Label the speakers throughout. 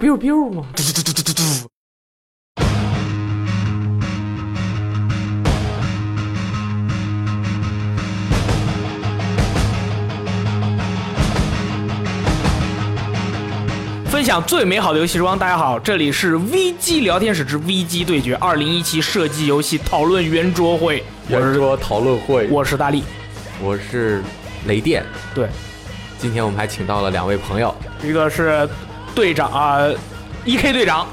Speaker 1: biu biu 吗？
Speaker 2: 嘟嘟嘟嘟嘟嘟嘟。分享最美好的游戏时光，大家好，这里是 VG 聊天室之 VG 对决二零一七射击游戏讨论圆桌会，我
Speaker 3: 圆
Speaker 2: 是
Speaker 3: 桌讨论会，
Speaker 2: 我是大力，
Speaker 3: 我是雷电。
Speaker 2: 对，
Speaker 3: 今天我们还请到了两位朋友，
Speaker 2: 一个是队长啊、e k 队长，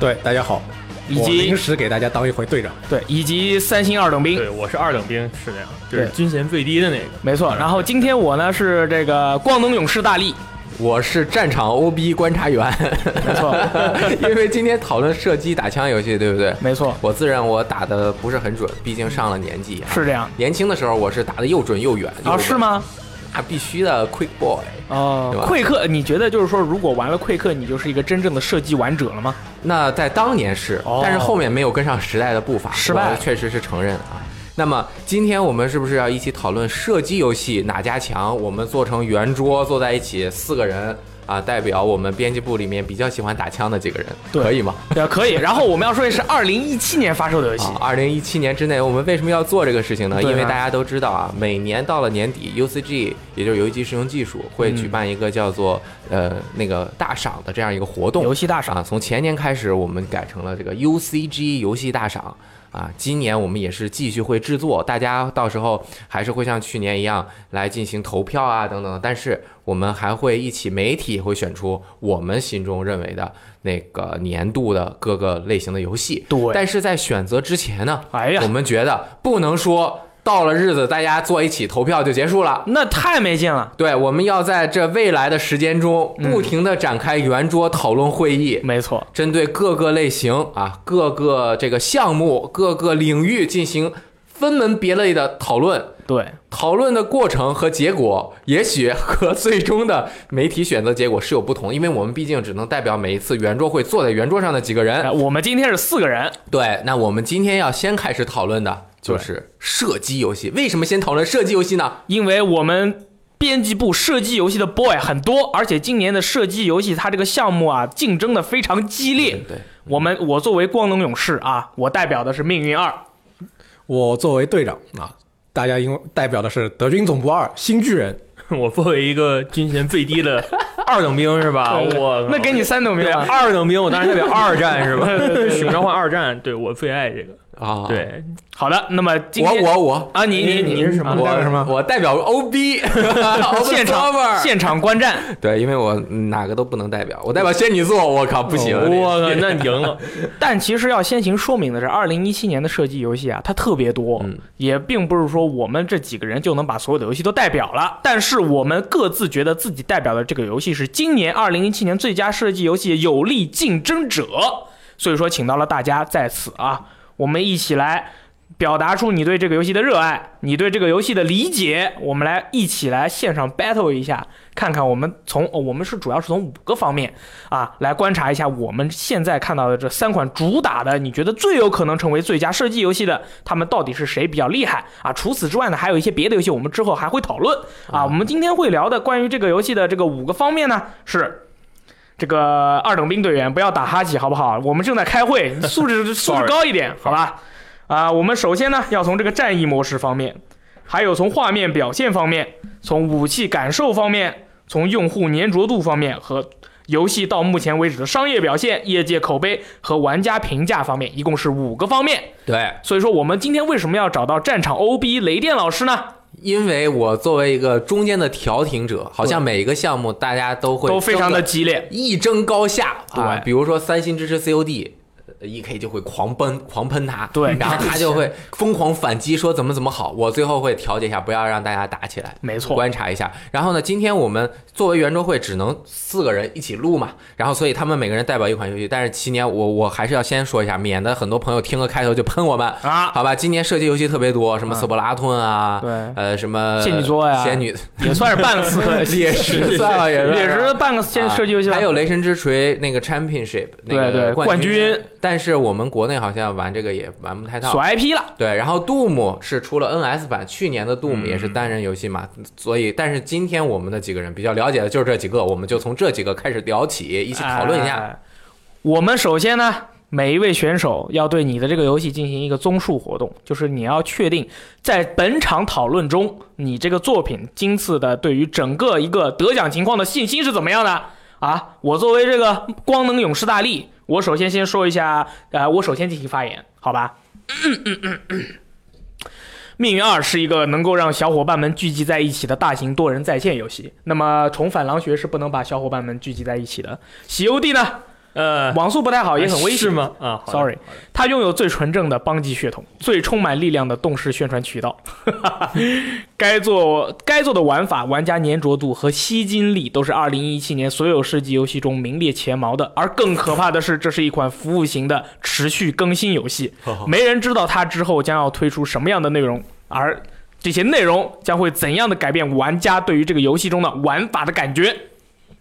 Speaker 4: 对，大家好，
Speaker 2: 以
Speaker 4: 我
Speaker 2: 及
Speaker 4: 临时给大家当一回队长。
Speaker 2: 对以及三星二等兵，
Speaker 5: 对，我是二等兵，是这样，就是
Speaker 2: 对
Speaker 5: 军衔最低的那个。
Speaker 2: 没错。然后今天我呢是这个光能勇士大力，
Speaker 3: 我是战场 OB 观察员，
Speaker 2: 没错
Speaker 3: 因为今天讨论射击打枪游戏，对不对？
Speaker 2: 没错，
Speaker 3: 我自认我打的不是很准，毕竟上了年纪啊。
Speaker 2: 是这样。
Speaker 3: 年轻的时候我是打的又准又远又
Speaker 2: 啊，
Speaker 3: 稳
Speaker 2: 是？吗？
Speaker 3: 那必须的，Quick Boy。
Speaker 2: 哦
Speaker 3: 对，吧
Speaker 2: 溃克，你觉得就是说，如果玩了溃克，你就是一个真正的射击玩者了吗？
Speaker 3: 那在当年是，
Speaker 2: 哦
Speaker 3: 但是后面没有跟上时代的步伐，
Speaker 2: 失败
Speaker 3: 我确实是承认啊。那么今天我们是不是要一起讨论射击游戏哪家强？我们做成圆桌坐在一起，四个人啊，代表我们编辑部里面比较喜欢打枪的几个人，
Speaker 2: 对
Speaker 3: 可以吗？
Speaker 2: 对，啊可以。然后我们要说的是二零一七年发售的游戏，
Speaker 3: 啊，二零一七年之内，我们为什么要做这个事情呢？
Speaker 2: 对啊
Speaker 3: 因为大家都知道啊，每年到了年底，UCG 也就是游戏机使用技术会
Speaker 2: 嗯
Speaker 3: 举办一个叫做、呃那个大赏的这样一个活动。
Speaker 2: 游戏大赏。
Speaker 3: 啊，从前年开始，我们改成了这个 UCG 游戏大赏啊。今年我们也是继续会制作，大家到时候还是会像去年一样来进行投票啊等等。但是我们还会一起，媒体也会选出我们心中认为的那个年度的各个类型的游戏。
Speaker 2: 对
Speaker 3: 但是在选择之前呢，
Speaker 2: 哎呀
Speaker 3: 我，们觉得不能说到了日子大家坐一起投票就结束了。
Speaker 2: 那太没劲了。
Speaker 3: 对，我们要在这未来的时间中，
Speaker 2: 嗯
Speaker 3: 不停地展开圆桌讨论会议，
Speaker 2: 没错，
Speaker 3: 针对各个类型啊、各个这个项目、各个领域进行分门别类的讨论。
Speaker 2: 对，
Speaker 3: 讨论的过程和结果，也许和最终的媒体选择结果是有不同，因为我们毕竟只能代表每一次圆桌会坐在圆桌上的几个
Speaker 2: 哎
Speaker 3: 人。
Speaker 2: 我们今天是四个人，
Speaker 3: 对，那我们今天要先开始讨论的就是射击游戏。为什么先讨论射击游戏呢？
Speaker 2: 因为我们编辑部射击游戏的 boy 很多，而且今年的射击游戏它这个项目啊，竞争的非常激烈。
Speaker 3: 对，
Speaker 2: 我们我作为光能勇士啊，我代表的是命运二，啊
Speaker 4: 我作为队长啊，大家因为代表的是德军总部二新巨人，
Speaker 5: 我作为一个军衔最低的二等兵是吧？
Speaker 2: 对
Speaker 5: 啊我
Speaker 2: 那给你三等
Speaker 5: 对
Speaker 2: 兵啊。
Speaker 5: 二等兵，我当然代表二战是吧？熊召唤二战，对我最爱这个。
Speaker 3: 啊，，
Speaker 5: 对，
Speaker 2: 好的，那么今
Speaker 3: 我
Speaker 2: 天
Speaker 3: 我我
Speaker 2: 啊，你你
Speaker 5: 你是什么
Speaker 4: 你代表什么
Speaker 3: 我我代表 OB，
Speaker 2: 现场
Speaker 3: Over
Speaker 2: 现场观战，
Speaker 3: 对，因为我哪个都不能代表，我代表仙女座，我靠，不
Speaker 2: 哦
Speaker 3: 行，
Speaker 5: 我靠，那你赢了。
Speaker 2: 但其实要先行说明的是，二零一七年的射击游戏啊，它特别多，
Speaker 3: 嗯
Speaker 2: 也并不是说我们这几个人就能把所有的游戏都代表了。但是我们各自觉得自己代表的这个游戏是今年二零一七年最佳射击游戏有力竞争者，所以说请到了大家在此啊，我们一起来。表达出你对这个游戏的热爱，你对这个游戏的理解，我们来一起来线上 battle 一下，看看我们从、哦我们是主要是从五个方面啊，来观察一下我们现在看到的这三款主打的，你觉得最有可能成为最佳射击游戏的，他们到底是谁比较厉害啊？除此之外呢，还有一些别的游戏，我们之后还会讨论啊。我们今天会聊的关于这个游戏的这个五个方面呢是。这个二等兵队员不要打哈欠，好不好？我们正在开会，素质素质高一点，好吧？啊，我们首先呢要从这个战役模式方面，还有从画面表现方面，从武器感受方面，从用户粘着度方面和游戏到目前为止的商业表现、业界口碑和玩家评价方面，一共是五个方面。
Speaker 3: 对，
Speaker 2: 所以说，我们今天为什么要找到战场 OB 雷电老师呢？
Speaker 3: 因为我作为一个中间的调停者，好像每一个项目大家都会
Speaker 2: 都非常的
Speaker 3: 争
Speaker 2: 激烈
Speaker 3: 得。一争高下啊，
Speaker 2: 对
Speaker 3: 比如说三星支持 COD。呃 E.K 就会狂奔、狂喷他，
Speaker 2: 对
Speaker 3: 然后他就会疯狂反击，说怎么怎么好。我最后会调节一下，不要让大家打起来。
Speaker 2: 没错
Speaker 3: 观察一下。然后呢，今天我们作为圆桌会只能四个人一起录嘛，然后所以他们每个人代表一款游戏。但是今年我我还是要先说一下，免得很多朋友听个开头就喷我们
Speaker 2: 啊
Speaker 3: 好吧，今年射击游戏特别多，什么
Speaker 2: 嗯
Speaker 3: 瑟伯拉顿啊，
Speaker 2: 对
Speaker 3: 呃，什么
Speaker 2: 仙女座呀
Speaker 3: 仙女
Speaker 2: 也算是半个死
Speaker 3: 猎食算了，也是
Speaker 2: 啊
Speaker 3: 啊
Speaker 2: 也是半个先射击游戏吧
Speaker 3: 还有雷神之锤那个 Championship 那
Speaker 2: 对
Speaker 3: 个
Speaker 2: 对冠
Speaker 3: 冠
Speaker 2: 军，
Speaker 3: 但是我们国内好像玩这个也玩不太到
Speaker 2: 锁。IP 了。
Speaker 3: 对，然后 Doom 是出了 NS 版，去年的 Doom
Speaker 5: 嗯
Speaker 3: 也是单人游戏嘛，所以但是今天我们的几个人比较了解的就是这几个，我们就从这几个开始聊起，一
Speaker 2: 一
Speaker 3: 起讨论一下。
Speaker 2: 哎我们首先呢，每一位选手要对你的这个游戏进行一个综述活动，就是你要确定在本场讨论中，你这个作品今次的对于整个一个得奖情况的信心是怎么样的啊？我作为这个光能勇士大力，我首先先说一下，呃，我首先进行发言，好吧？ 命运二是一个能够让小伙伴们聚集在一起的大型多人在线游戏。那么重返狼穴是不能把小伙伴们聚集在一起的。喜欧弟呢，
Speaker 5: 呃，
Speaker 2: 网速不太好，也很危险
Speaker 5: 是？吗？啊好的
Speaker 2: Sorry 他拥有最纯正的邦吉血统，最充满力量的动视宣传渠道。 该做该做的玩法、玩家粘着度和吸金力都是2017年所有射击游戏中名列前茅的。而更可怕的是，这是一款服务型的持续更新游戏，
Speaker 5: 哦
Speaker 2: 没人知道它之后将要推出什么样的内容，而这些内容将会怎样的改变玩家对于这个游戏中的玩法的感觉。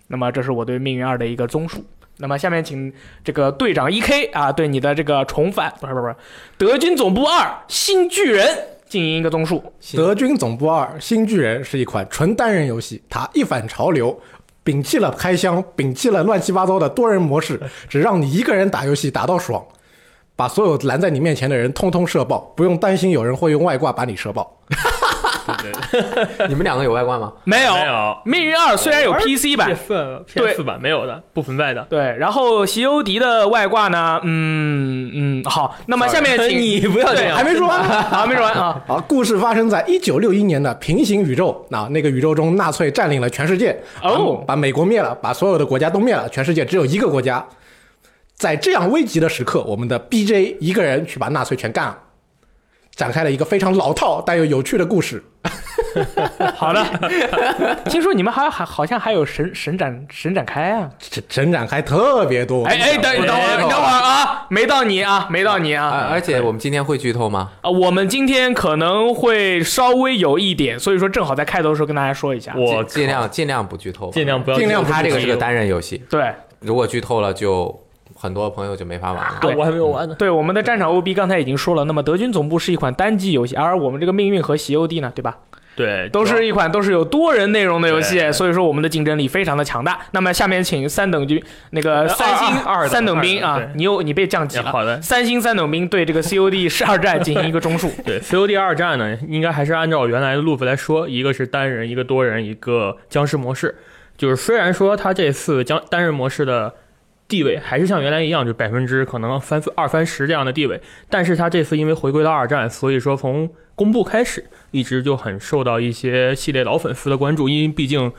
Speaker 2: 那么，这是我对《命运二》的一个综述。那么，下面请这个队长 E K 啊，对你的这个重返不是不是不是德军总部二新巨人进行一个综述。
Speaker 4: 德军总部二：新巨人是一款纯单人游戏，它一反潮流，摒弃了开箱，摒弃了乱七八糟的多人模式，只让你一个人打游戏打到爽，把所有拦在你面前的人通通射爆，不用担心有人会用外挂把你射爆。
Speaker 5: 对对
Speaker 3: 你们两个有外挂吗？
Speaker 2: 没有，
Speaker 5: 没有
Speaker 2: 命运二虽然有
Speaker 5: 玩
Speaker 2: PC 版
Speaker 5: ，P，四 P
Speaker 2: 对
Speaker 5: 四版没有的，不存在的。
Speaker 2: 对，然后席欧迪的外挂呢，嗯嗯，好，那么下面请你不要
Speaker 5: 这样
Speaker 4: 还没说完。
Speaker 2: 好，没说完啊，
Speaker 4: 好，故事发生在一九六一年的平行宇宙。啊那那个宇宙中，纳粹占领了全世界，
Speaker 2: 哦
Speaker 4: 把美国灭了，把所有的国家都灭了，全世界只有一个国家。在这样危急的时刻，我们的 BJ 一个人去把纳粹全干了，展开了一个非常老套但又有趣的故事。
Speaker 2: 好的。听说你们还还好像还有神神展神展开啊？
Speaker 4: 神神展开特别多，
Speaker 2: 哎哎，等等会儿，
Speaker 5: 哎
Speaker 2: 等会儿啊，没到你啊，没到你啊。
Speaker 3: 啊，而且我们今天会剧透吗？
Speaker 2: 啊，我们今天可能会稍微有一点，所以说正好在开头的时候跟大家说一下。
Speaker 5: 我
Speaker 3: 尽尽量尽量不剧透吧，
Speaker 5: 尽量不要
Speaker 4: 尽量
Speaker 5: 进入
Speaker 4: 不
Speaker 3: 它这个是
Speaker 5: 进入
Speaker 3: 个单人游戏，
Speaker 2: 对
Speaker 3: 如果剧透了就很多朋友就没法玩了。
Speaker 5: 啊我还没有玩呢。
Speaker 2: 对，我们的战场 OB 刚才已经说了，那么德军总部是一款单机游戏，而我们这个命运和席欧 d 呢，对吧？
Speaker 5: 对，
Speaker 2: 都是一款都是有多人内容的游戏，
Speaker 5: 啊对
Speaker 2: 所以说我们的竞争力非常的强大。那么下面请三等军那个
Speaker 5: 呃
Speaker 2: 三星
Speaker 5: 二二
Speaker 2: 三等
Speaker 5: 二
Speaker 2: 兵
Speaker 5: 等
Speaker 2: 啊
Speaker 5: 对，
Speaker 2: 你又你被降级
Speaker 5: 主要
Speaker 2: 了。
Speaker 5: 好的。
Speaker 2: 三星三等兵对这个 COD 十二战进行一个综述，
Speaker 5: 对 COD 二战呢，应该还是按照原来的路子来说，一个是单人，一个多人，一个僵尸模式。就是虽然说它这次僵单人模式的地位还是像原来一样，就百分之可能三二三十这样的地位，但是它这次因为回归到二战，所以说从公布开始一直就很受到一些系列老粉丝的关注，因为毕竟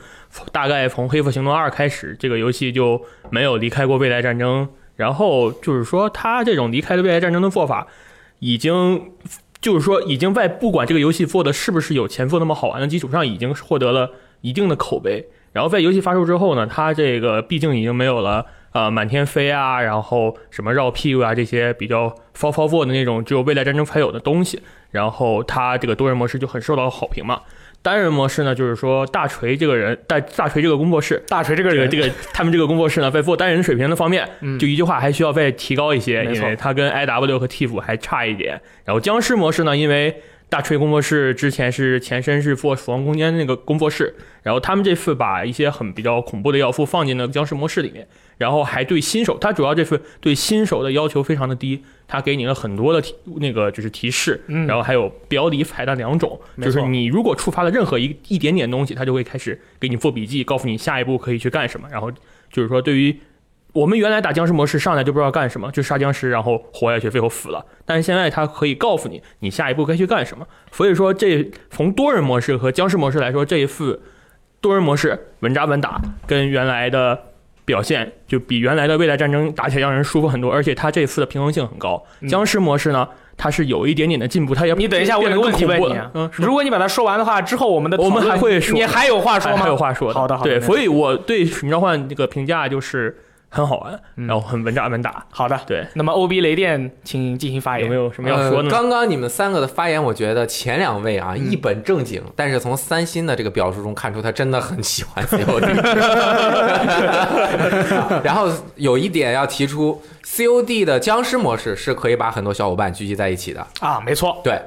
Speaker 5: 大概从《黑色行动二》开始，这个游戏就没有离开过未来战争。然后就是说，它这种离开了未来战争的做法，已经就是说，已经在不管这个游戏做的是不是有前作那么好玩的基础上，已经获得了一定的口碑。然后在游戏发售之后呢，它这个毕竟已经没有了呃满天飞啊，然后什么绕屁股啊这些比较骚操作的那种只有未来战争才有的东西。然后它这个多人模式就很受到好评嘛。单人模式呢，就是说大锤这个人，大大锤这个工作室，
Speaker 2: 大锤这个
Speaker 5: 这个
Speaker 2: 人
Speaker 5: 这个他们这个工作室呢，在做单人水平的方面，
Speaker 2: 嗯
Speaker 5: 就一句话还需要再提高一些，
Speaker 2: 没错
Speaker 5: 因为它跟 I W 和 T 五还差一点。然后僵尸模式呢，因为大锤工作室之前是前身是做《死亡空间》那个工作室，然后他们这次把一些很比较恐怖的要素放进了僵尸模式里面，然后还对新手，它主要这次对新手的要求非常的低，它给你了很多的提那个就是提示，
Speaker 2: 嗯
Speaker 5: 然后还有表里彩蛋两种，
Speaker 2: 没
Speaker 5: 就是
Speaker 2: 错
Speaker 5: 你如果触发了任何一一点点东西，它就会开始给你做笔记，告诉你下一步可以去干什么。然后就是说，对于我们原来打僵尸模式上来就不知道干什么，就杀僵尸，然后活下去，最后死了。但是现在它可以告诉你你下一步该去干什么。所以说这，从多人模式和僵尸模式来说，这一次多人模式稳扎稳打，跟原来的表现就比原来的未来战争打起来让人舒服很多，而且它这次的平衡性很高。
Speaker 2: 嗯
Speaker 5: 僵尸模式呢，它是有一点点的进步，它也
Speaker 2: 你等一下，我
Speaker 5: 变
Speaker 2: 有
Speaker 5: 得
Speaker 2: 个问
Speaker 5: 更
Speaker 2: 题问
Speaker 5: 恐怖
Speaker 2: 你
Speaker 5: 了
Speaker 2: 啊，
Speaker 5: 嗯，是
Speaker 2: 如果你把它说完的话，之后我们的
Speaker 5: 我们
Speaker 2: 讨论
Speaker 5: 还会说
Speaker 2: 你还有话说
Speaker 5: 还
Speaker 2: 吗
Speaker 5: 还有？话说
Speaker 2: 好的好的
Speaker 5: 对，
Speaker 2: 没
Speaker 5: 所以我对《使命召唤》这个评价就是很好玩，
Speaker 2: 嗯
Speaker 5: 然后很稳扎稳打。
Speaker 2: 好的，
Speaker 5: 哦对，
Speaker 2: 那么 OB 雷电，请进行发言。
Speaker 5: 有没有什么要
Speaker 3: 呃
Speaker 5: 说的呢？
Speaker 3: 刚刚你们三个的发言，我觉得前两位啊
Speaker 2: 嗯
Speaker 3: 一本正经，但是从三星的这个表述中看出他真的很喜 欢 COD。然后有一点要提出，COD
Speaker 2: 哦
Speaker 3: 的僵尸模式是可以把很多小伙伴聚集在一起的，
Speaker 2: 啊？没错，
Speaker 3: 对。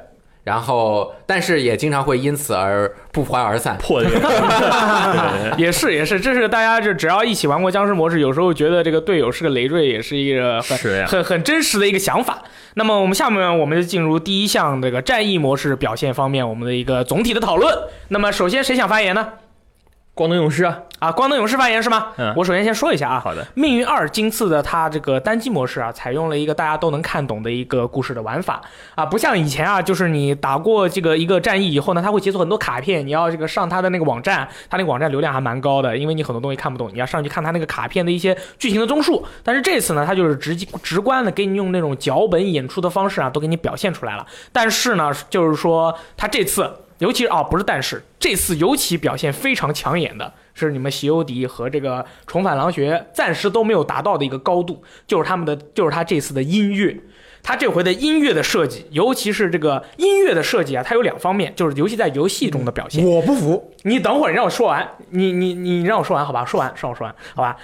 Speaker 3: 然后但是也经常会因此而不欢而散。
Speaker 5: 破 裂。对
Speaker 2: 也是也是，这是大家就只要一起玩过僵尸模式，有时候觉得这个队友是个累赘，也是一 个很
Speaker 5: 是呀啊
Speaker 2: 很很真实的一个想法。那么我们下面我们就进入第一项这个战役模式表现方面我们的一个总体的讨论。那么首先谁想发言呢？
Speaker 5: 光能勇士啊，
Speaker 2: 啊，光能勇士发言是吗？
Speaker 5: 嗯
Speaker 2: 我首先先说一下啊，
Speaker 5: 好的，
Speaker 2: 命运二今次的它这个单机模式啊，采用了一个大家都能看懂的一个故事的玩法啊，不像以前啊，就是你打过这个一个战役以后呢，它会解锁很多卡片，你要这个上它的那个网站，它那个网站流量还蛮高的，因为你很多东西看不懂，你要上去看它那个卡片的一些剧情的综述。但是这次呢，它就是直接直观的给你用那种脚本演出的方式啊，都给你表现出来了。但是呢，就是说它这次。尤其是啊，不是，但是这次尤其表现非常抢眼的是你们席欧迪和这个重返狼穴暂时都没有达到的一个高度，就是他们的，就是他这次的音乐。他这回的音乐的设计，尤其是这个音乐的设计啊，它有两方面，就是尤其在游戏中的表现。
Speaker 4: 我不服，
Speaker 2: 你等会儿，你让我说完，你你你让我说完，好吧？说完，让我说完，好吧？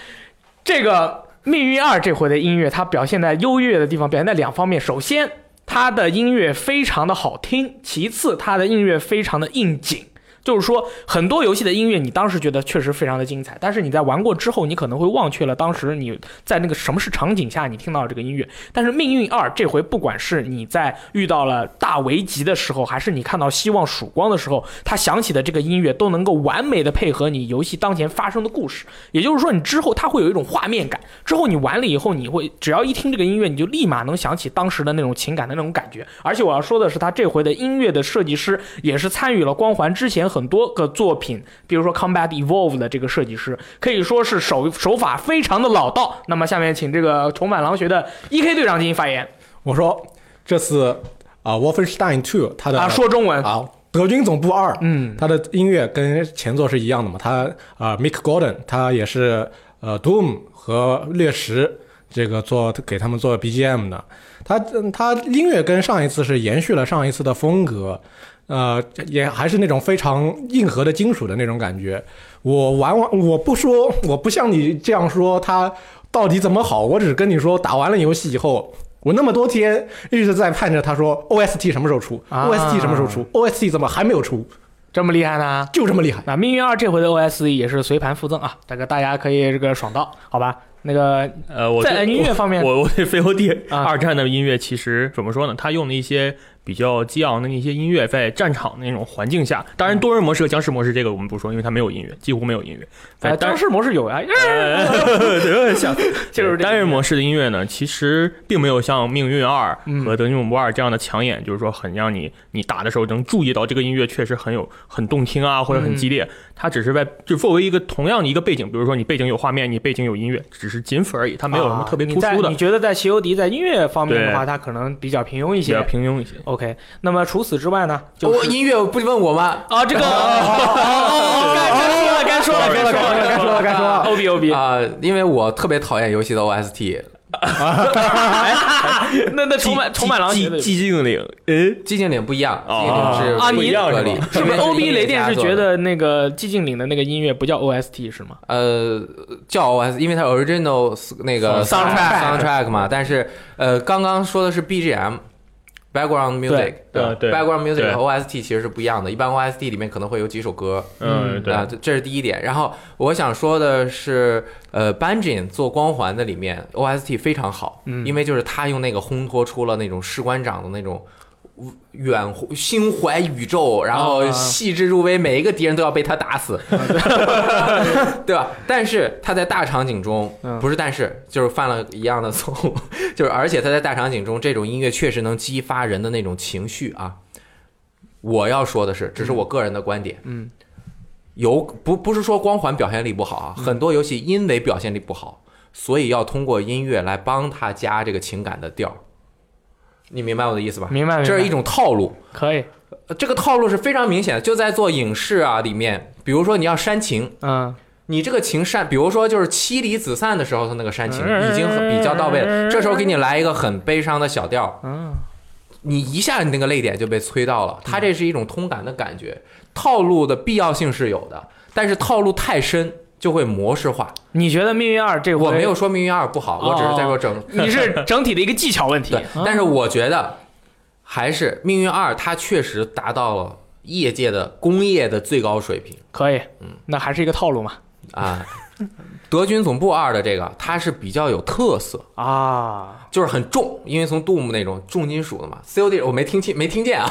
Speaker 2: 这个《命运二》这回的音乐，它表现在优越的地方，表现在两方面。首先，它的音乐非常的好听；其次，它的音乐非常的应景。就是说，很多游戏的音乐，你当时觉得确实非常的精彩，但是你在玩过之后，你可能会忘却了当时你在那个什么是场景下你听到的这个音乐。但是《命运二》这回，不管是你在遇到了大危机的时候，还是你看到希望曙光的时候，它响起的这个音乐都能够完美的配合你游戏当前发生的故事。也就是说，你之后它会有一种画面感，之后你玩了以后，你会只要一听这个音乐，你就立马啊能想起当时的那种情感的那种感觉。而且我要说的是，他这回的音乐的设计师也是参与了光环之前很多个作品，比如说《Combat Evolve》的这个设计师，可以说是手手法非常的老道。那么下面请这个重返狼穴的 E.K 队长进行发言
Speaker 4: 我说这次啊，《Wolfenstein Two》它的
Speaker 2: 啊，说中文，
Speaker 4: 啊，德军总部二，
Speaker 2: 嗯，
Speaker 4: 它的音乐跟前作是一样的嘛，它啊、m i c k Gordon 他也是呃 Doom 和猎食这个做给他们做 BGM 的，他嗯他音乐跟上一次是延续了上一次的风格，呃也还是那种非常硬核的金属的那种感觉。我玩完我不说，我不像你这样说它到底怎么好，我只跟你说打完了游戏以后。我那么多天一直在盼着他说 OST 什么时候出、
Speaker 2: 啊
Speaker 4: o s t 什么时候出，OST 怎么还没有出？
Speaker 2: 这么厉害呢？
Speaker 4: 就这么厉害。
Speaker 2: 那《命运二》这回的 OSE 也是随盘附赠啊，这个大家可以这个爽到，好吧？那个
Speaker 5: 呃，我
Speaker 2: 在
Speaker 5: 对
Speaker 2: 音乐方面
Speaker 5: 我我 对 VOD
Speaker 2: 啊
Speaker 5: 二战的音乐其实怎么说呢？他用的一些比较激昂的那些音乐，在战场那种环境下，当然多人模式和僵尸模式这个我们不说，因为它没有音乐，几乎没有音乐。
Speaker 2: 呃，
Speaker 5: 但
Speaker 2: 僵尸模式有啊，
Speaker 5: 呃，对，像
Speaker 2: 就是这个
Speaker 5: 单人模式的音乐呢，其实并没有像《命运二
Speaker 2: 嗯》
Speaker 5: 和《德军总部二》这样的抢眼，就是说很让你你打的时候能注意到这个音乐确实很有很动听啊，或者很激烈。它只是在就作为一个同样的一个背景，比如说你背景有画面，你背景有音乐，只是仅此而已，它没有什么特别
Speaker 2: 啊
Speaker 5: 突出
Speaker 2: 你在
Speaker 5: 的
Speaker 2: 你，觉得在席欧迪在音乐方面的
Speaker 5: 对
Speaker 2: 话，他可能比较平庸一
Speaker 5: 比较
Speaker 2: 些。
Speaker 5: 平庸一些。
Speaker 2: OK，那么除此之外呢，就
Speaker 3: 我
Speaker 2: 是
Speaker 3: 哦音乐不问我吗？
Speaker 2: 啊，这个哦，该说了，该说了，该说了，该说了，该说了，O B O B。
Speaker 3: 啊、因为我特别讨厌游戏的 OST，
Speaker 2: 那那重满重满狼
Speaker 5: 寂
Speaker 2: 穴
Speaker 5: 寂
Speaker 2: 的
Speaker 5: 寂静岭，诶，
Speaker 3: 寂静岭不一样，寂
Speaker 5: 哦
Speaker 3: 静岭是
Speaker 2: 啊
Speaker 3: 不
Speaker 2: 你
Speaker 3: 一样的
Speaker 5: 是
Speaker 3: 理
Speaker 5: 吧
Speaker 2: 是不是 O B 雷电是觉
Speaker 3: 音乐家做的
Speaker 2: 得那个寂静岭的那个音乐不叫 O S T 是吗？
Speaker 3: 呃叫 OS，因为它 original 那个
Speaker 2: Soundtrack
Speaker 3: soundtrack 嘛，但是呃刚刚说的是 BGM。Background music，
Speaker 5: 对啊对
Speaker 3: ，Background
Speaker 5: 对
Speaker 3: music 和 OST 其实是不一样的。一般 OST 里面可能会有几首歌，
Speaker 5: 嗯，对
Speaker 3: 啊、，这这是第一点。然后我想说的是，呃，Banjin 做《光环》的里面 OST 非常好，
Speaker 2: 嗯
Speaker 3: 因为就是他用那个烘托出了那种士官长的那种。远心怀宇宙，然后
Speaker 2: 啊
Speaker 3: 细致入微，每一个敌人都要被他打死， 对吧？但是他在大场景中
Speaker 2: 啊嗯，
Speaker 3: 不是但是就是犯了一样的错误， 就是而且他在大场景中，这种音乐确实能激发人的那种情绪啊。我要说的是，只是我个人的观点，
Speaker 2: 嗯，
Speaker 3: 有不不是说光环表现力不好
Speaker 2: 嗯
Speaker 3: 啊，很多游戏因为表现力不好，所以要通过音乐来帮他加这个情感的调儿，你明白我的意思吧？
Speaker 2: 明白，明白
Speaker 3: 这是一种套路，
Speaker 2: 可以，
Speaker 3: 呃这个套路是非常明显的，就在做影视啊里面，比如说你要煽情，
Speaker 2: 嗯，
Speaker 3: 你这个情煽，比如说就是妻离子散的时候，他那个煽情
Speaker 2: 嗯
Speaker 3: 已经很比较到位了，这时候给你来一个很悲伤的小调，
Speaker 2: 嗯，
Speaker 3: 你一下你那个泪点就被催到了，它这是一种通感的感觉，套路的必要性是有的，但是套路太深就会模式化。
Speaker 2: 你觉得《命运二》这回
Speaker 3: 我没有，说命运二不好，
Speaker 2: 哦
Speaker 3: 我只是在说整
Speaker 2: 你是整体的一个技巧问题嗯
Speaker 3: 对，，但是我觉得还是《命运二》，它确实达到了业界的工业的最高水平
Speaker 2: 可以，那还是一个套路嘛。
Speaker 3: 啊。德军总部二的这个，它是比较有特色，
Speaker 2: 啊，
Speaker 3: 就是很重，因为从 Doom 那种重金属的嘛。COD 我没听清，没听见啊。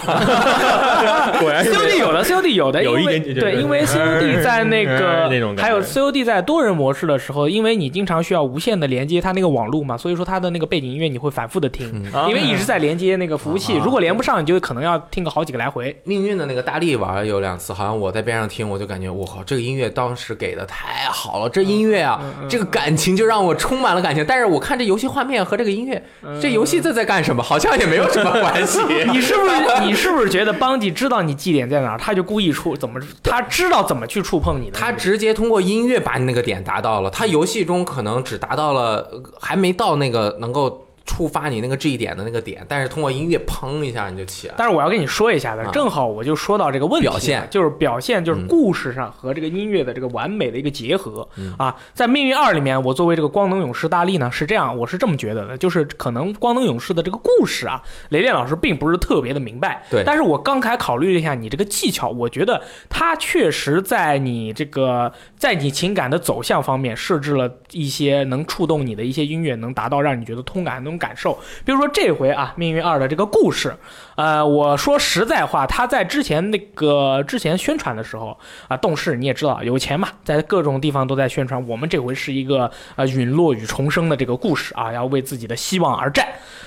Speaker 5: 果然是
Speaker 2: COD 有的，COD 有的，
Speaker 5: 哎有一
Speaker 2: 因为
Speaker 5: 点点
Speaker 2: 对，
Speaker 5: 就是
Speaker 2: 因为 COD 在那个
Speaker 5: 那种感觉
Speaker 2: 还有 COD 在多人模式的时候，因为你经常需要无线的连接它那个网络嘛，所以说它的那个背景音乐你会反复的听，
Speaker 5: 啊
Speaker 2: 因为一直在连接那个服务器，
Speaker 3: 啊
Speaker 2: 如果连不上，你就可能要听个好几个来 回。
Speaker 3: 命运的那个大力玩儿有两次，好像我在边上听，我就感觉我靠，这个音乐当时给的太好了，这音乐啊，这个感情就让我充满了感情。但是我看这游戏画面和这个音乐，这游戏这在干什么，好像也没有什么关系。
Speaker 2: 你是不是你是不是觉得邦吉知道你绩点在哪儿，他就故意触怎么他知道怎么去触碰你的？
Speaker 3: 他直接通过音乐把你那个点达到了，他游戏中可能只达到了，呃还没到那个能够触发你那个 G 点的那个点，但是通过音乐砰一下你就起来了。
Speaker 2: 但是我要跟你说一下的
Speaker 3: 啊，
Speaker 2: 正好我就说到这个问题了，
Speaker 3: 表现
Speaker 2: 就是表现，就是
Speaker 3: 嗯
Speaker 2: 故事上和这个音乐的这个完美的一个结合、啊。在《命运二》里面，我作为这个光能勇士大力呢，是这样，我是这么觉得的，就是可能光能勇士的这个故事啊，雷电老师并不是特别的明白，
Speaker 3: 对
Speaker 2: 但是我刚才考虑了一下你这个技巧，我觉得它确实在你这个在你情感的走向方面设置了一些能触动你的一些音乐，能达到让你觉得通感的那种感受。比如说这回啊，《命运二》的这个故事，呃，我说实在话，他在之前那个之前宣传的时候啊，动视你也知道有钱嘛，在各种地方都在宣传。我们这回是一个呃陨落与重生的这个故事啊，要为自己的希望而战。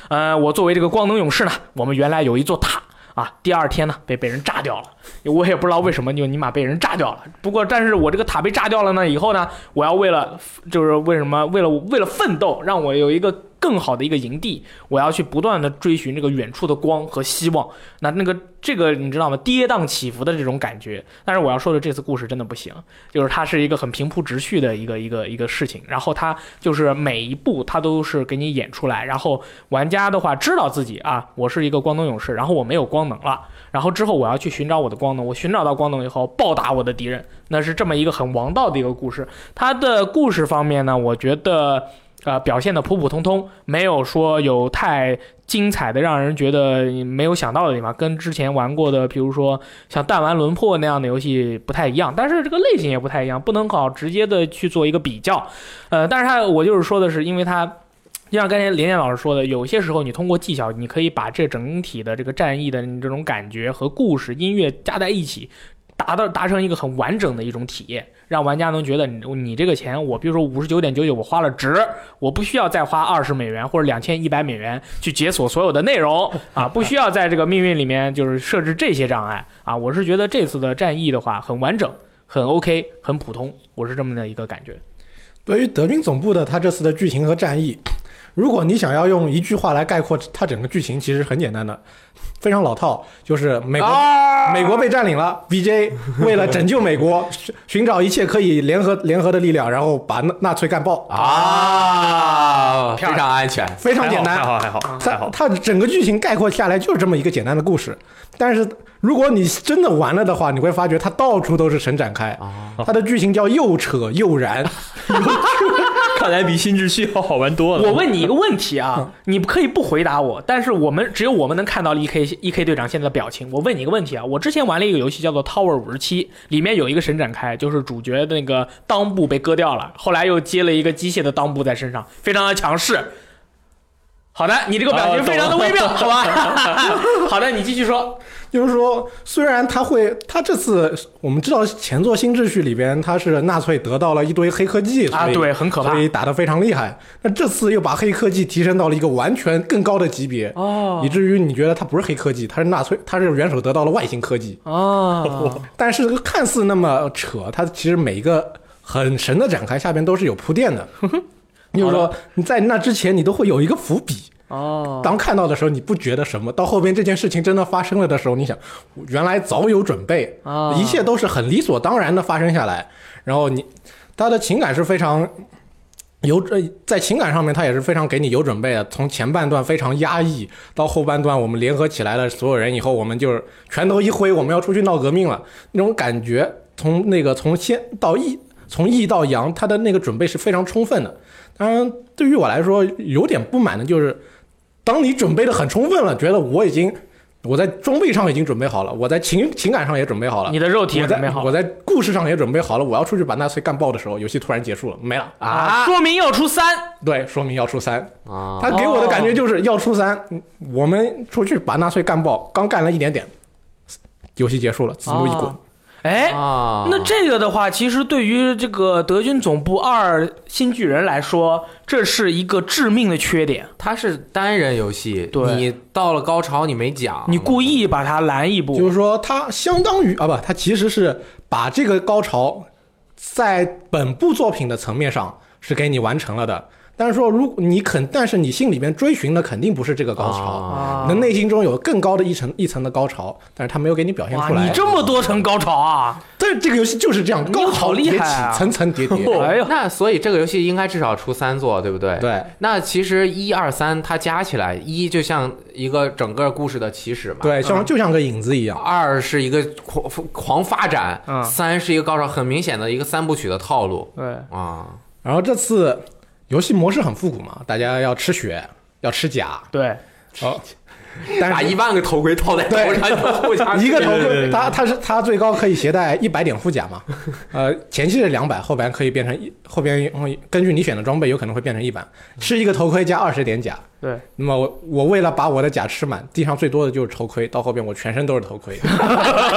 Speaker 2: 呃，我作为这个光能勇士呢，我们原来有一座塔。啊，第二天呢被被人炸掉了，我也不知道为什么就尼玛被人炸掉了。不过，但是我这个塔被炸掉了呢，以后呢，我要为了就是为什么为了为了奋斗，让我有一个更好的一个营地，我要去不断的追寻这个远处的光和希望。那那个这个你知道吗？跌宕起伏的这种感觉。但是我要说的这次故事真的不行，就是它是一个很平铺直叙的一个一个一个事情。然后它就是每一步它都是给你演出来。然后玩家的话知道自己啊，我是一个光能勇士，然后我没有光能了，然后之后我要去寻找我的光能，我寻找到光能以后暴打我的敌人，那是这么一个很王道的一个故事。它的故事方面呢，我觉得。呃，表现的普普通通，没有说有太精彩的、让人觉得没有想到的地方，跟之前玩过的，比如说像弹丸轮破那样的游戏不太一样，但是这个类型也不太一样，不能好直接的去做一个比较。呃，但是它我就是说的是，因为它。就像刚才连连老师说的，有些时候你通过技巧，你可以把这整体的这个战役的这种感觉和故事、音乐加在一起，达到达成一个很完整的一种体验，让玩家能觉得你你这个钱，我比如说五十九点九九，我花了值，我不需要再花二十美元或者两千一百美元去解锁所有的内容啊，不需要在这个命运里面就是设置这些障碍啊。我是觉得这次的战役的话很完整，很 OK，很普通，我是这么的一个感觉。
Speaker 4: 对于德军总部的他这次的剧情和战役，如果你想要用一句话来概括它整个剧情，其实很简单的，非常老套，就是美国、美国被占领了，BJ 为了拯救美国， 寻寻找一切可以联合联合的力量，然后把纳纳粹干爆，
Speaker 3: 啊，非常安全。
Speaker 4: 非常简
Speaker 5: 还
Speaker 4: 单。
Speaker 5: 好还好还好还
Speaker 4: 它
Speaker 5: 好。
Speaker 4: 它整个剧情概括下来就是这么一个简单的故事，但是如果你真的玩了的话，你会发觉它到处都是神展开，
Speaker 5: 啊
Speaker 4: 它的剧情叫又扯又燃，
Speaker 5: 看来比新秩序要好玩多了。
Speaker 2: 我问你一个问题啊，你可以不回答我，但是我们只有我们能看到 E K E K 队长现在的表情。我问你一个问题啊，我之前玩了一个游戏叫做《Tower 五十七》，里面有一个神展开，就是主角的那个裆部被割掉了，后来又接了一个机械的裆部在身上，非常的强势。好的，你这个表情非常的微妙，好吧？ 好的，你继续说。
Speaker 4: 就是说，虽然他会，他这次我们知道前作《新秩序》里边，他是纳粹得到了一堆黑科技
Speaker 2: 啊
Speaker 4: 所以
Speaker 2: 对很可怕
Speaker 4: 所以打得非常厉害。那这次又把黑科技提升到了一个完全更高的级别，
Speaker 2: 哦
Speaker 4: 以至于你觉得他不是黑科技，他是纳粹，他是元首得到了外星科技。
Speaker 2: 哦，
Speaker 4: 但是看似那么扯，它其实每一个很神的展开下边都是有铺 垫的。就是说，你在那之前，你都会有一个伏笔。
Speaker 2: 哦，
Speaker 4: 当看到的时候，你不觉得什么；到后边这件事情真的发生了的时候，你想，原来早有准备
Speaker 2: 啊
Speaker 4: 一切都是很理所当然的发生下来。然后你，他的情感是非常有呃在情感上面，他也是非常给你有准备的。从前半段非常压抑，到后半段我们联合起来了所有人以后，我们就是拳头一挥，我们要出去闹革命了，那种感觉，从那个从先到义，从义到阳，他的那个准备是非常充分的。当然，对于我来说有点不满的就是，当你准备的很充分了，觉得我已经我在装备上已经准备好了，我在情情感上也准备好了，
Speaker 2: 你的肉体也
Speaker 4: 我在
Speaker 2: 准备好
Speaker 4: 我
Speaker 2: 了
Speaker 4: 在故事上也准备好了，我要出去把纳粹干爆的时候，游戏突然结束了，没了。
Speaker 2: 啊，说明要出三，
Speaker 4: 对，说明要出三。
Speaker 3: 啊，
Speaker 4: 他给我的感觉就是要出三，嗯我们出去把纳粹干爆，刚干了一点点，游戏结束了，字幕一滚。
Speaker 2: 哦哎，
Speaker 3: 啊，
Speaker 2: 那这个的话，其实对于这个德军总部二新巨人来说，这是一个致命的缺点。
Speaker 4: 啊
Speaker 3: 它是单人游戏，
Speaker 2: 对
Speaker 3: 你到了高潮你没讲，
Speaker 2: 你故意把它拦一
Speaker 4: 就
Speaker 2: 步，
Speaker 4: 是说，它相当于啊不，它其实是把这个高潮在本部作品的层面上是给你完成了的。但是说，如果你肯，但是你心里面追寻的肯定不是这个高潮，
Speaker 3: 啊
Speaker 4: 你的内心中有更高的一层一层的高潮，但是他没有给你表现
Speaker 2: 哇，
Speaker 4: 出
Speaker 2: 你
Speaker 4: 来。
Speaker 2: 这么多层高潮啊！
Speaker 4: 但是这个游戏就是这样，
Speaker 2: 你
Speaker 4: 高
Speaker 2: 好
Speaker 4: 潮
Speaker 2: 厉
Speaker 4: 迭
Speaker 2: 害啊
Speaker 4: 起，层 层叠叠。
Speaker 2: 哎呦，
Speaker 3: 那所以这个游戏应该至少出三座，对不对？。
Speaker 4: 对，
Speaker 3: 那其实一二三它加起来，一就像一个整个故事的起始嘛，
Speaker 2: 嗯
Speaker 4: 对，像就像个影子一样。
Speaker 3: 二是一个狂狂发展，
Speaker 2: 嗯
Speaker 3: 三是一个高潮，很明显的一个三部曲的套路
Speaker 2: 对，
Speaker 3: 啊。
Speaker 4: 然后这次游戏模式很复古嘛，大家要吃血，要吃甲，
Speaker 2: 对，
Speaker 4: 哦，但
Speaker 3: 把
Speaker 4: 是
Speaker 3: 一万个头盔套在头上，就互相
Speaker 4: 一个头
Speaker 5: 对对对
Speaker 4: 盔，
Speaker 5: 对
Speaker 4: 它它是它最高可以携带一百点护 甲嘛，呃，前期是两百，后边可以变成一，后边嗯根据你选的装备有可能会变成一百，吃一个头盔加二十点甲。
Speaker 2: 对，
Speaker 4: 那么我我为了把我的甲吃满，地上最多的就是头盔，到后边我全身都是头盔。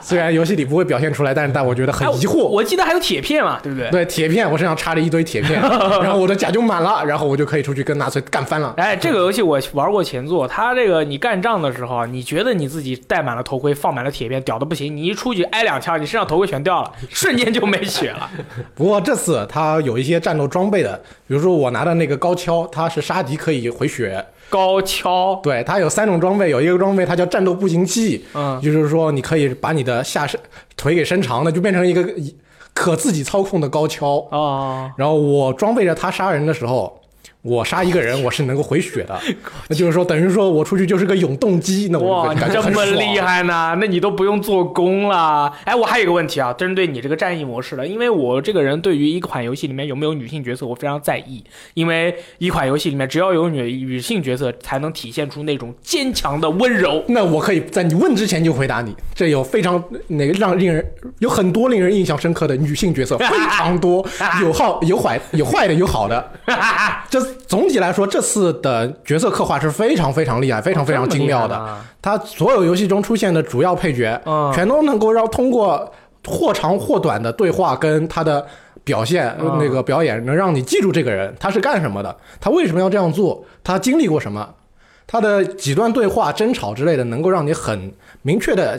Speaker 4: 虽然游戏里不会表现出来，但是但我觉得很
Speaker 2: 哎
Speaker 4: 疑惑。
Speaker 2: 我记得还有铁片嘛，对不对？
Speaker 4: 哦对铁片，我身上插了一堆铁片，然后我的甲就满了，然后我就可以出去跟纳粹干翻了。
Speaker 2: 哎，这个游戏我玩过前作，它这个你干仗的时候，你觉得你自己戴满了头盔，放满了铁片，屌的不行，你一出去挨两枪，你身上头盔全掉了，瞬间就没血 了。
Speaker 4: 不过这次它有一些战斗装备的，比如说我拿的那个高跷，它是杀敌可以回血，
Speaker 2: 高跷，
Speaker 4: 对，它有三种装备，有一个装备它叫战斗步行器，
Speaker 2: 嗯，
Speaker 4: 就是说你可以把你的下身腿给伸长的，就变成一个可自己操控的高跷。
Speaker 2: 哦，
Speaker 4: 然后我装备着它杀人的时候，我杀一个人我是能够回血 的，那就是说等于说我出去就是个永动机，那我
Speaker 2: 哇，
Speaker 4: 就
Speaker 2: 你
Speaker 4: 感觉
Speaker 2: 这
Speaker 4: 很
Speaker 2: 么
Speaker 4: 爽
Speaker 2: 厉。害呢？那你都不用做工了。哎，我还有一个问题啊，针对你这个战役模式的，因为我这个人对于一款游戏里面有没有女性角色，我非常在意，因为一款游戏里面只要有女女性角色，才能体现出那种坚强的温柔。
Speaker 4: 那我可以在你问之前就回答你，这有非常那个让令人有很多令人印象深刻的女性角色，非常 多，有好有坏，有坏的有好的。这总体来说，这次的角色刻画是非常非常厉害，非常非
Speaker 2: 哦
Speaker 4: 常精妙的。
Speaker 2: 的。
Speaker 4: 它所有游戏中出现的主要配角，
Speaker 2: 嗯
Speaker 4: 全都能够让通过或长或短的对话跟他的表现、呃
Speaker 2: 嗯
Speaker 4: 那个表演，能让你记住这个人他是干什么的，他为什么要这样做，他经历过什么，他的几段对话、争吵之类的，能够让你很明确的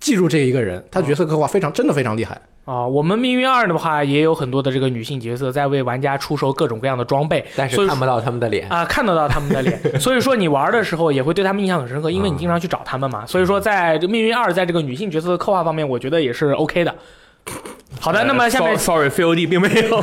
Speaker 4: 记住这一个人。他角色刻画非常，真的非常厉害。
Speaker 2: 啊，我们《命运二》的话也有很多的这个女性角色在为玩家出售各种各样的装备，
Speaker 3: 但是
Speaker 2: 所以
Speaker 3: 看不到他们的脸。
Speaker 2: 啊、看得到他们的脸， 所以说你玩的时候也会对他们印象很深刻，因为你经常去找他们嘛。所以说，在这《命运二》在这个女性角色的刻画方面，我觉得也是 OK 的。好的，那么下 面
Speaker 5: sorry，COD 并没有。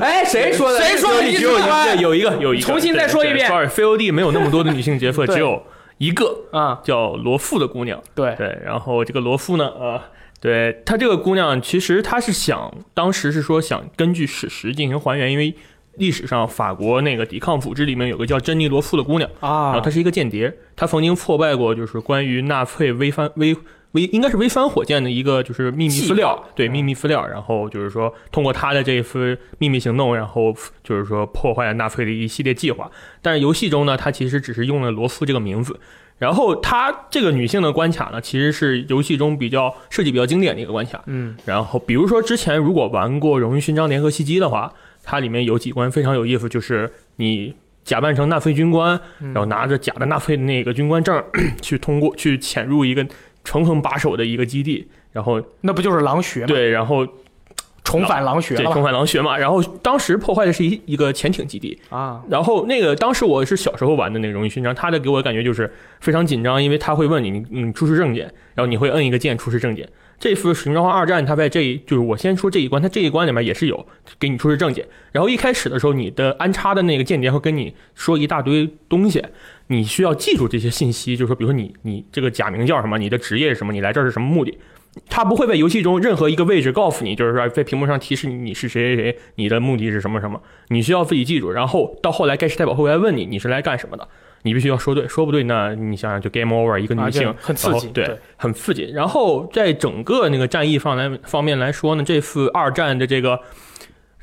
Speaker 3: 哎，谁说 的？
Speaker 2: 谁说的
Speaker 5: 你
Speaker 2: 你
Speaker 5: 只有一
Speaker 2: 怎么
Speaker 5: 个，
Speaker 2: 办
Speaker 5: 有一个，有一个。
Speaker 2: 重新再说一遍
Speaker 5: s o r r y f o d 没有那么多的女性角色，
Speaker 2: 对
Speaker 5: 只有一个
Speaker 2: 啊、
Speaker 5: 叫罗富的姑娘。
Speaker 2: 对，
Speaker 5: 对，然后这个罗富呢，呃，对她这个姑娘，其实她是想，当时是说想根据史实进行还原，因为历史上法国那个抵抗腐制里面有个叫珍妮罗富的姑娘，然后
Speaker 2: 啊
Speaker 5: 她，是一个间谍，她曾经破败过就是关于纳粹微帆微。微应该是微帆火箭的一个就是秘密
Speaker 2: 计
Speaker 5: 资料
Speaker 2: 划，
Speaker 5: 对
Speaker 2: 嗯
Speaker 5: 秘密资料，然后就是说通过她的这一次秘密行动，然后就是说破坏了纳粹的一系列计划。但是游戏中呢，她其实只是用了罗夫这个名字。然后她这个女性的关卡呢，其实是游戏中比较设计比较经典的一个关卡。
Speaker 2: 嗯，
Speaker 5: 然后比如说之前如果玩过《荣誉勋章联合袭击》的话，它里面有几关非常有意思，就是你假扮成纳粹军官，
Speaker 2: 嗯
Speaker 5: 然后拿着假的纳粹的那个军官证儿 去通过去潜入一个层层把守的一个基地，然后
Speaker 2: 那不就是狼穴吗？，
Speaker 5: 对，然后
Speaker 2: 重返狼穴
Speaker 5: 对
Speaker 2: 了
Speaker 5: 重
Speaker 2: 吧？
Speaker 5: 返狼穴嘛，然后当时破坏的是一一个潜艇基地，
Speaker 2: 啊，
Speaker 5: 然后那个当时我是小时候玩的那个荣誉勋章，他的给我的感觉就是非常紧张，因为他会问你你你出示证件，然后你会摁一个键出示证件。这次《使命召唤二战》，它在这一就是我先说这一关，它这一关里面也是有给你出示证件，然后一开始的时候，你的安插的那个间谍会跟你说一大堆东西，你需要记住这些信息，就是说，比如说你你这个假名叫什么，你的职业是什么，你来这儿是什么目的。他不会在游戏中任何一个位置告诉你，就是说在屏幕上提示你你是谁谁谁，你的目的是什么什么。你需要自己记住。然后到后来该时代宝会来问你你是来干什么的，你必须要说对，说不对，那你想想就 game over，一个
Speaker 2: 啊
Speaker 5: 女性
Speaker 2: 就很刺
Speaker 5: 然
Speaker 2: 激
Speaker 5: 后，对，很刺激。然后在整个那个战役方来方面来说呢，这次二战的这个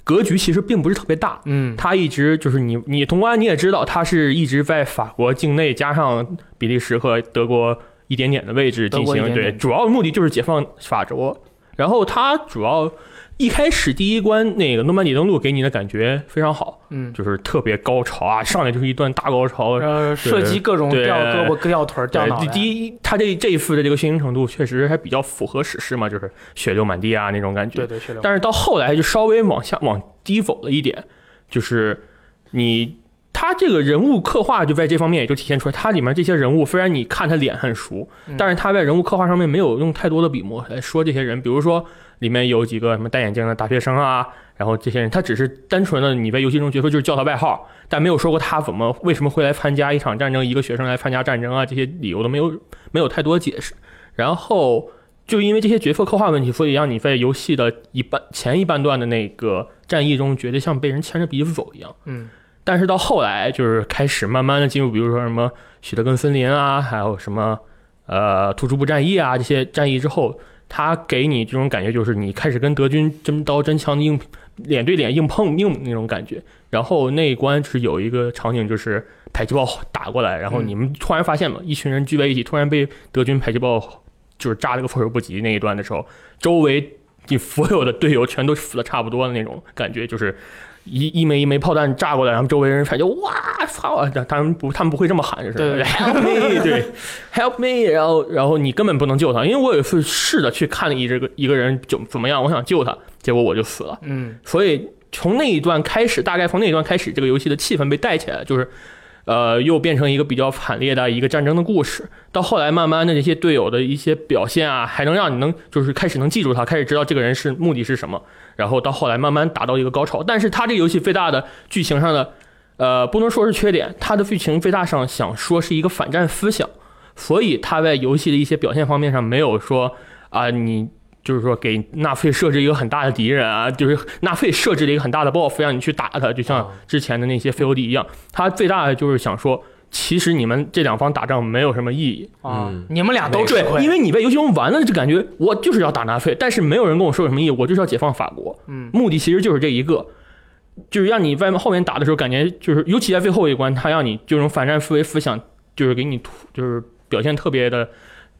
Speaker 5: 格局其实并不是特别大，
Speaker 2: 嗯，
Speaker 5: 它一直就是你你潼关你也知道，它是一直在法国境内加上比利时和德国一点点的位置进
Speaker 2: 德国一
Speaker 5: 行，
Speaker 2: 点
Speaker 5: 对，
Speaker 2: 点
Speaker 5: 主要的目的就是解放法国。然后它主要一开始第一关那个诺曼底登陆给你的感觉非常好，
Speaker 2: 嗯，
Speaker 5: 就是特别高潮啊，上来就是一段大高潮，
Speaker 2: 呃，涉及各种
Speaker 5: 对
Speaker 2: 掉胳膊、掉腿儿、掉
Speaker 5: 对，
Speaker 2: 脑袋。
Speaker 5: 第一，他这这一次的这个血腥程度确实还比较符合史诗嘛，就是血流满地啊那种感觉。
Speaker 2: 对对，血流。
Speaker 5: 但是到后来就稍微往下往低走了一点，就是你他这个人物刻画就在这方面也就体现出来，他里面这些人物虽然你看他脸很熟，
Speaker 2: 嗯
Speaker 5: 但是他在人物刻画上面没有用太多的笔墨来说这些人，比如说里面有几个什么戴眼镜的大学生啊。然后这些人，他只是单纯的你在游戏中角色就是叫他外号，但没有说过他怎么为什么会来参加一场战争，一个学生来参加战争啊，这些理由都没有没有太多解释。然后就因为这些角色刻画问题，所以让你在游戏的一半前一半段的那个战役中，觉得像被人牵着鼻子走一样。
Speaker 2: 嗯，
Speaker 5: 但是到后来就是开始慢慢的进入，比如说什么许德根森林啊，还有什么呃突出部战役啊这些战役之后，他给你这种感觉就是你开始跟德军真刀真枪的硬脸对脸硬碰硬那种感觉。然后那一关是有一个场景，就是迫击炮打过来，然后你们突然发现嘛，一群人聚在一起，突然被德军迫击炮就是炸了个措手不及那一段的时候，周围你所有的队友全都死的差不多的那种感觉，就是一一枚一枚炮弹炸过来，然后周围人喊就哇操啊！他们不，他们不会这么喊，就是
Speaker 2: 对
Speaker 5: help me，对 help me，然后然后你根本不能救他，因为我有一次试着去看了一这个一个人怎怎么样，我想救他，结果我就死了。
Speaker 2: 嗯，
Speaker 5: 所以从那一段开始，大概从那一段开始，这个游戏的气氛被带起来了，就是。呃，又变成一个比较惨烈的一个战争的故事。到后来，慢慢的这些队友的一些表现啊，还能让你能就是开始能记住他，开始知道这个人是目的是什么。然后到后来慢慢达到一个高潮。但是它这个游戏最大的剧情上的，呃，不能说是缺点，它的剧情最大上想说是一个反战思想，所以它在游戏的一呃些表现方面上没有说啊、你就是说给纳粹设置一个很大的敌人啊，就是纳粹设置了一个很大的 BOSS 让你去打他，就像之前的那些 COD 一样，它最大的就是想说，其实你们这两方打仗没有什么意义，
Speaker 2: 啊
Speaker 3: 嗯，
Speaker 2: 你们俩都吃
Speaker 5: 对，
Speaker 2: 亏，
Speaker 5: 因
Speaker 2: 为
Speaker 5: 为你被游戏中玩了，就感觉我就是要打纳粹，但是没有人跟我说有什么意义，我就是要解放法国，
Speaker 2: 嗯，
Speaker 5: 目的其实就是这一个。就是让你外面后面打的时候，感觉就是，尤其在最后一关，他让你这种反战思维思想，就是给你突，就是表现特别的，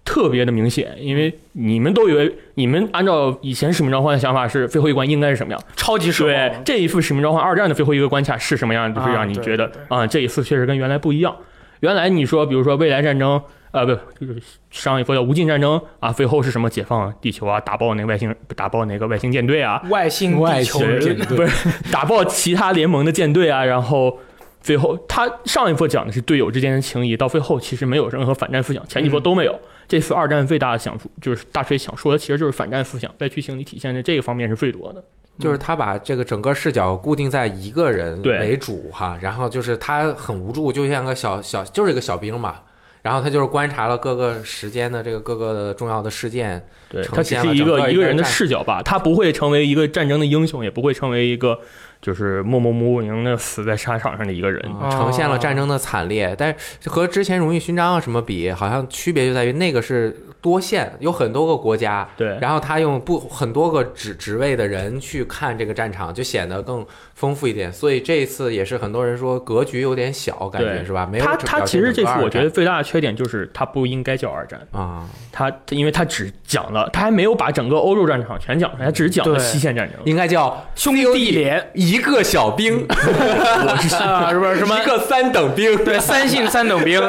Speaker 5: 特别的明显。因为你们都以为你们按照以前使命召唤的想法是最后一关应该是什么样，
Speaker 2: 超级失
Speaker 5: 对
Speaker 2: 望。
Speaker 5: 这一次《使命召唤：二战》的最后一个关卡是什么样，就是让你觉得
Speaker 2: 啊对对
Speaker 5: 啊、这一次确实跟原来不一样。原来你说，比如说未来战争，呃，不，就是上一波叫无尽战争啊，最后是什么解放地球啊，打爆那个外星，打爆那个外星舰队啊，
Speaker 2: 外星
Speaker 4: 外
Speaker 2: 地球
Speaker 4: 星
Speaker 2: 人
Speaker 4: 人，
Speaker 5: 不是 打爆其他联盟的舰队啊，然后。最后，他上一波讲的是队友之间的情谊，到最后其实没有任何反战思想，前几波都没有。
Speaker 2: 嗯
Speaker 5: 这次二战最大的想就是大锤想说的，其实就是反战思想，在剧情里体现的这个方面是最多的。
Speaker 3: 就是他把这个整个视角固定在一个人
Speaker 5: 嗯对
Speaker 3: 为主哈，然后就是他很无助，就像个小小就是一个小兵嘛，然后他就是观察了各个时间的这个各个的重要的事件，
Speaker 5: 对，
Speaker 3: 呈
Speaker 5: 他只
Speaker 3: 现
Speaker 5: 是
Speaker 3: 了
Speaker 5: 一
Speaker 3: 整
Speaker 5: 个
Speaker 3: 个
Speaker 5: 一
Speaker 3: 一
Speaker 5: 个
Speaker 3: 个
Speaker 5: 人的
Speaker 3: 战
Speaker 5: 视角吧，他不会成为一个战争的英雄，也不会成为一个就是默默无名的死在沙场上的一个人。
Speaker 2: 哦
Speaker 3: 呈现了战争的惨烈，但是和之前《荣誉勋章》啊什么比，好像区别就在于那个是多线，有很多个国家，
Speaker 5: 对，
Speaker 3: 然后他用不很多个职职位的人去看这个战场，就显得更丰富一点。所以这一次也是很多人说格局有点小，感觉
Speaker 5: 对
Speaker 3: 是吧？没有
Speaker 5: 他
Speaker 3: 整
Speaker 5: 他
Speaker 3: 表
Speaker 5: 其
Speaker 3: 现
Speaker 5: 实这
Speaker 3: 整个
Speaker 5: 次我
Speaker 3: 二
Speaker 5: 觉
Speaker 3: 战
Speaker 5: 得最大的缺点就是他不应该叫二战，
Speaker 3: 啊、
Speaker 5: 他因为他只讲了，他还没有把整个欧洲战场全讲出来，他只讲了
Speaker 2: 对
Speaker 5: 西线战争。
Speaker 3: 应该叫
Speaker 2: 兄弟连，
Speaker 3: 一个小兵，
Speaker 2: 啊 是不是什么
Speaker 3: 一？个三等兵，
Speaker 2: 对，三信三等 兵。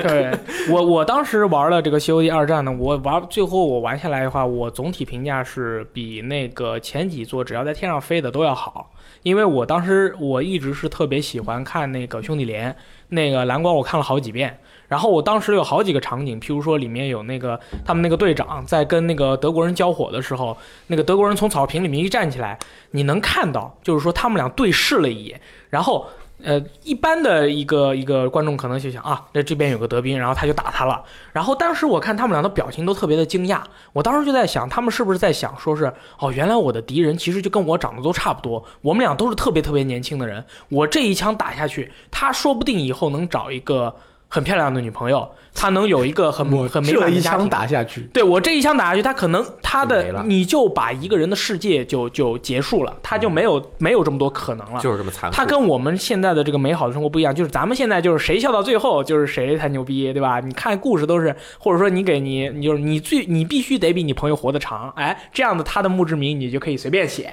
Speaker 2: 对我，我当时玩了这个《西游记二战》呢，我玩最后我玩下来的话，我总体评价是比那个前几座只要在天上飞的都要好。因为我当时我一直是特别喜欢看那个兄弟连，那个蓝光我看了好几遍。然后我当时有好几个场景，譬如说里面有那个他们那个队长在跟那个德国人交火的时候，那个德国人从草坪里面一站起来，你能看到，就是说他们俩对视了一眼，然后。呃，一般的一个一个观众可能就想啊，那这边有个德兵，然后他就打他了。然后当时我看他们俩的表情都特别的惊讶，我当时就在想，他们是不是在想说是哦，原来我的敌人其实就跟我长得都差不多，我们俩都是特别特别年轻的人，我这一枪打下去，他说不定以后能找一个很漂亮的女朋友，他能有一个很
Speaker 4: 嗯我
Speaker 2: 很美
Speaker 4: 这
Speaker 2: 满
Speaker 4: 一
Speaker 2: 的家
Speaker 4: 枪
Speaker 2: 庭。
Speaker 4: 打下去，
Speaker 2: 对我这一枪打下去，他可能他
Speaker 3: 就没
Speaker 2: 的
Speaker 3: 了
Speaker 2: 你就把一个人的世界就就结束了，他就没有没有这么多可能了。
Speaker 3: 嗯就是这么残酷。
Speaker 2: 他跟我们现在的这个美好的生活不一样，就是咱们现在就是谁笑到最后就是谁才牛逼，对吧？你看故事都是，或者说你给你，你就是你最你必须得比你朋友活得长，哎，这样的他的墓志铭你就可以随便写，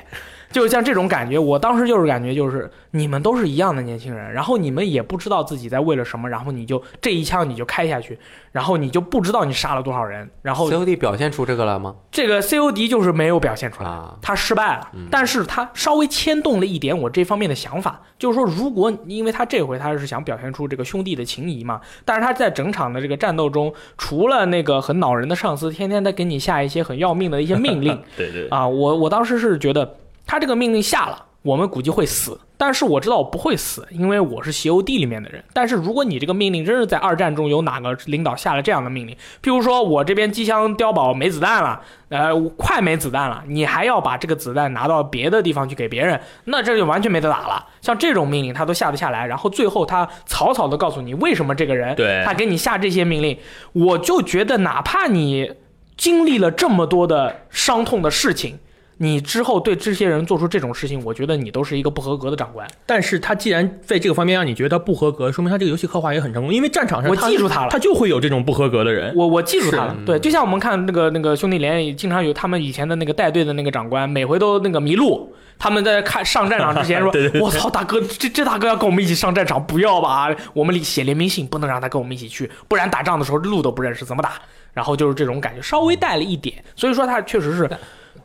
Speaker 2: 就是像这种感觉。我当时就是感觉就是你们都是一样的年轻人，然后你们也不知道自己在为了什么，然后你就这一枪你就开下去，然后你就不知道你杀了多少人，然后
Speaker 3: COD 表现出这个来吗？
Speaker 2: 这个 COD 就是没有表现出来。
Speaker 3: 啊，
Speaker 2: 他失败了，但是他稍微牵动了一点我这方面的想法，就是说，如果因为他这回他是想表现出这个兄弟的情谊嘛，但是他在整场的这个战斗中，除了那个很恼人的上司天天在给你下一些很要命的一些命令
Speaker 5: 对对，
Speaker 2: 啊，我我当时是觉得他这个命令下了。我们估计会死，但是我知道我不会死，因为我是邪欧地里面的人。但是如果你这个命令真是在二战中有哪个领导下了这样的命令，譬如说我这边机枪碉堡没子弹了，呃，我快没子弹了，你还要把这个子弹拿到别的地方去给别人，那这就完全没得打了。像这种命令他都下得下来，然后最后他草草的告诉你为什么这个人
Speaker 5: 对
Speaker 2: 他给你下这些命令，我就觉得哪怕你经历了这么多的伤痛的事情。你之后对这些人做出这种事情，我觉得你都是一个不合格的长官。
Speaker 5: 但是他既然在这个方面让你觉得他不合格，说明他这个游戏刻画也很成功，因为战场上
Speaker 2: 我
Speaker 5: 他
Speaker 2: 记住他了
Speaker 5: 他就会有这种不合格的人。
Speaker 2: 我我记住他了
Speaker 3: 是，
Speaker 2: 对，就像我们看那个那个兄弟连，也经常有他们以前的那个带队的那个长官，每回都那个迷路。他们在看上战场之前说
Speaker 5: 对对：“对
Speaker 2: 我操，大哥，这这大哥要跟我们一起上战场，不要吧？我们写联名信，不能让他跟我们一起去，不然打仗的时候路都不认识，怎么打？”然后就是这种感觉，稍微带了一点，所以说他确实是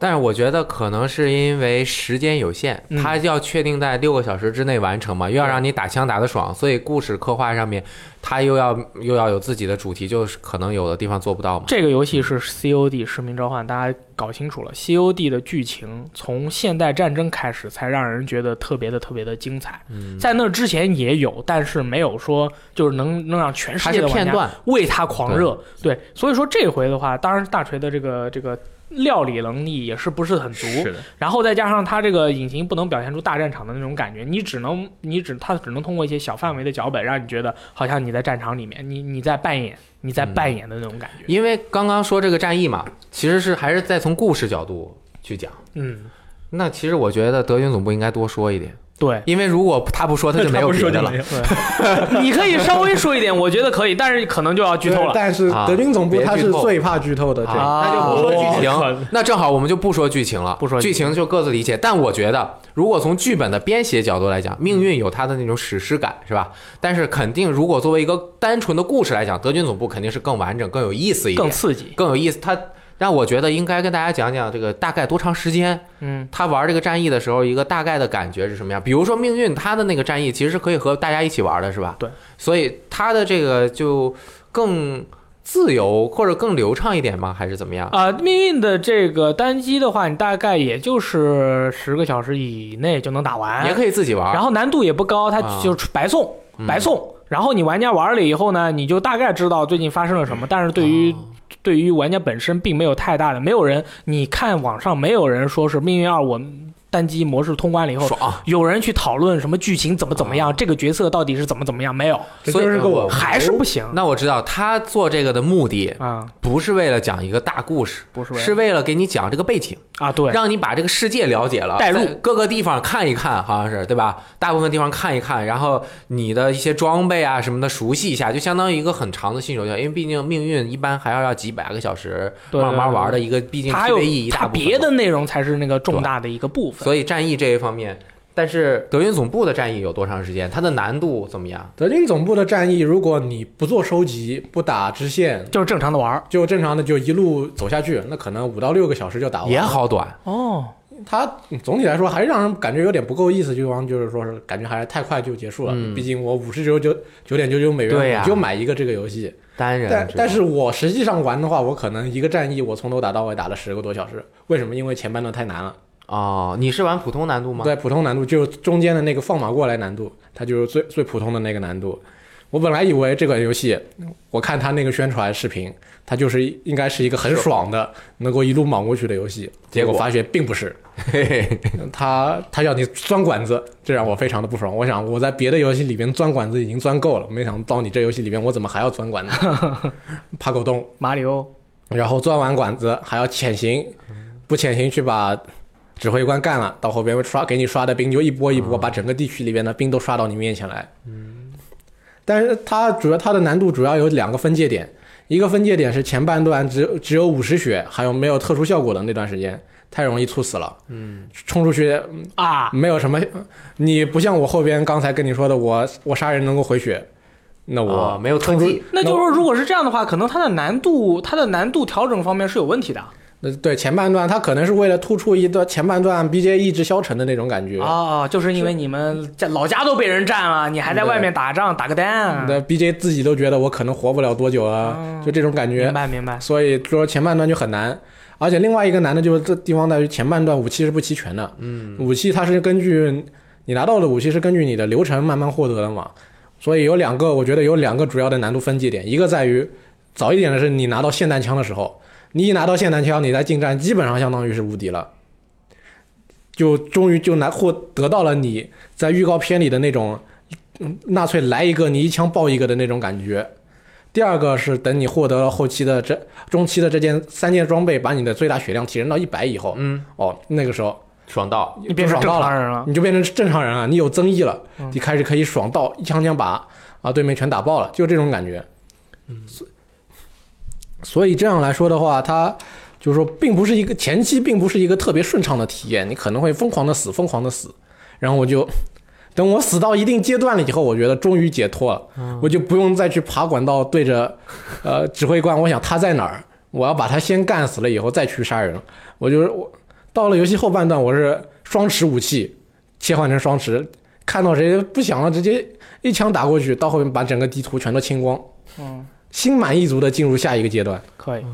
Speaker 3: 但是我觉得可能是因为时间有限，
Speaker 2: 嗯
Speaker 3: 他要确定在六个小时之内完成嘛，又要让你打枪打得爽，所以故事刻画上面他又要又要有自己的主题，就是可能有的地方做不到嘛。
Speaker 2: 这个游戏是 COD 使命召唤，大家搞清楚了。COD 的剧情从现代战争开始，才让人觉得特别的、特别的精彩。
Speaker 5: 嗯
Speaker 2: 在那之前也有，但是没有说就是能能让全世
Speaker 3: 它
Speaker 2: 界
Speaker 3: 是
Speaker 2: 的玩
Speaker 3: 片
Speaker 2: 家
Speaker 3: 段，
Speaker 2: 为他狂热。对所以说这回的话，当然大锤的这个这个料理能力也是不是很足，
Speaker 5: 是的，
Speaker 2: 然后再加上它这个引擎不能表现出大战场的那种感觉，你只能你只它只能通过一些小范围的脚本，让你觉得好像你在战场里面，你你在扮演你
Speaker 5: 嗯
Speaker 2: 在扮演的那种感觉。
Speaker 3: 因为刚刚说这个战役嘛，其实是还是再从故事角度去讲。
Speaker 2: 嗯，
Speaker 3: 那其实我觉得德军总部应该多说一点，，
Speaker 2: 对
Speaker 3: 因为如果他不说，他就没有
Speaker 5: 他不
Speaker 3: 别
Speaker 5: 说
Speaker 3: 的
Speaker 5: 就
Speaker 3: 了
Speaker 5: 没。有。
Speaker 2: 你可以稍微说一点，我觉得可以，但是可能就要剧透了。
Speaker 4: 但是
Speaker 3: 啊
Speaker 4: 德军总部
Speaker 3: 别
Speaker 4: 他是
Speaker 3: 剧透
Speaker 4: 最怕剧透的，对。
Speaker 3: 啊那就不说剧
Speaker 5: 哦
Speaker 3: 情，那正好我们就不说剧情了，
Speaker 2: 不说剧
Speaker 3: 剧
Speaker 2: 情
Speaker 3: 情就各自理解。但我觉得，如果从剧本的编写角度来讲，命
Speaker 2: 嗯
Speaker 3: 运有它的那种史诗感，是吧？但是肯定，如果作为一个单纯的故事来讲，德军总部肯定是更完整、更有意思一
Speaker 2: 更
Speaker 3: 点，
Speaker 2: 刺激，
Speaker 3: 更有意思。它让我觉得应该跟大家讲讲这个大概多长时间，
Speaker 2: 嗯，
Speaker 3: 他玩这个战役的时候，一个大概的感觉是什么样？比如说命运，他的那个战役其实是可以和大家一起玩的，是吧？
Speaker 2: 对，
Speaker 3: 所以他的这个就更自由或者更流畅一点吗？还是怎么样？
Speaker 2: 啊、命运的这个单机的话，你大概也就是十个小时以内就能打完，
Speaker 3: 也可以自己玩，
Speaker 2: 然后难度也不高，它
Speaker 3: 啊
Speaker 2: 就是白送、
Speaker 3: 嗯
Speaker 2: 白送。然后你玩家玩了以后呢，你就大概知道最近发生了什么，但是对于、
Speaker 3: 哦
Speaker 2: 对于玩家本身并没有太大的，没有人，你看网上没有人说是《命运二》我单机模式通关了以后，
Speaker 3: 爽，
Speaker 2: 有人去讨论什么剧情怎么怎么样，
Speaker 3: 啊
Speaker 2: 这个角色到底是怎么怎么样，没有，
Speaker 4: 这
Speaker 3: 所以
Speaker 4: 就是个我
Speaker 2: 还是不行
Speaker 3: 那我知道他做这个的目的
Speaker 2: 哦啊，
Speaker 3: 不是为了讲一个大故事，
Speaker 2: 不是为了
Speaker 3: 是为了给你讲这个背景，
Speaker 2: 啊，对，
Speaker 3: 让你把这个世界了解了，
Speaker 2: 带入
Speaker 3: 在各个地方看一看，好像是对吧？大部分地方看一看，然后你的一些装备啊什么的熟悉一下，就相当于一个很长的新手教，因为毕竟命运一般还要要几百个小时
Speaker 2: 对
Speaker 3: 慢慢玩
Speaker 2: 对
Speaker 3: 的一个，毕竟
Speaker 2: 它还有
Speaker 3: PVE 一大
Speaker 2: 它
Speaker 3: 部分嘛
Speaker 2: 别的内容才是那个重大的一个部分。
Speaker 3: 所以战役这一方面，但是德军总部的战役有多长时间？它的难度怎么样？
Speaker 4: 德军总部的战役，如果你不做收集，不打支线，
Speaker 2: 就是正常的玩儿
Speaker 4: 就正常的就一路走下去，那可能五到六个小时就打完了。
Speaker 3: 也，好短，
Speaker 2: 哦，
Speaker 4: 它嗯总体来说还是让人感觉有点不够意思，就方就是说是感觉还是太快就结束了。
Speaker 3: 嗯
Speaker 4: 毕竟我五十九九九点九九美元，
Speaker 3: 对呀啊
Speaker 4: 我就买一个这个游戏。
Speaker 3: 单人
Speaker 4: 但
Speaker 3: 制
Speaker 4: 但是我实际上玩的话，我可能一个战役我从头打到尾打了十个多小时。为什么？因为前半段太难了。
Speaker 3: 哦，你是玩普通难度吗？
Speaker 4: 对，普通难度就中间的那个放马过来难度，它就是最最普通的那个难度。我本来以为这款游戏，我看他那个宣传视频，它就是应该是一个很爽的，能够一路莽过去的游戏。
Speaker 3: 结
Speaker 4: 结
Speaker 3: 果
Speaker 4: 果发现并不是，
Speaker 3: 嘿 嘿
Speaker 4: 他他要你钻管子，这让我非常的不爽。我想我在别的游戏里边钻管子已经钻够了，没想到你这游戏里边我怎么还要钻 管子？爬狗洞，
Speaker 2: 马里奥
Speaker 4: 然后钻完管子还要潜行，不潜行去把指挥官干了，到后边刷给你刷的兵就一波一波把整个地区里边的兵都刷到你面前来。嗯，但是它主要它的难度主要有两个分界点，一个分界点是前半段只只有五十血，还有没有特殊效果的那段时间，太容易猝死了。嗯，冲出去
Speaker 2: 啊，
Speaker 4: 没有什么，你不像我后边刚才跟你说的，我我杀人能够回血，那我、
Speaker 3: 哦没有特
Speaker 4: 冲出
Speaker 3: 技，
Speaker 2: 那就是说，如果是这样的话，可能它的难度它的难度调整方面是有问题的啊
Speaker 4: 那对前半段，他可能是为了突出一段前半段 BJ 意志消沉的那种感觉。
Speaker 2: 啊，就是因为你们家老家都被人占了，你还在外面打仗打个蛋，
Speaker 4: 那 BJ 自己都觉得我可能活不了多久啊，就这种感
Speaker 2: 哦明
Speaker 4: 觉。
Speaker 2: 白明白。
Speaker 4: 所以说前半段就很难，而且另外一个难的就是这地方在于前半段武器是不齐全的。嗯，武器它是根据你拿到的武器是根据你的流程慢慢获得的嘛，所以有两个我觉得有两个主要的难度分界点，一个在于早一点的是你拿到霰弹枪的时候，你一拿到霰弹枪，你在近战基本上相当于是无敌了。就终于就拿获得到了你在预告片里的那种，嗯纳粹来一个你一枪爆一个的那种感觉。第二个是等你获得了后期的这中期的这件三件装备，把你的最大血量提升到一百以后，
Speaker 3: 嗯，
Speaker 4: 哦，那个时候
Speaker 3: 爽到
Speaker 2: 你变成
Speaker 4: 爽
Speaker 2: 正
Speaker 4: 到
Speaker 2: 常
Speaker 4: 了，
Speaker 2: 人了，
Speaker 4: 你就变成正常人啊了，你有增益了，你开始可以爽到一枪枪把啊对面全打爆了，就这种感觉。嗯，所以这样来说的话，它就是说，并不是一个前期，并不是一个特别顺畅的体验，你可能会疯狂的死，疯狂的死，然后我就。等我死到一定阶段了以后，我觉得终于解脱了，我就不用再去爬管道对着，呃，指挥官，我想他在哪儿，我要把他先干死了以后再去杀人。我就是我到了游戏后半段，我是双持武器，切换成双持，看到谁不想了，直接一枪打过去，到后面把整个地图全都清光，
Speaker 2: 嗯，
Speaker 4: 心满意足的进入下一个阶段。
Speaker 2: 可以，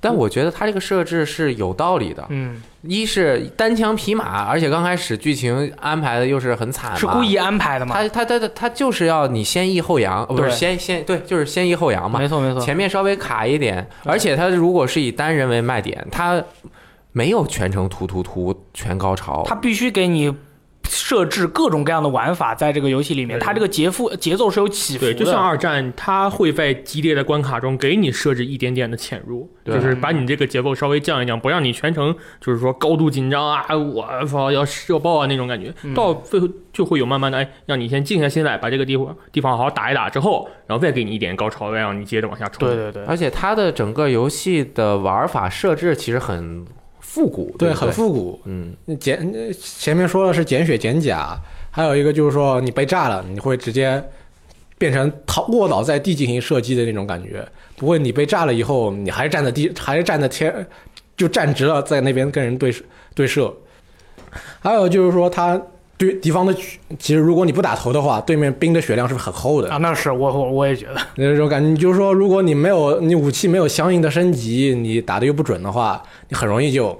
Speaker 3: 但我觉得它这个设置是有道理的。
Speaker 2: 嗯，
Speaker 3: 一是单枪匹马，而且刚开始剧情安排的又是很惨嘛，
Speaker 2: 是故意安排的嘛？
Speaker 3: 他他他他他就是要你先抑后扬，呃不是
Speaker 2: 对
Speaker 3: 先先对，就是先抑后扬嘛
Speaker 2: 没。错没错，
Speaker 3: 前面稍微卡一点，而且他如果是以单人为卖点，他没有全程突突突全高
Speaker 5: 哦
Speaker 3: 潮，
Speaker 2: 他必须给你设置各种各样的玩法在这个游戏里面，
Speaker 5: 对
Speaker 2: 它这个节奏节奏是有起伏的，
Speaker 5: 对，就像二战，它会在激烈的关卡中给你设置一点点的潜入，
Speaker 3: 对
Speaker 5: 就是把你这个节奏稍微降一降，不让你全程就是说高度紧张啊，我操要射爆啊那种感觉。到最后就会有慢慢的，哎，让你先静下心来，把这个地方地方好好打一打之后，然后再给你一点高潮，再让你接着往下冲。
Speaker 2: 对对对，
Speaker 3: 而且它的整个游戏的玩法设置其实很复古，对不对，
Speaker 4: 很复古。
Speaker 3: 嗯，
Speaker 4: 减前面说的是减血减甲，还有一个就是说你被炸了，你会直接变成躺卧倒在地进行射击的那种感觉。不会，你被炸了以后，你还是站在地，还是站在天，就站直了，在那边跟人对射对射。还有就是说，他对敌方的血，其实如果你不打头的话，对面兵的血量是很厚的
Speaker 2: 啊，那是我我我也觉得，
Speaker 4: 那种感觉，你就是说，如果你没有你武器没有相应的升级，你打的又不准的话，你很容易就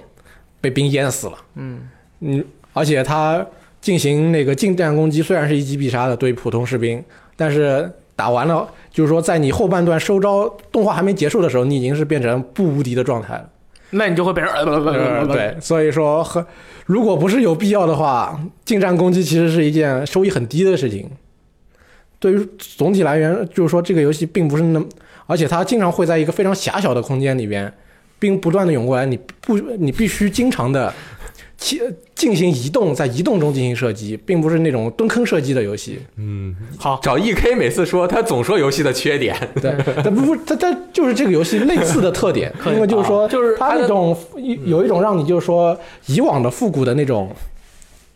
Speaker 4: 被兵淹死了。
Speaker 2: 嗯，
Speaker 4: 嗯，而且他进行那个近战攻击，虽然是一击必杀的对普通士兵，但是打完了，就是说在你后半段收招动画还没结束的时候，你已经是变成不无敌的状态了。
Speaker 2: 那你就会被人呃不不不不不
Speaker 4: 对，所以说和如果不是有必要的话，近战攻击其实是一件收益很低的事情。对于总体来源，就是说这个游戏并不是那么，而且它经常会在一个非常狭小的空间里边，并不断的涌过来，你不你必须经常的进进行移动，在移动中进行射击，并不是那种蹲坑射击的游戏。
Speaker 2: 好，
Speaker 3: 找 E K 每次说他总说游戏的缺点，
Speaker 4: 对，但不不，它它就是这个游戏类似的特点，因为就是说，
Speaker 2: 就是
Speaker 4: 它
Speaker 3: 它的
Speaker 4: 那种有一种让你就是说以往的复古的那种，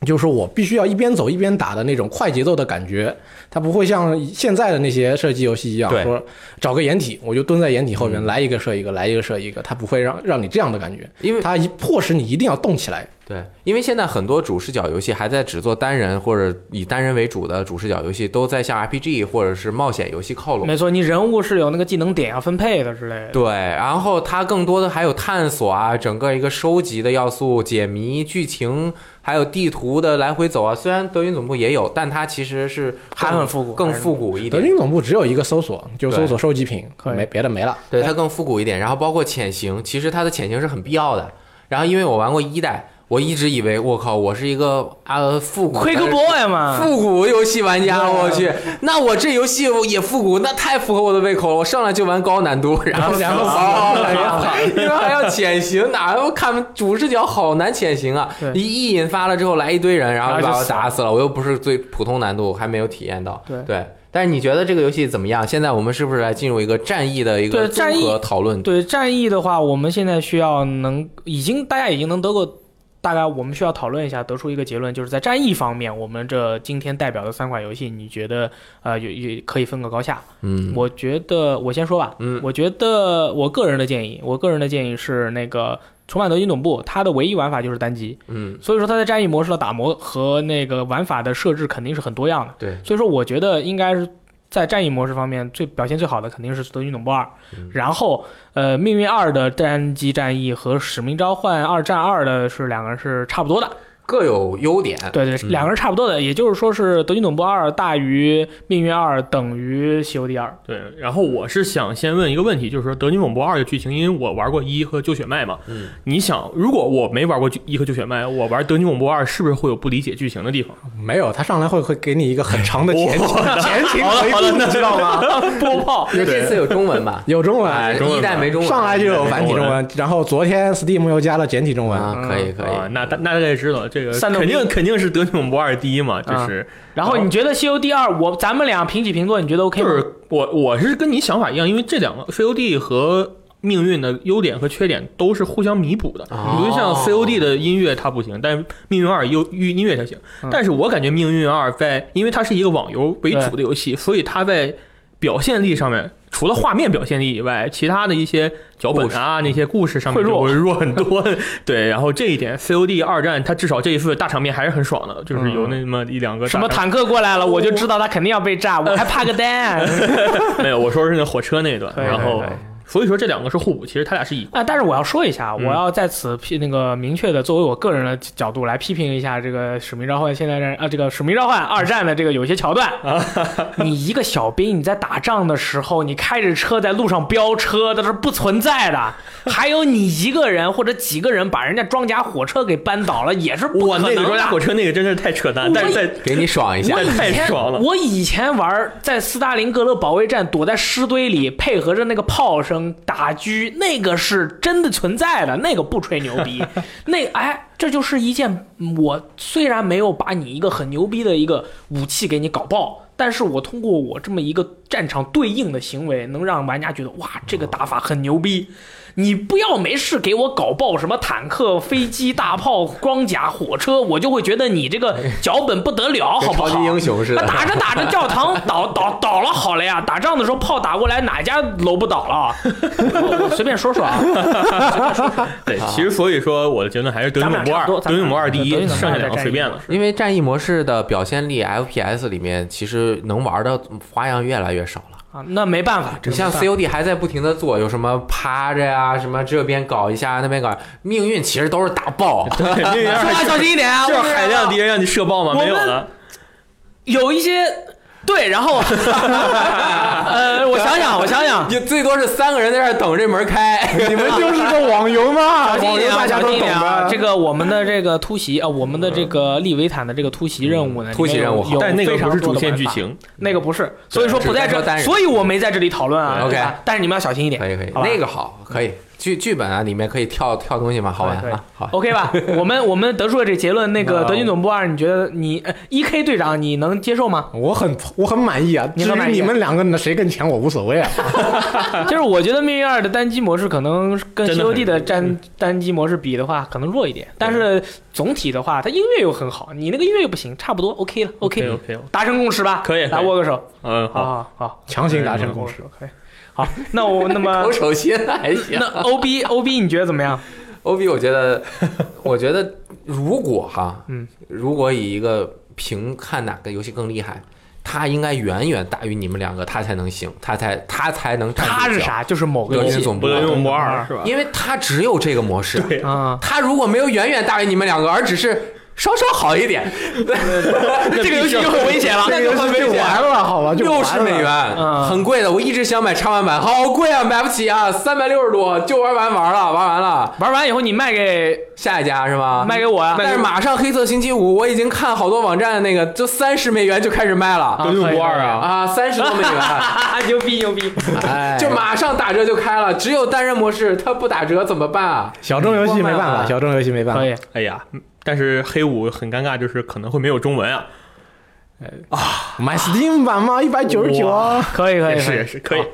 Speaker 4: 就是说我必须要一边走一边打的那种快节奏的感觉，它不会像现在的那些射击游戏一样
Speaker 3: 对，
Speaker 4: 说找个掩体我就蹲在掩体后面来一个射一个，来一个射一个，它不会让让你这样的感觉，
Speaker 3: 因为
Speaker 4: 它一迫使你一定要动起来。
Speaker 3: 对，因为现在很多主视角游戏还在只做单人或者以单人为主的主视角游戏，都在向 RPG 或者是冒险游戏靠拢。
Speaker 5: 嗯
Speaker 2: 没错，你人物是有那个技能点啊要分配的之类的。
Speaker 3: 对，然后它更多的还有探索啊，整个一个收集的要素、解谜、剧情，还有地图的来回走啊。虽然德云总部也有，但它其实是
Speaker 2: 还
Speaker 3: 更
Speaker 2: 很复古
Speaker 3: 更
Speaker 2: 还是
Speaker 3: 复古一
Speaker 4: 德
Speaker 3: 点。
Speaker 4: 军总部只有一个搜索，就搜索收集品，
Speaker 2: 可以
Speaker 4: 没别的没了。
Speaker 3: 对，它更复古一点。然后包括潜行，其实它的潜行是很必要的。然后因为我玩过一代，我一直以为我靠，我是一个啊复古
Speaker 2: Quick
Speaker 3: 但是
Speaker 2: Boy 嘛，
Speaker 3: 复古游戏玩家，我去，那我这游戏也复古，那太符合我的胃口了。我上来就玩高难 度，然后
Speaker 4: 然后死
Speaker 3: 哦，因为还要潜行，哪有看主视角好难潜行啊
Speaker 2: 对！
Speaker 3: 一一引发了之后来一堆人，然后
Speaker 2: 然后就
Speaker 3: 把我
Speaker 2: 死了
Speaker 3: 打死了，我又不是最普通难度，还没有体验到。
Speaker 2: 对
Speaker 3: 但是你觉得这个游戏怎么样？现在我们是不是来进入一个战役的一个
Speaker 2: 对战役
Speaker 3: 综合讨论？
Speaker 2: 对战役的话，我们现在需要能已经大家已经能得过。大概我们需要讨论一下，得出一个结论，就是在战役方面，我们这今天代表的三款游戏，你觉得呃有有可以分个高下？
Speaker 3: 嗯，
Speaker 2: 我觉得我先说吧，
Speaker 3: 嗯
Speaker 2: 我觉得我个人的建议，我个人的建议是那个《重返德军总部》，它的唯一玩法就是单机，
Speaker 3: 嗯，
Speaker 2: 所以说它在战役模式的打磨和那个玩法的设置肯定是很多样的。
Speaker 3: 对，
Speaker 2: 所以说我觉得应该是在战役模式方面最表现最好的肯定是《德军总部二》
Speaker 3: 嗯
Speaker 2: 然后呃，《命运二》的单机战役和《使命召唤二战二》的是两个人是差不多的，
Speaker 3: 各有优点。
Speaker 2: 对对，两个人差不多的，也就是说是《德军总部二》大于《命运二》等于《COD 二》。
Speaker 5: 对，然后我是想先问一个问题，就是说《德军总部二》的剧情，因为我玩过一和旧血脉嘛，
Speaker 3: 嗯，
Speaker 5: 你想，如果我没玩过一和旧血脉，我玩《德军总部二》是不是会有不理解剧情的地方？
Speaker 4: 没有，他上来会会给你一个很长的前情前情回
Speaker 2: 哦
Speaker 5: 好的好 的
Speaker 4: 顾，你知道吗？
Speaker 2: 啊播报。
Speaker 3: 因为这次有中文吧？
Speaker 4: 有中文，
Speaker 3: 哎
Speaker 5: 中文
Speaker 3: 一代
Speaker 5: 版
Speaker 3: 没中文，
Speaker 4: 上来就有繁体中
Speaker 5: 中
Speaker 4: 文，然后昨天 Steam 又加了简体中文。
Speaker 3: 啊，可以可以
Speaker 2: 嗯
Speaker 5: 啊，。那大那大家也知道，这个
Speaker 2: 三六
Speaker 5: 肯
Speaker 2: 零
Speaker 5: 定肯定是《德军总部二》第一嘛，
Speaker 3: 啊
Speaker 5: 这是、
Speaker 2: 然后你觉得《西游第二》，我咱们俩平起平坐，你觉得 OK
Speaker 5: 就
Speaker 2: 吗？
Speaker 5: 是我我是跟你想法一样，因为这两个 COD 和命运的优点和缺点都是互相弥补的。
Speaker 3: 哦
Speaker 5: 比如像 COD 的音乐它不行，但是命运二优音音乐它行
Speaker 2: 嗯。
Speaker 5: 但是我感觉命运二在，因为它是一个网游为主的游戏，所以它在表现力上面。除了画面表现力以外，其他的一些脚本啊，那些故事上面
Speaker 2: 会弱
Speaker 5: 就会弱很多。 对，然后这一点，COD 二战它至少这一次大场面还是很爽的，就是有那么一两个大
Speaker 2: 嗯什么
Speaker 5: 场
Speaker 2: 坦
Speaker 5: 面
Speaker 2: 克过来了，我就知道他肯定要被 炸，我还怕个蛋
Speaker 5: 没有，我说是那火车那一段，
Speaker 2: 可以
Speaker 5: 然
Speaker 3: 可
Speaker 5: 后
Speaker 3: 以可以
Speaker 5: 所以说这两个是互补，其实它俩是一
Speaker 2: 啊！但是我要说一下，我
Speaker 5: 嗯
Speaker 2: 要在此批那个明确的，作为我个人的角度来批评一下这个《使命召唤》现在这啊，这个《使命召唤二战》的这个有些桥段。 你一个小兵，你在打仗的时候，你开着车在路上飙车，那是不存在 的。还有你一个人或者几个人把人家装甲火车给扳倒了，也是不
Speaker 5: 我
Speaker 2: 可能
Speaker 5: 那
Speaker 2: 的。
Speaker 5: 个装甲火车那个真是太扯淡，但是在
Speaker 3: 给你爽一下
Speaker 2: 我，以前
Speaker 5: 太爽了
Speaker 2: 我以前玩儿在斯大林格勒保卫战，躲在尸堆里，配合着那个炮声打狙，那个是真的存在的，那个不吹牛 逼。那哎，这就是一件我虽然没有把你一个很牛逼的一个武器给你搞爆。但是我通过我这么一个战场对应的行为，能让玩家觉得哇，这个打法很牛逼。你不要没事给我搞爆什么坦克、飞机、大炮、装甲、火车，我就会觉得你这个脚本不得 了，好
Speaker 3: 跟
Speaker 2: 不
Speaker 3: 超
Speaker 2: 好？
Speaker 3: 级英雄似
Speaker 2: 那
Speaker 3: 的。
Speaker 2: 打着打着，教堂倒倒倒了，好了呀！打仗的时候炮打过来，哪家楼不倒了啊？我我随便说说啊，
Speaker 5: 对，其实所以说我的结论还是德
Speaker 2: 咱
Speaker 5: 军
Speaker 2: 们
Speaker 5: 总
Speaker 2: 俩
Speaker 5: 部
Speaker 2: 差
Speaker 5: 二
Speaker 2: 不，多
Speaker 5: 德军总部二第一
Speaker 2: 咱，们俩
Speaker 5: 剩下两个随便了。
Speaker 3: 因为战役模式的表现力，FPS 里面其实能玩的花样越来越少了。
Speaker 2: 啊，那没办法，这
Speaker 3: 你
Speaker 2: 个没
Speaker 3: 像
Speaker 2: 办法
Speaker 3: COD 还在不停的做，有什么趴着呀、什么这边搞一下，那边搞。命运其实都是打爆，
Speaker 5: 对，命运
Speaker 3: 说话
Speaker 5: 二
Speaker 3: 小心一点啊！
Speaker 5: 就是海量敌人让你射爆嘛，没有了。
Speaker 2: 有一些对，然后呃，我想想，我想想，
Speaker 3: 你最多是三个人在这儿等这门开。
Speaker 4: 你们就是个网游嘛，
Speaker 2: 小心一
Speaker 4: 网
Speaker 2: 点啊，
Speaker 4: 游大家
Speaker 2: 小
Speaker 4: 都
Speaker 2: 心一
Speaker 4: 懂
Speaker 2: 点啊！
Speaker 4: 的。
Speaker 2: 这个我们的这个突袭啊，我们的这个利维坦的这个突袭任务呢，
Speaker 3: 突袭任务好
Speaker 2: 里面有
Speaker 5: 但那个不是主线剧，
Speaker 2: 有非常多的玩法
Speaker 5: 情，
Speaker 2: 那个不是，所以说不在
Speaker 3: 只是单说单
Speaker 2: 这，
Speaker 3: 人
Speaker 2: 所以我没在这里讨论啊。
Speaker 3: 对
Speaker 2: 对吧
Speaker 3: OK
Speaker 2: 但是你们要小心一点，
Speaker 3: 可以可以，
Speaker 2: 好吧
Speaker 3: 那个好，可以剧剧本啊，里面可以跳跳东西嘛，好玩
Speaker 2: 对
Speaker 3: 啊，好。
Speaker 2: OK 吧？我们我们得出了这结论，那个
Speaker 3: 那
Speaker 2: 德军总部二，你觉得你呃 E.K 队长你能接受 吗？
Speaker 4: 我很我很满意啊，
Speaker 2: 你
Speaker 4: 至
Speaker 2: 很满
Speaker 4: 于
Speaker 2: 意
Speaker 4: 你们两个呢谁更强我无所谓啊。
Speaker 2: 就是我觉得命运二的单机模式可能跟
Speaker 5: 真的很
Speaker 2: COD 的单单机模式比的话，可能弱一点，但是总体的话，它音乐又很好，你那个音乐又不行，差不多 OK 了
Speaker 5: OK
Speaker 2: ，OK，
Speaker 5: OK，
Speaker 2: 达成共识吧？
Speaker 5: 可以
Speaker 2: 来
Speaker 5: 可以
Speaker 2: 握个手，
Speaker 5: 嗯，
Speaker 2: 好
Speaker 5: 好，
Speaker 2: 好好，
Speaker 4: 强行达成共识。
Speaker 2: 识，可以。好，那我那么
Speaker 3: 口手心还行
Speaker 2: 那，O B O B 你觉得怎么样？
Speaker 3: 欧比，我觉得，我觉得如果哈，
Speaker 2: 嗯，
Speaker 3: 如果以一个评看哪个游戏更厉害，他应该远远大于你们两个，他才能行，他才他才能站住
Speaker 2: 他是
Speaker 3: 脚？
Speaker 2: 啥？就是某个
Speaker 3: 德
Speaker 2: 游
Speaker 3: 军
Speaker 2: 戏
Speaker 3: 总部
Speaker 5: 不，能用模二是吧？
Speaker 3: 因为他只有这个模式。
Speaker 5: 对
Speaker 2: 啊，
Speaker 3: 他如果没有远远大于你们两个，而只是稍稍好一点，
Speaker 2: 这个游戏就很危险了。
Speaker 3: 那
Speaker 4: 这
Speaker 3: 就
Speaker 4: 个游
Speaker 3: 很
Speaker 4: 戏
Speaker 3: 危
Speaker 4: 就
Speaker 3: 险。
Speaker 4: 完了，好吧？就
Speaker 3: 六
Speaker 4: 完
Speaker 3: 十
Speaker 4: 了
Speaker 3: 美。元，
Speaker 2: 嗯
Speaker 3: 很贵的，我一直想买叉玩版，好贵啊，买不起啊，三百六十多就玩完玩了，玩完了，
Speaker 2: 玩完以后你卖给
Speaker 3: 下一家是吗？
Speaker 2: 卖给我啊呀，
Speaker 3: 但是马上黑色星期五，我已经看好多网站的那个，就三十美元就开始卖了
Speaker 5: 德军
Speaker 2: 可以
Speaker 5: 模 二啊，
Speaker 3: 啊，三十多美元，
Speaker 2: 啊，牛逼牛逼！
Speaker 3: 哎，就马上打折就开了。只有单人模式，它不打折怎么办啊？
Speaker 4: 小众游戏没办
Speaker 3: 光卖
Speaker 4: 法，
Speaker 3: 了
Speaker 4: 小众游戏没办法
Speaker 2: 可。以，
Speaker 5: 哎呀，但是黑五很尴尬，就是可能会没有中文啊。
Speaker 4: 买 Steam 版吗？一百九十九啊！
Speaker 2: 可以可以，
Speaker 5: 也是
Speaker 2: 可以
Speaker 5: 也是可以
Speaker 2: 好，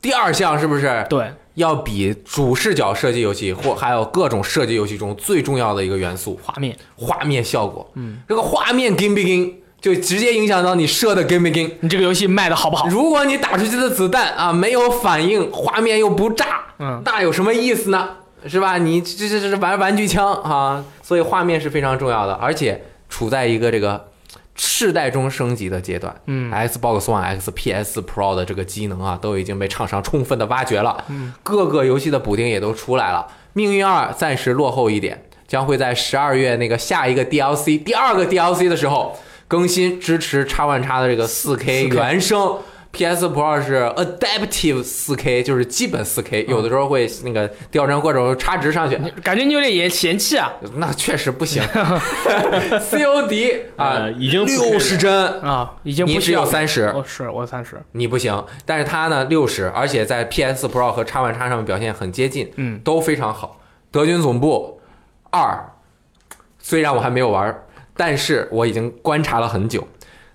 Speaker 3: 第二项是不是
Speaker 2: 对，
Speaker 3: 要比主视角射击游戏或还有各种射击游戏中最重要的一个元素
Speaker 2: 画面，
Speaker 3: ——画面效果？嗯，这个画面 game b e g i n 就直接影响到你射的 game b e g i n
Speaker 2: 你这个游戏卖的好不好？
Speaker 3: 如果你打出去的子弹啊没有反应，画面又不炸，
Speaker 2: 嗯
Speaker 3: 那有什么意思呢？是吧？你这这这这玩玩具枪啊，所以画面是非常重要的，而且处在一个这个世代中升级的阶段。
Speaker 2: 嗯
Speaker 3: ，Xbox One X、PS Pro 的这个机能啊，都已经被厂商充分的挖掘了。嗯，各个游戏的补丁也都出来了。命运二暂时落后一点，将会在十二月那个下一个 DLC 第二个 DLC 的时候更新支持 X One X 的这个四 K 原声。PS Pro 是 Adaptive 4K，就是基本 4K，、有的时候会那个调整或者差值上去，
Speaker 2: 感觉你有点也嫌弃啊
Speaker 3: 那确实 不行。COD 啊
Speaker 5: 呃，已经不是
Speaker 3: 六十帧，
Speaker 2: 啊，已经
Speaker 3: 你
Speaker 2: 不
Speaker 3: 只
Speaker 2: 需
Speaker 3: 有
Speaker 2: 要。哦
Speaker 3: 三十，
Speaker 2: 我是我三十，
Speaker 3: 你不行。但是它呢六十，而且在 PS Pro 和 X One X 上面表现很接近，
Speaker 2: 嗯，
Speaker 3: 都非常好。德军总部二，虽然我还没有玩儿，但是我已经观察了很久，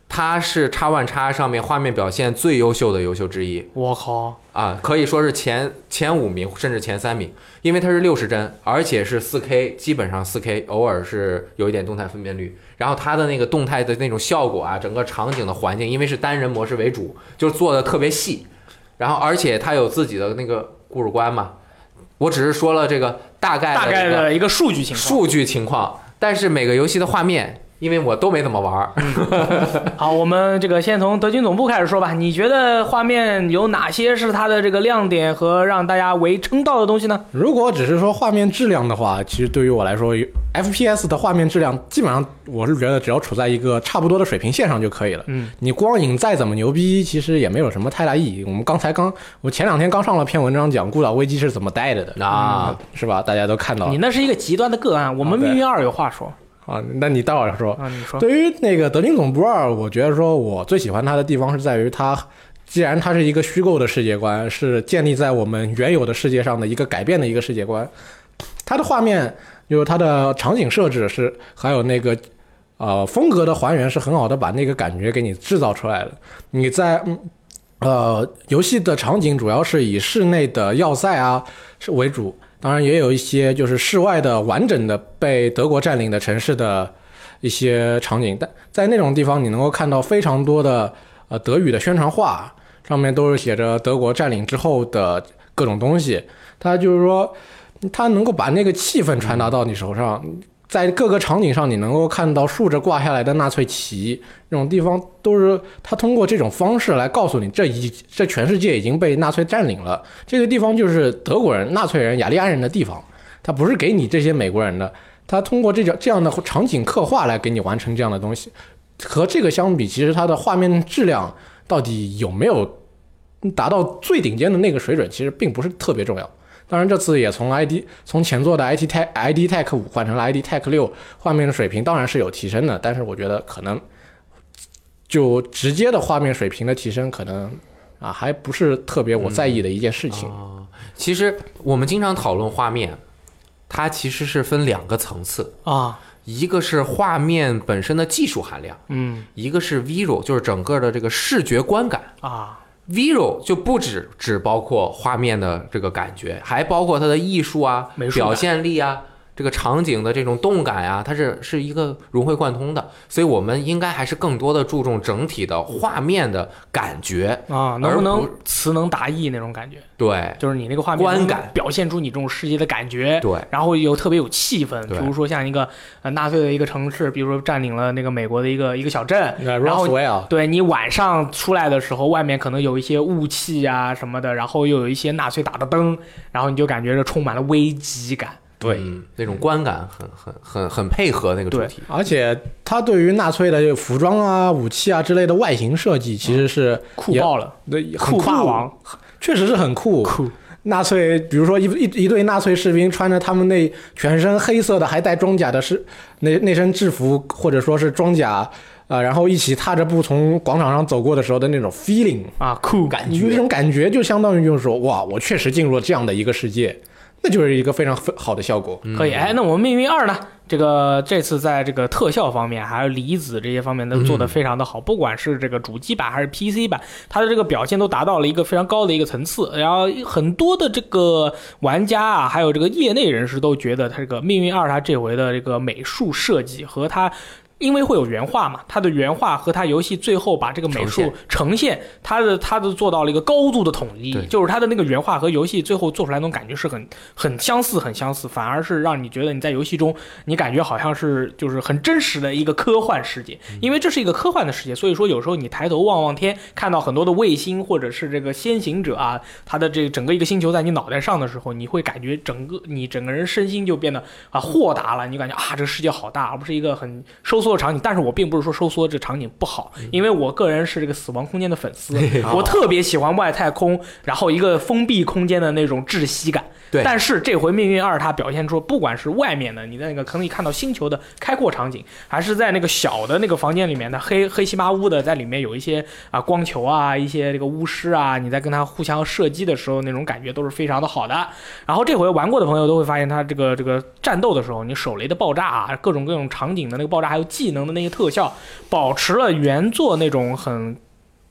Speaker 3: 它是 X One X 上面画面表现最优秀的优秀之一。
Speaker 2: 我靠，
Speaker 3: 啊，可以说是前前五名甚至前三名，因为它是六十帧，而且是四 K，基本上四 K，偶尔是有一点动态分辨率。然后它的那个动态的那种效果啊，整个场景的环境，因为是单人模式为主，就是做的特别细。然后而且它有自己的那个故事观嘛，我只是说了这个大概的
Speaker 2: 大概
Speaker 3: 这个
Speaker 2: 的一个数据情况。
Speaker 3: 数据情况，但是每个游戏的画面，因为我都没怎么玩儿，
Speaker 2: 好，我们这个先从德军总部开始说吧。你觉得画面有哪些是它的这个亮点和让大家围称道的东西呢？
Speaker 4: 如果只是说画面质量的话，其实对于我来说，FPS 的画面质量基本上我是觉得只要处在一个差不多的水平线上就可以了。
Speaker 2: 嗯，
Speaker 4: 你光影再怎么牛逼，其实也没有什么太大意义。我们刚才刚，我前两天刚上了篇文章讲《孤岛危机》是怎么带着的
Speaker 3: 啊，
Speaker 4: 是吧？大家都看到
Speaker 2: 嗯你
Speaker 4: 了
Speaker 2: 那是一个极端的个案，我们
Speaker 4: 啊对
Speaker 2: 命运二有话说
Speaker 4: 啊。那你待会儿说，
Speaker 2: 啊。你说，
Speaker 4: 对于那个《德军总部二》，我觉得说我最喜欢它的地方是在于它，既然它是一个虚构的世界观，是建立在我们原有的世界上的一个改变的一个世界观，它的画面就是它的场景设置是还有那个。呃，风格的还原是很好的，把那个感觉给你制造出来的。你在嗯呃，游戏的场景主要是以室内的要塞啊是为主，当然也有一些就是室外的完整的被德国占领的城市的一些场景，但在那种地方你能够看到非常多的呃德语的宣传画，上面都是写着德国占领之后的各种东西。它就是说，它能够把那个气氛传达到你手上，在各个场景上你能够看到竖着挂下来的纳粹旗，那种地方都是它通过这种方式来告诉你，这一这全世界已经被纳粹占领了，这个地方就是德国人、纳粹人、雅利安人的地方，它不是给你这些美国人的。它通过这种这样的场景刻画来给你完成这样的东西，和这个相比，其实它的画面质量到底有没有达到最顶尖的那个水准，其实并不是特别重要。当然，这次也从 ID 从前作的 IT Tech ID Tech 五换成了 ID Tech 六，画面的水平当然是有提升的，但是我觉得可能就直接的画面水平的提升，可能啊还不是特别我在意的一件事情。
Speaker 3: 其实我们经常讨论画面，它其实是分两个层次。
Speaker 2: 啊，
Speaker 3: 一个是画面本身的技术含量，
Speaker 2: 嗯
Speaker 3: 一个是 visual，就是整个的这个视觉观感。
Speaker 2: 啊，
Speaker 3: visual 就不只只包括画面的这个感觉，还包括它的艺术啊、
Speaker 2: 美术感
Speaker 3: 表现力啊、这个场景的这种动感呀、它是是一个融会贯通的，所以我们应该还是更多的注重整体的画面的感觉，
Speaker 2: 啊，能不
Speaker 3: 而
Speaker 2: 能词能达意那种感觉？
Speaker 3: 对
Speaker 2: 就是你那个画面
Speaker 3: 观
Speaker 2: 能
Speaker 3: 感
Speaker 2: 表现出你这种世界的感觉，
Speaker 3: 对，
Speaker 2: 然后又特别有气氛。比
Speaker 3: 对
Speaker 2: 如说像一个呃纳粹的一个城市，比如说占领了那个美国的一个一个小镇，然后
Speaker 4: Roswell
Speaker 2: 对你晚上出来的时候，外面可能有一些雾气啊什么的，然后又有一些纳粹打的灯，然后你就感觉这充满了危机感。
Speaker 4: 对
Speaker 3: 嗯，那种观感很很很很配合那个主
Speaker 2: 对
Speaker 3: 题，
Speaker 4: 而且他对于纳粹的服装啊、武器啊之类的外形设计，其实是
Speaker 2: 酷
Speaker 4: 也
Speaker 2: 爆了，
Speaker 4: 对很
Speaker 2: 酷
Speaker 4: 酷
Speaker 2: 霸王，
Speaker 4: 确实是很酷。
Speaker 2: 酷
Speaker 4: 纳粹，比如说一一一队纳粹士兵穿着他们那全身黑色的还带装甲的是那那身制服或者说是装甲啊、呃然后一起踏着步从广场上走过的时候的那种 feeling
Speaker 2: 啊酷
Speaker 4: 感觉，那种感觉就相当于就是说，哇，我确实进入了这样的一个世界，那就是一个非常好的效果。
Speaker 2: 可以，哎，那我们命运二呢？这个这次在这个特效方面，还有离子这些方面都做得非常的好，不管是这个主机版还是 PC 版，它的这个表现都达到了一个非常高的一个层次。然后很多的这个玩家啊，还有这个业内人士都觉得，它这个命运二它这回的这个美术设计和它。因为会有原画嘛，它的原画和它游戏最后把这个美
Speaker 3: 呈
Speaker 2: 术
Speaker 3: 现
Speaker 2: 呈现，它的它的做到了一个高度的统一
Speaker 3: 对，
Speaker 2: 就是它的那个原画和游戏最后做出来那种感觉是很很相似，很相似，反而是让你觉得你在游戏中，你感觉好像是就是很真实的一个科幻世界，因为这是一个科幻的世界，所以说有时候你抬头望望天，看到很多的卫星或者是这个先行者啊，它的这整个一个星球在你脑袋上的时候，你会感觉整个你整个人身心就变得啊豁达了，你感觉啊这个世界好大，而不是一个很收缩的场景。但是我并不是说收缩这场景不好，因为我个人是这个死亡空间的粉丝，我特别喜欢外太空，然后一个封闭空间的那种窒息感。
Speaker 3: 对
Speaker 2: 但是这回《命运二》它表现出，不管是外面的你在那个可以看到星球的开阔场景，还是在那个小的那个房间里面的黑黑漆麻乌的，在里面有一些啊光球啊，一些这个巫师啊，你在跟他互相射击的时候，那种感觉都是非常的好的。然后这回玩过的朋友都会发现，它这个这个战斗的时候，你手雷的爆炸啊，各种各种场景的那个爆炸，还有技能的那个特效，保持了原作那种很。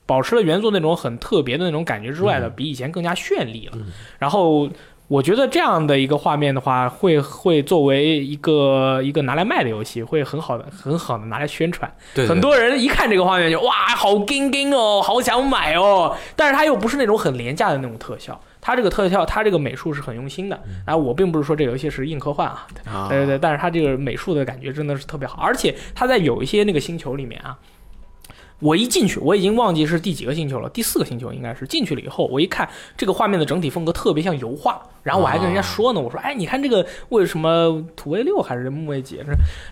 Speaker 2: 保持了原作那种很特别的那种感觉之外的，比以前更加绚丽了。然后我觉得这样的一个画面的话，会会作为一个一个拿来卖的游戏，会很好的很好的拿来宣传。
Speaker 3: 对对
Speaker 2: 很多人一看这个画面就哇，好金金哦，好想买哦。但是它又不是那种很廉价的那种特效，它这个特效，它这个美术是很用心的。
Speaker 3: 嗯
Speaker 2: 啊，我并不是说这个游戏是硬科幻啊，
Speaker 4: 啊
Speaker 2: 对对对，但是它这个美术的感觉真的是特别好，而且它在有一些那个星球里面啊。我一进去，我已经忘记是第几个星球了，第四个星球应该是。进去了以后，我一看这个画面的整体风格特别像油画，然后我还跟人家说呢，我说，哎，你看这个为什么土卫六还是木卫几？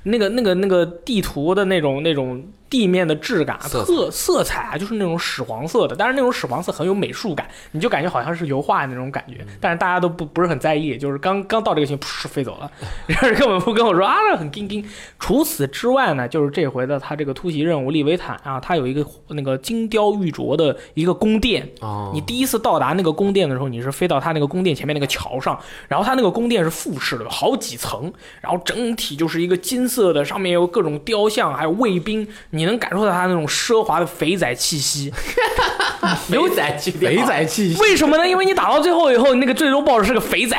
Speaker 2: 那个那个那个地图的那种那种地面的质感啊，
Speaker 3: 色彩
Speaker 2: 特色彩啊，就是那种屎黄色的，但是那种屎黄色很有美术感，你就感觉好像是油画那种感
Speaker 3: 嗯
Speaker 2: 觉，但是大家都不不是很在意，就是刚刚到这个星，噗飞走了，然后根本不跟我说啊，那很钉钉。除此之外呢，就是这回的他这个突袭任务利维坦啊，它有一个那个金雕玉琢的一个宫殿，
Speaker 3: 哦，
Speaker 2: 你第一次到达那个宫殿的时候，你是飞到它那个宫殿前面那个桥上，然后它那个宫殿是复式的，有好几层，然后整体就是一个金色的，上面有各种雕像，还有卫兵，你能感受到它那种奢华的肥仔气 息。
Speaker 3: 牛仔去
Speaker 4: 肥仔气息，
Speaker 2: 为什么呢？因为你打到最后以后，那个最终 BOSS 是个肥仔，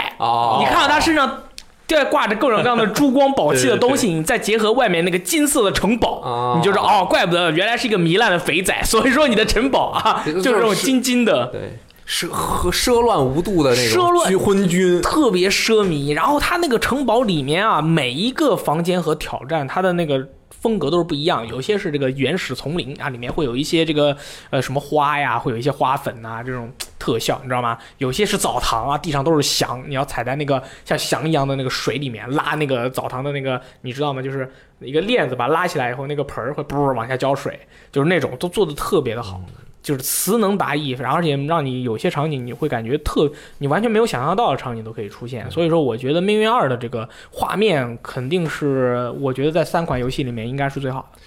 Speaker 2: 啊
Speaker 3: 哦，
Speaker 2: 你看到他身上。对，挂着各种各样的珠光宝气的东西，你再结合外面那个金色的城堡
Speaker 3: 哦，
Speaker 2: 你就是哦，怪不得原来是一个糜烂的肥仔，所以说你的城堡啊，
Speaker 3: 这
Speaker 2: 就
Speaker 3: 个
Speaker 2: 是这种
Speaker 3: 是
Speaker 2: 金金的，
Speaker 3: 对奢和奢乱无度的那种
Speaker 2: 奢乱
Speaker 3: 居昏君，
Speaker 2: 特别奢靡。然后它那个城堡里面啊，每一个房间和挑战，它的那个。风格都是不一样，有些是这个原始丛林啊，里面会有一些这个呃什么花呀，会有一些花粉呐、这种嘖特效，你知道吗？有些是澡堂啊，地上都是翔，你要踩在那个像翔一样的那个水里面，拉那个澡堂啊的那个，你知道吗？就是一个链子把它拉起来以后，那个盆儿会噗往下浇水，就是那种都做的特别的好，就是词能达意，然后而且让你有些场景你会感觉特你完全没有想象到的场景都可以出现。所以说，我觉得《命运二》的这个画面肯定是，我觉得在三款游戏里面应该是最好的。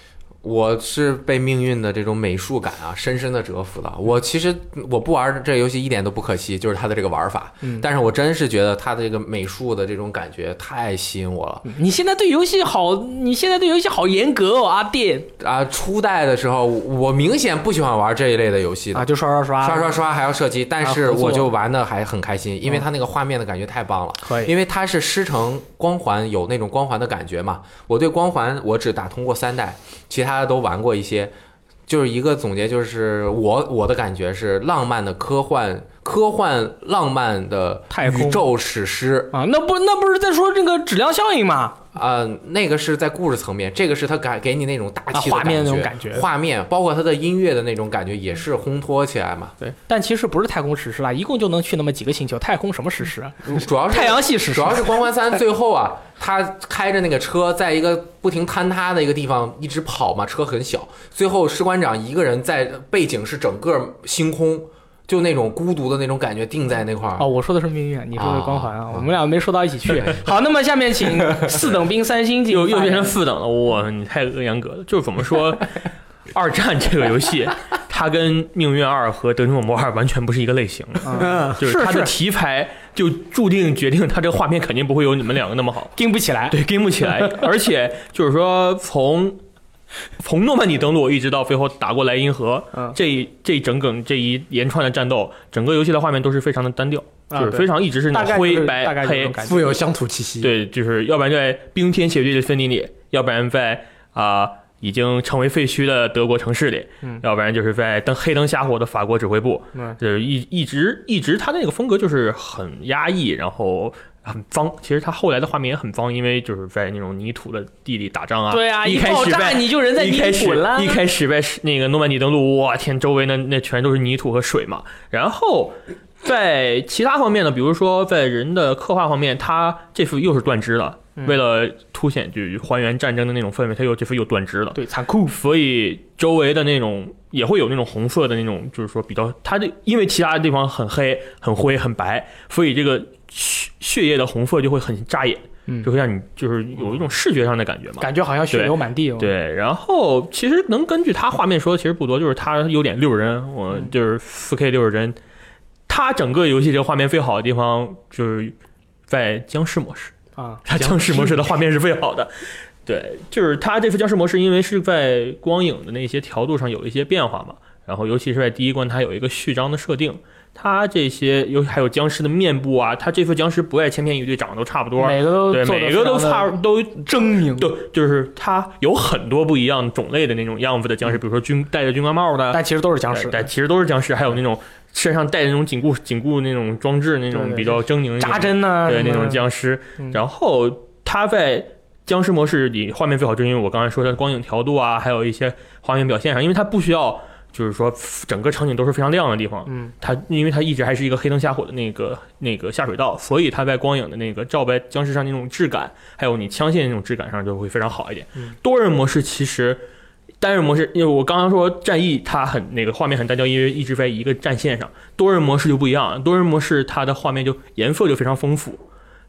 Speaker 3: 我是被命运的这种美术感啊，深深的折服了。我其实我不玩这游戏一点都不可惜，就是它的这个玩法。
Speaker 2: 嗯
Speaker 3: 但是我真是觉得它的这个美术的这种感觉太吸引我了
Speaker 2: 你现在对游戏好，你现在对游戏好严格哦，阿电
Speaker 3: 啊！初代的时候，我明显不喜欢玩这一类的游戏的
Speaker 2: 啊，，就刷刷刷，
Speaker 3: 刷刷刷还要射击，但
Speaker 2: 啊
Speaker 3: 是
Speaker 2: 合作嗯
Speaker 3: 我就玩的还很开心，因为它那个画面的感觉太棒了。
Speaker 2: 可以。
Speaker 3: 因为它是师承光环，有那种光环的感觉嘛。我对光环我只打通过三代，其他的都玩过一些。就是一个总结，就是我我的感觉是浪漫的科幻，科幻浪漫的
Speaker 5: 太空
Speaker 3: 宇宙史诗，
Speaker 2: 啊，那不那不是在说这个质量效应吗？
Speaker 3: 呃，那个是在故事层面，这个是他给给你那种大气的
Speaker 2: 啊画面
Speaker 3: 感
Speaker 2: 那种
Speaker 3: 觉
Speaker 2: 感觉
Speaker 3: 画面包括他的音乐的那种感觉也是烘托起来嘛。
Speaker 2: 但其实不是太空史诗啦，一共就能去那么几个星球，太空什么史诗
Speaker 5: 嗯
Speaker 2: 啊？
Speaker 3: 主要是
Speaker 2: 太阳系史诗。
Speaker 3: 主要是《光环三》最后啊，他开着那个车，在一个不停坍塌的一个地方一直跑嘛，车很小。最后士官长一个人在背景是整个星空，就那种孤独的那种感觉定在那块儿。
Speaker 2: 哦，我说的是命运，你说的是光环啊，
Speaker 3: 啊
Speaker 2: 我们俩没说到一起 去。好，那么下面请四等兵三星进
Speaker 5: 又
Speaker 2: 行
Speaker 5: 又
Speaker 2: 发言
Speaker 5: 变成四等了，哇，你太严格了。就是怎么 说，二战这个游戏，它跟《命运二》和《德军总部二》完全不是一个类型的，
Speaker 2: 啊
Speaker 4: 嗯，
Speaker 5: 就是它的
Speaker 2: 是
Speaker 5: 题材就注定决定它这个画面肯定不会有你们两个那么好，
Speaker 2: 盯不起来。
Speaker 5: 对，跟 不起来。而且就是说从。从诺曼底登陆一直到最后打过莱茵河，
Speaker 2: 嗯
Speaker 5: 这这整整这一连串的战斗，整个游戏的画面都是非常的单调，
Speaker 2: 啊
Speaker 5: 就是
Speaker 2: 对
Speaker 5: 非常一直是那
Speaker 2: 大
Speaker 5: 种
Speaker 2: 概
Speaker 5: 灰
Speaker 2: 就是大
Speaker 5: 白
Speaker 2: 概就这
Speaker 5: 黑
Speaker 2: 种，感觉。
Speaker 4: 富有乡土气息。，
Speaker 5: 对，就是要不然在冰天雪地的森林里，要不然在啊、已经成为废墟的德国城市里，
Speaker 2: 嗯
Speaker 5: 要不然就是在灯黑灯瞎火的法国指挥部，
Speaker 2: 嗯
Speaker 5: 就是一一直一直他那个风格就是很压抑，然后。很脏，其实他后来的画面也很脏，因为就是在那种泥土的地里打仗啊。
Speaker 2: 对啊，
Speaker 5: 一开
Speaker 2: 爆
Speaker 5: 始
Speaker 2: 炸
Speaker 5: 在
Speaker 2: 你就人在
Speaker 5: 一
Speaker 2: 泥
Speaker 5: 开
Speaker 2: 里
Speaker 5: 始
Speaker 2: 滚了。
Speaker 5: 一开始在那个诺曼底登陆，哇天，周围那那全都是泥土和水嘛。然后在其他方面呢，比如说在人的刻画方面，它这幅又是断肢了。
Speaker 2: 嗯
Speaker 5: 为了凸显就是还原战争的那种氛围，它又这幅又断肢了。
Speaker 2: 对残酷
Speaker 5: 所以周围的那种也会有那种红色的那种，就是说比较它这因为其他地方很黑、很灰、很白，所以这个血血液的红色就会很扎眼，
Speaker 2: 嗯
Speaker 5: 就会让你就是有一种视觉上的感觉嘛。
Speaker 2: 感觉好像血流满地哦。，
Speaker 5: 对，然后其实能根据它画面说的其实不多，就是它优点六十帧，我
Speaker 2: 嗯
Speaker 5: 就是四 K 六十帧。它整个游戏这个画面最好的地方就是在僵尸模 式，
Speaker 2: 啊，
Speaker 5: 它僵尸模式的画面是最好的。对，就是它这次僵尸模式，因为是在光影的那些调度上有一些变化嘛，然后尤其是在第一关，它有一个序章的设定，它这些尤其还有僵尸的面部啊，它这副僵尸不爱千篇一律，长得都差不多，
Speaker 2: 每个都
Speaker 5: 对，
Speaker 2: 做得
Speaker 5: 每个都
Speaker 2: 非常
Speaker 5: 差
Speaker 2: 的
Speaker 5: 都
Speaker 2: 狰狞，
Speaker 5: 对，就是它有很多不一样种类的那种样子的僵尸，比如说军戴着军官帽的，
Speaker 2: 但其实都是嗯僵
Speaker 5: 对
Speaker 2: 尸。
Speaker 5: 对，其实都是僵尸，还有那种身上带着那种紧固紧固那种装置，那
Speaker 2: 对
Speaker 5: 种
Speaker 2: 对
Speaker 5: 比较狰狞的那种
Speaker 2: 扎针呢？
Speaker 5: 对那
Speaker 2: 什么
Speaker 5: 种
Speaker 2: 的
Speaker 5: 僵尸
Speaker 2: 嗯。
Speaker 5: 然后它在僵尸模式里画面最好，就因为我刚才说的光影调度啊，还有一些画面表现上，因为它不需要就是说整个场景都是非常亮的地方，
Speaker 2: 嗯，
Speaker 5: 它因为它一直还是一个黑灯瞎火的那个那个下水道，所以它在光影的那个照在僵尸上那种质感，还有你枪械那种质感上就会非常好一点。
Speaker 2: 嗯
Speaker 5: 多人模式其实。单人模式，因为我刚刚说战役它很那个画面很单调，因为一直在一个战线上。多人模式就不一样，多人模式它的画面就颜色就非常丰富，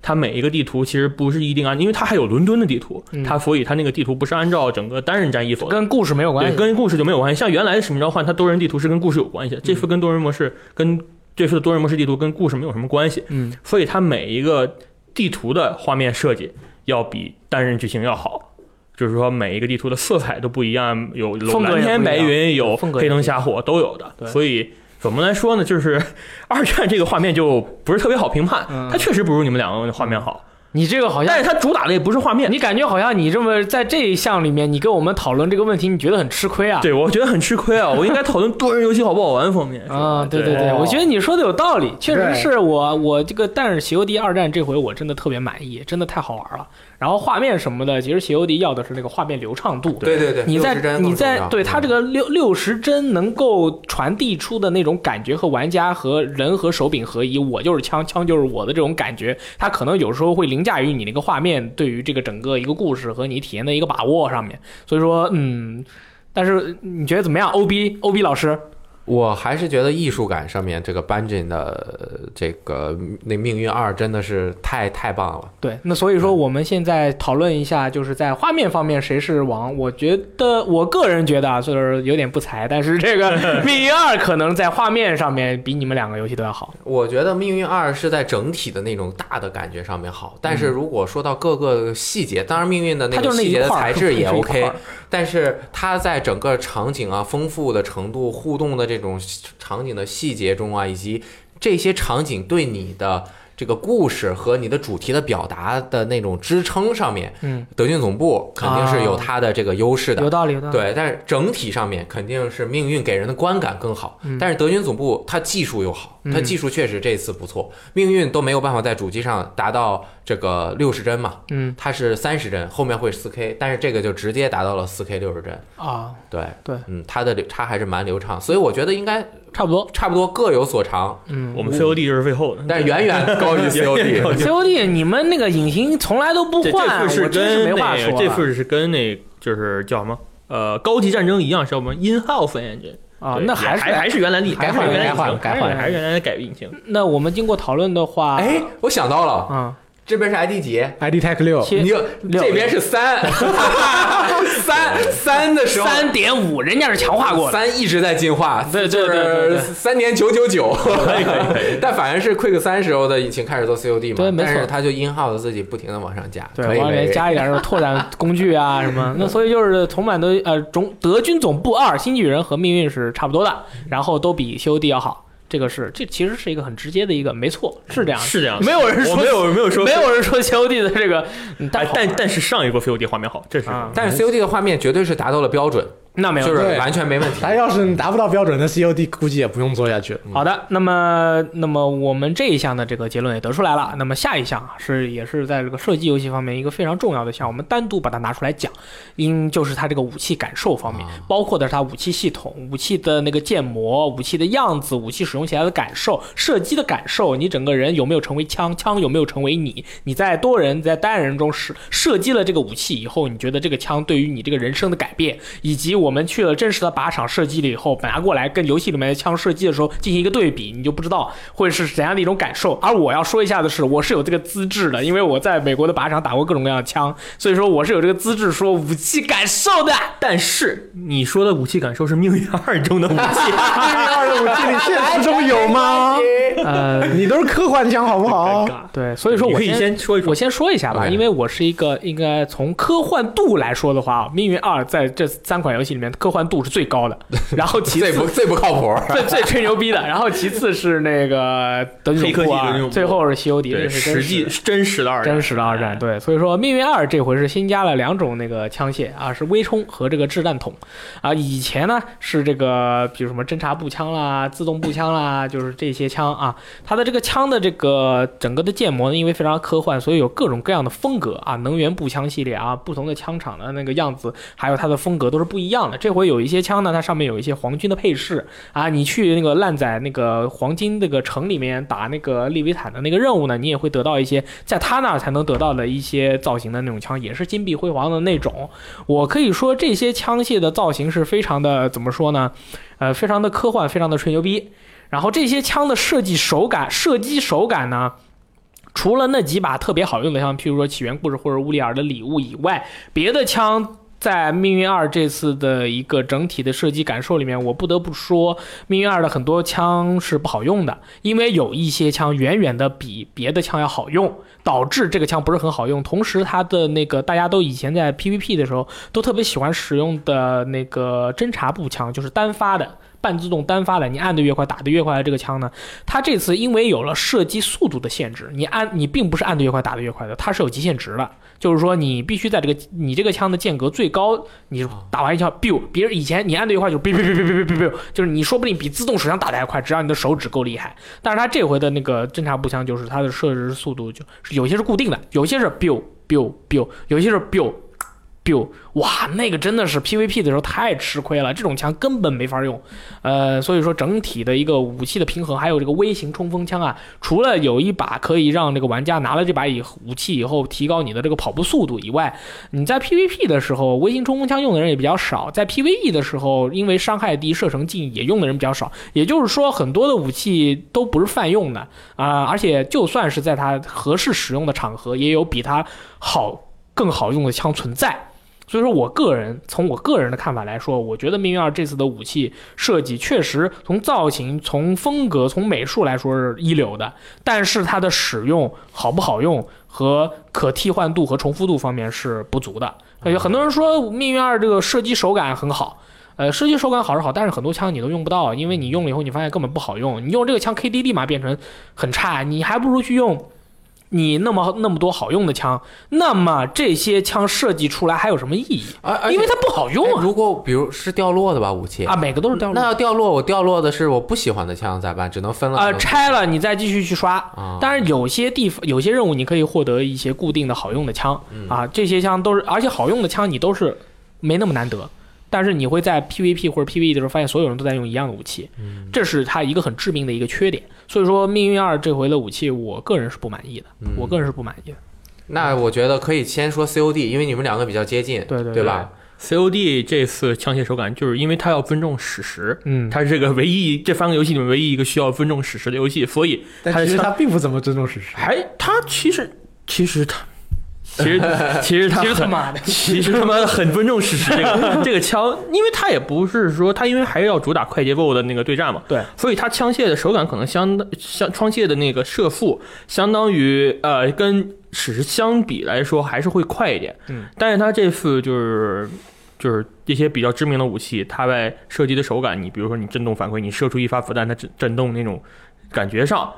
Speaker 5: 它每一个地图其实不是一定按，因为它还有伦敦的地图
Speaker 2: 嗯，
Speaker 5: 它所以它那个地图不是按照整个单人战役走的，
Speaker 2: 跟故事没有关
Speaker 5: 对，
Speaker 2: 系。
Speaker 5: 跟故事就没有关系。像原来的使命召唤，它多人地图是跟故事有关系的，
Speaker 2: 嗯
Speaker 5: 这次跟多人模式跟这次的多人模式地图跟故事没有什么关系，
Speaker 2: 嗯，
Speaker 5: 所以它每一个地图的画面设计要比单人剧情要好。就是说，每一个地图的色彩都不一样，有有
Speaker 2: 风格也不
Speaker 5: 蓝
Speaker 2: 一样
Speaker 5: 天白云，有
Speaker 2: 风格也
Speaker 5: 黑
Speaker 2: 不一
Speaker 5: 灯
Speaker 2: 样
Speaker 5: 瞎火，都有的
Speaker 2: 对。
Speaker 5: 所以怎么来说呢？就是 二战这个画面就不是特别好评判
Speaker 2: 嗯，
Speaker 5: 它确实不如你们两个画面好，
Speaker 2: 你这个好像
Speaker 5: 但是它主打的也不是画面，
Speaker 2: 你感觉好像你这么在这一项里面，你跟我们讨论这个问题，你觉得很吃亏啊？
Speaker 5: 对，我觉得很吃亏啊！我应该讨论多人游戏好不好玩方面。是吧
Speaker 2: 啊，对对对，
Speaker 4: 哦
Speaker 2: 我觉得你说的有道理，确实
Speaker 4: 对
Speaker 2: 是我我这个，但是《西游记》二战这回我真的特别满意，真的太好玩了。然后画面什么的，其实《西游记》要的是那个画面流畅度。
Speaker 3: 对对对，
Speaker 2: 你
Speaker 3: 60帧
Speaker 2: 在
Speaker 3: 更
Speaker 2: 你
Speaker 3: 重
Speaker 2: 在
Speaker 3: 要嗯
Speaker 2: 对它这个六六十帧能够传递出的那种感觉和玩家和人和手柄合一，我就是枪，枪就是我的这种感觉，它可能有时候会凌驾于你那个画面对于这个整个一个故事和你体验的一个把握上面。所以说，嗯，但是你觉得怎么样？O B O B 老师，
Speaker 3: 我还是觉得艺术感上面这个 Bungie 的呃这个那命运二真的是太太棒了。
Speaker 2: 对，那所以
Speaker 3: 嗯
Speaker 2: 说我们现在讨论一下，就是在画面方面谁是王？我觉得我个人觉得啊，就是有点不才，但是这个 《命运二》可能在画面上面比你们两个游戏都要好。
Speaker 3: 我觉得《命运二》是在整体的那种大的感觉上面好，但是如果说到各个细节，当然命运的那
Speaker 2: 嗯它就
Speaker 3: 个
Speaker 2: 是那
Speaker 3: 细
Speaker 2: 一
Speaker 3: 节的
Speaker 2: 块儿
Speaker 3: 材质也
Speaker 2: 就是一块
Speaker 3: OK，
Speaker 2: 儿
Speaker 3: 但是它在整个场景啊丰富的程度、互动的这种场景的细节中啊，以及这些场景对你的这个故事和你的主题的表达的那种支撑上面，
Speaker 2: 嗯，
Speaker 3: 德军总部肯定是有它的这个优势的。
Speaker 2: 有道理，有道理。
Speaker 3: 对，但是整体上面肯定是命运给人的观感更好。
Speaker 2: 嗯
Speaker 3: 但是德军总部它技术又好，它
Speaker 2: 嗯
Speaker 3: 技术确实这次不错。命运都没有办法在主机上达到这个六十帧嘛，
Speaker 2: 嗯
Speaker 3: 它是三十帧，后面会四 K，但是这个就直接达到了四 K 六十帧。
Speaker 2: 啊，
Speaker 3: 对
Speaker 2: 对，
Speaker 3: 嗯，它的流它还是蛮流畅，所以我觉得应该
Speaker 2: 差不多。
Speaker 3: 差不多各有所长，
Speaker 2: 嗯
Speaker 5: 我们 COD 就是背后的，
Speaker 3: 但是远远高于
Speaker 5: 远
Speaker 3: COD。
Speaker 2: ，COD 你们那个隐形从来都不
Speaker 5: 这
Speaker 2: 换，
Speaker 5: 这
Speaker 2: 我
Speaker 5: 次是
Speaker 2: 真
Speaker 5: 跟
Speaker 2: 是没话
Speaker 5: 那
Speaker 2: 说
Speaker 5: 个
Speaker 2: 了。
Speaker 5: 这次是跟那就是叫什么？呃，高级战争一样，是我们 in-house engine
Speaker 2: 啊，
Speaker 5: 对
Speaker 2: 那
Speaker 5: 还
Speaker 2: 还
Speaker 5: 还
Speaker 2: 是
Speaker 5: 是原来的引
Speaker 3: 改
Speaker 5: 还
Speaker 3: 换
Speaker 5: 是原来
Speaker 3: 改换
Speaker 5: 引擎
Speaker 3: 改换
Speaker 5: 还是原来的改引擎。
Speaker 2: 那我们经过讨论的话，
Speaker 3: 哎，我想到了，
Speaker 2: 嗯，
Speaker 3: 这边是 ID 几？
Speaker 4: ID Tech 六
Speaker 2: 切
Speaker 3: 你有
Speaker 2: 六
Speaker 3: 这边是三， 三三的时候，
Speaker 2: 三点五，人家是强化过的。
Speaker 3: 三一直在进化，
Speaker 2: 对对对对
Speaker 3: 就是
Speaker 2: 对
Speaker 3: 三年九九九，但反而是 Quick 三时候的引擎开始做 COD 嘛，
Speaker 2: 对没错
Speaker 3: 但是它就 in house 自己不停的往上加，可
Speaker 2: 对，
Speaker 3: 以
Speaker 2: 往里
Speaker 3: 可
Speaker 2: 面
Speaker 3: 以
Speaker 2: 加一点儿拓展工具啊什么。那所以就是重版的呃总德军总部二新纪元和命运是差不多的，然后都比 COD 要好。这个是这其实是一个很直接的一个，没错，是这样的。
Speaker 5: 是这样的，
Speaker 2: 没有人说
Speaker 5: 我没有没有说
Speaker 2: 没有人说 COD 的这个，嗯但
Speaker 5: 哎
Speaker 2: 好
Speaker 5: 但
Speaker 2: 玩
Speaker 5: 但是上一波 COD 画面好，这是
Speaker 2: 啊
Speaker 3: 但是 COD 的画面绝对是达到了标准，
Speaker 2: 那没有
Speaker 3: 就
Speaker 2: 问题
Speaker 3: 是完全没问
Speaker 2: 哎
Speaker 3: 题。
Speaker 4: 他哎要是你达不到标准，那 COD 估计也不用做下去了。
Speaker 2: 好的，那么那么我们这一项的这个结论也得出来了。那么下一项啊是也是在这个射击游戏方面一个非常重要的项，我们单独把它拿出来讲，因就是它这个武器感受方面
Speaker 3: 啊，
Speaker 2: 包括的是它武器系统、武器的那个建模、武器的样子、武器使用起来的感受、射击的感受，你整个人有没有成为枪，枪有没有成为你？你在多人在单人中使射击了这个武器以后，你觉得这个枪对于你这个人生的改变，以及我们去了真实的靶场射击了以后，拿过来跟游戏里面的枪射击的时候进行一个对比，你就不知道会是怎样的一种感受。而我要说一下的是，我是有这个资质的，因为我在美国的靶场打过各种各样的枪，所以说我是有这个资质说武器感受的。
Speaker 5: 但是你说的武器感受是《命运二》中的武器，
Speaker 4: 二的武器你
Speaker 2: 哎
Speaker 4: 现实中有吗？
Speaker 2: 呃，
Speaker 4: 你都是科幻枪好不好
Speaker 5: 尴？尬。
Speaker 2: 对，所以 说
Speaker 5: 你
Speaker 2: 我
Speaker 5: 可以先说一说
Speaker 2: 我先说一下吧，
Speaker 3: OK
Speaker 2: 因为我是一个应该从科幻度来说的话啊，《命运二》在这三款游戏里面科幻度是最高的，然后其
Speaker 3: 最
Speaker 2: 次
Speaker 3: 不最不靠谱，
Speaker 2: 最最吹牛逼的，然后其次是那个德军
Speaker 5: 黑科技
Speaker 2: 总部二
Speaker 5: 德军总部
Speaker 2: 最后是西游迪，这
Speaker 5: 对，
Speaker 2: 是真
Speaker 5: 实际真实的二战
Speaker 2: 真实的二战。对，所以说《命运二》这回是新加了两种那个枪械啊，是微冲和这个掷弹筒啊。以前呢是这个，比如什么侦察步枪啦、自动步枪啦，就是这些枪啊。它的这个枪的这个整个的建模呢，因为非常科幻，所以有各种各样的风格啊，能源步枪系列啊，不同的枪厂的那个样子，还有它的风格都是不一样的。这回有一些枪呢，它上面有一些黄金的配饰啊，你去那个烂仔那个黄金那个城里面打那个利维坦的那个任务呢，你也会得到一些在他那儿才能得到的一些造型的那种枪，也是金碧辉煌的那种。我可以说这些枪械的造型是非常的怎么说呢？呃，非常的科幻，非常的吹牛逼。然后这些枪的设计手感、射击手感呢？除了那几把特别好用的像譬如说《起源故事》或者《乌里尔的礼物》以外，别的枪在《命运二》这次的一个整体的射击感受里面，我不得不说，《命运二》的很多枪是不好用的，因为有一些枪远远的比别的枪要好用，导致这个枪不是很好用。同时，它的那个大家都以前在 PVP 的时候都特别喜欢使用的那个侦察步枪，就是单发的。半自动单发的，你按的越快，打的越快的这个枪呢，它这次因为有了射击速度的限制，你按你并不是按的越快打的越快的，它是有极限值的，就是说你必须在这个你这个枪的间隔最高，你打完一枪，biu，别人以前你按的越快就 biu biu biu biu biu biu biu，就是你说不定比自动手枪打的还快，只要你的手指够厉害。但是它这回的那个侦察步枪就是它的射击速度就是有些是固定的，有些是 biu biu biu，有些是 biu。 build，哇，那个真的是 PVP 的时候太吃亏了，这种枪根本没法用。呃，所以说整体的一个武器的平衡，还有这个微型冲锋枪啊，除了有一把可以让这个玩家拿了这把以武器以后提高你的这个跑步速度以外，你在 PVP 的时候，微型冲锋枪用的人也比较少，在 PVE 的时候，因为伤害低、射程近，也用的人比较少。也就是说，很多的武器都不是泛用的啊、而且就算是在它合适使用的场合，也有比它好、更好用的枪存在。所以说我个人从我个人的看法来说，我觉得《命运二》这次的武器设计确实从造型、从风格、从美术来说是一流的，但是它的使用好不好用和可替换度和重复度方面是不足的。有很多人说《命运二》这个射击手感很好。呃，射击手感好是好，但是很多枪你都用不到，因为你用了以后，你发现根本不好用。你用这个枪 KD 立马变成很差，你还不如去用你那么那么多好用的枪。那么这些枪设计出来还有什么意义？
Speaker 3: 而而且
Speaker 2: 因为它不好用
Speaker 3: 哎
Speaker 2: 啊
Speaker 3: 如果比如是掉落的吧，武器
Speaker 2: 啊，每个都是掉
Speaker 3: 那
Speaker 2: 落。
Speaker 3: 要掉落，我掉落的是我不喜欢的枪咋办？只能分了。
Speaker 2: 呃，拆了你再继续去刷。
Speaker 3: 啊，
Speaker 2: 当然，有些地方有些任务你可以获得一些固定的好用的枪啊，这些枪都是，而且好用的枪你都是没那么难得。但是你会在 PVP 或者 PVE 的时候发现所有人都在用一样的武器，这是它一个很致命的一个缺点。所以说，《命运二》这回的武器，我个人是不满意的，我个人是不满意的。
Speaker 3: 那我觉得可以先说 COD，因为你们两个比较接近，
Speaker 2: 对对
Speaker 3: 对吧？
Speaker 5: COD 这次枪械手感，就是因为它要尊重史实，
Speaker 2: 嗯，
Speaker 5: 它是这个唯一这三个游戏里面唯一一个需要尊重史实的游戏，所以
Speaker 4: 但
Speaker 5: 它的
Speaker 4: 其实
Speaker 5: 枪
Speaker 4: 他并不怎么尊重事实。
Speaker 5: 还它其实其实它其 实其实它
Speaker 2: 其实他
Speaker 5: 很
Speaker 2: 妈的，
Speaker 5: 其实他妈的很尊重史实这个这个枪，因为它也不是说它因为还要主打快节奏的那个对战嘛，
Speaker 2: 对，
Speaker 5: 所以它枪械的手感可能相当相枪械的那个射速相当于呃跟史实相比来说还是会快一点，
Speaker 2: 嗯，
Speaker 5: 但是它这次就是。就是一些比较知名的武器，它在射击的手感，你比如说你震动反馈，你射出一发子弹，它震震动那种感觉上，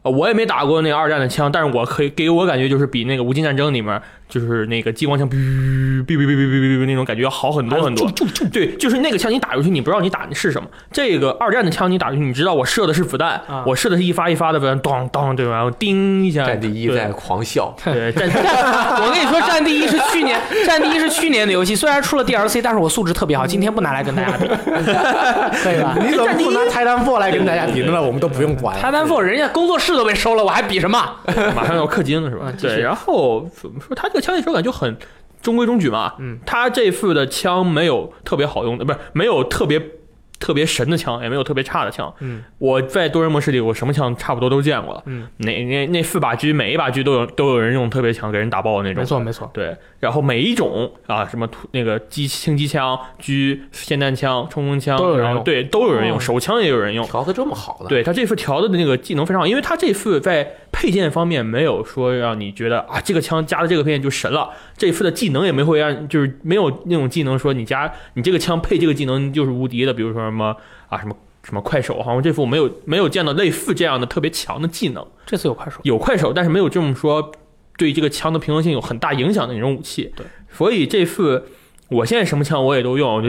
Speaker 5: 呃我也没打过那个二战的枪，但是我可以给我感觉就是比那个无尽战争里面就是那个激光枪，哔哔哔哔哔哔哔哔那种感觉要好很多很多。对，就是那个枪你打出去，你不知道你打的是什么。这个二战的枪你打出去，你知道我射的是子弹，
Speaker 2: 啊
Speaker 5: 我射的是一发一发的子弹，当当对吧？然后叮一下，
Speaker 3: 战地一
Speaker 5: 对
Speaker 3: 在狂笑，
Speaker 5: 对 战地
Speaker 2: 我跟你说，《战地一》是去年，《战地一》是去年的游戏，虽然出了 DLC，但是我素质特别好，今天不拿来跟大家比，可以吧？
Speaker 4: 你怎么不拿《泰坦 f o 来跟大家比？那我们都不用玩。
Speaker 2: 台湾 f 人家工作室都被收了，我还比什么？
Speaker 5: 马上要氪金了是吧
Speaker 2: 嗯？继续
Speaker 5: 对，然后怎么说？他这个枪械手感就很中规中矩嘛。嗯，他这副的枪没有特别好用的，不是没有特别特别神的枪，也没有特别差的枪。
Speaker 2: 嗯，
Speaker 5: 我在多人模式里，我什么枪差不多都见过了。
Speaker 2: 嗯，
Speaker 5: 那那那四把狙，每一把狙都有都有人用特别强给人打爆的那种
Speaker 2: 没。错，没错。
Speaker 5: 对，然后每一种啊，什么突那个机轻机枪、狙、霰弹枪、冲锋枪，
Speaker 2: 都有人
Speaker 5: 然后
Speaker 2: 用
Speaker 5: 对，都有人用，
Speaker 2: 哦
Speaker 5: 手枪也有人用。
Speaker 3: 调的这么好呢？
Speaker 5: 对他这次调的那个技能非常好，因为他这次在配件方面没有说让你觉得啊，这个枪加的这个配件就神了。这次的技能也没会让，就是没有那种技能说你加你这个枪配这个技能就是无敌的，比如说什么啊什么什么快手，好像这副我没有没有见到类似这样的特别强的技能。
Speaker 2: 这次有快手，
Speaker 5: 有快手，但是没有这么说对这个枪的平衡性有很大影响的那种武器。
Speaker 2: 对，
Speaker 5: 所以这次我现在什么枪我也都用，我就。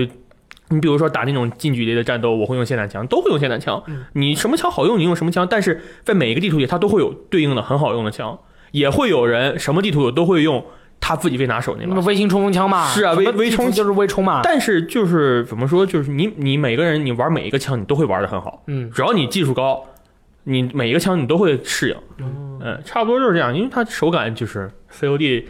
Speaker 5: 你比如说打那种近距离的战斗，我会用霰弹枪，都会用霰弹枪。你什么枪好用，你用什么枪。但是在每个地图里，它都会有对应的很好用的枪，也会有人什么地图有都会用他自己最拿手那
Speaker 2: 那
Speaker 5: 把
Speaker 2: 么。微型冲锋枪嘛，
Speaker 5: 是啊微
Speaker 2: 什么
Speaker 5: 微冲
Speaker 2: 就是微冲嘛。
Speaker 5: 但是就是怎么说，就是你你每个人你玩每一个枪，你都会玩的很好。
Speaker 2: 嗯，
Speaker 5: 只要你技术高，你每一个枪你都会适应。嗯，差不多就是这样，因为它手感就是 COD，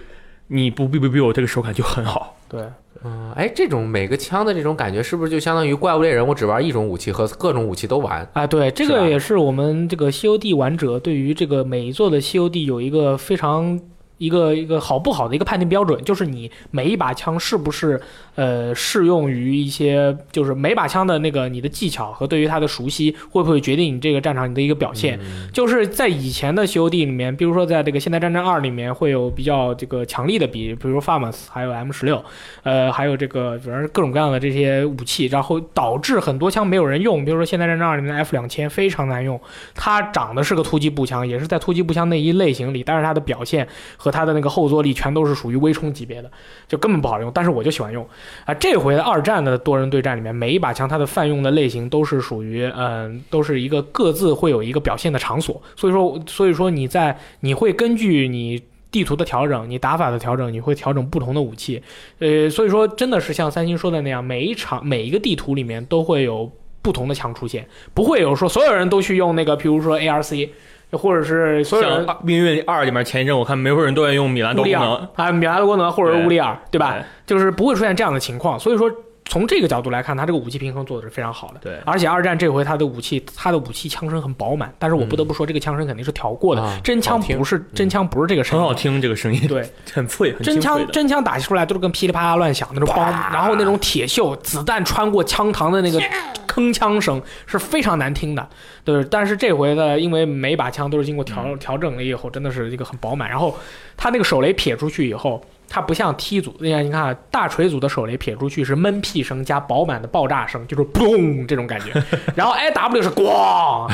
Speaker 5: 你不哔哔哔，我这个手感就很好。
Speaker 2: 对，
Speaker 3: 嗯，哎，这种每个枪的这种感觉，是不是就相当于怪物猎人？我只玩一种武器和各种武器都玩，
Speaker 2: 啊，对，这
Speaker 3: 是吧
Speaker 2: 个也是我们这个 COD 玩者对于这个每一座的 COD 有一个非常。一个一个好不好的一个判定标准，就是你每一把枪是不是呃适用于一些，就是每把枪的那个你的技巧和对于它的熟悉，会不会决定你这个战场你的一个表现？
Speaker 3: 嗯
Speaker 2: 就是在以前的 COD 里面，比如说在这个《现代战争二》里面，会有比较这个强力的比，比如说 FAMAS，还有 M 十六，呃，还有这个反正各种各样的这些武器，然后导致很多枪没有人用。比如说《现代战争二》里面的 F 两千非常难用，它长得是个突击步枪，也是在突击步枪那一类型里，但是它的表现和它的那个后坐力全都是属于微冲级别的，就根本不好用。但是我就喜欢用啊、这回的二战的多人对战里面，每一把枪它的泛用的类型都是属于嗯、都是一个各自会有一个表现的场所，所以说所以说你在你会根据你。地图的调整，你打法的调整，你会调整不同的武器。呃，所以说真的是像三星说的那样，每一场每一个地图里面都会有不同的枪出现，不会有说所有人都去用那个，譬如说 ARC，或者是所有
Speaker 5: 像
Speaker 2: 人
Speaker 5: 《命运二》里面前一阵我看没有人都在用米兰
Speaker 2: 乌
Speaker 5: 多
Speaker 2: 利
Speaker 5: 功
Speaker 2: 尔
Speaker 5: 能，
Speaker 2: 啊，米拉德功能或者是
Speaker 5: 对
Speaker 2: 乌利尔，对吧
Speaker 5: 对？
Speaker 2: 就是不会出现这样的情况。所以说，从这个角度来看，它这个武器平衡做的是非常好的。
Speaker 5: 对
Speaker 2: 而且二战这回它的武器，它的武器枪声很饱满，但是我不
Speaker 5: 嗯
Speaker 2: 得不说，这个枪声肯定是调过
Speaker 3: 啊
Speaker 2: 的，真枪
Speaker 3: 好听
Speaker 2: 不是真枪不是这个声
Speaker 5: 很
Speaker 2: 音
Speaker 5: 好。听这个声音，
Speaker 2: 对，
Speaker 5: 很脆，很
Speaker 2: 真
Speaker 5: 清脆
Speaker 2: 枪
Speaker 5: 的
Speaker 2: 真枪打出来都是跟噼里啪啦乱响那种梆，然后那种铁锈子弹穿过枪膛的那 个铿锵声是非常难听的。对，但是这回的因为每把枪都是经过调
Speaker 5: 嗯
Speaker 2: 调整了以后，真的是一个很饱满。然后它那个手雷撇出去以后，它不像 T 组那样，你看啊大锤组的手雷撇出去是闷屁声加饱满的爆炸声，就是嘣这种感 觉。然后 I W 是咣，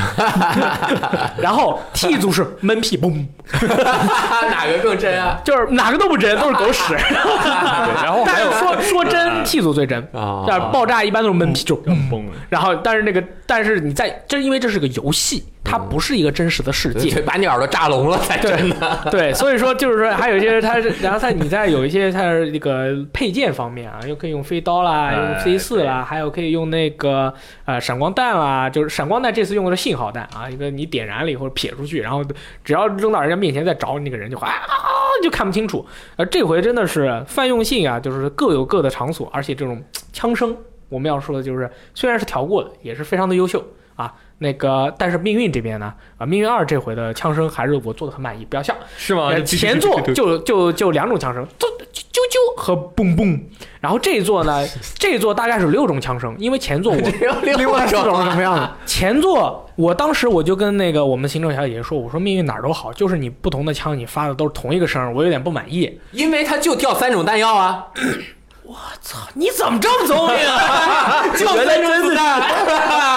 Speaker 2: 然后 T 组是闷屁嘣，
Speaker 3: 哪个更真啊？
Speaker 2: 就是哪个都不真，都是狗屎。
Speaker 5: 对然后
Speaker 2: 但
Speaker 5: 还有
Speaker 2: 是说说 真，T 组最真，
Speaker 3: 啊
Speaker 2: 但是爆炸一般都是闷
Speaker 5: 嗯
Speaker 2: 屁就。
Speaker 5: 要崩了，
Speaker 2: 然后，但是那个，但是你在这，因为这是个游戏，它
Speaker 5: 嗯
Speaker 2: 不是一个真实的世界，
Speaker 3: 对，把你耳朵炸聋了才真的。
Speaker 2: 对，所以说就是说，还有一些它是，然后在你在有一些它是那个配件方面啊，又可以用飞刀啦，
Speaker 5: 哎
Speaker 2: 用 C 四啦，还有可以用那个呃闪光弹啦，就是闪光弹这次用的是信号弹啊，一个你点燃了以后撇出去，然后只要扔到人家面前再找你那个人就哗啊就看不清楚。而这回真的是泛用性啊，就是各有各的场所，而且这种枪声，我们要说的就是虽然是调过的，也是非常的优秀。啊。那个，但是命运这边呢，啊，命运二这回的枪声还是我做的很满意，不要笑。
Speaker 5: 是吗
Speaker 2: 呃，？前作就就就两种枪声，啾啾啾和嘣嘣。然后这一座呢，这一座大概是六种枪声，因为前作我
Speaker 4: 另
Speaker 3: 另
Speaker 4: 外
Speaker 3: 外啊
Speaker 4: 四种是什么样的？
Speaker 2: 前作我当时我就跟那个我们行政小姐姐说，我说命运哪儿都好，就是你不同的枪你发的都是同一个声儿，我有点不满意。
Speaker 3: 因为他就掉三种弹药啊，
Speaker 2: 你怎么这么聪明啊？
Speaker 3: 就三种子弹。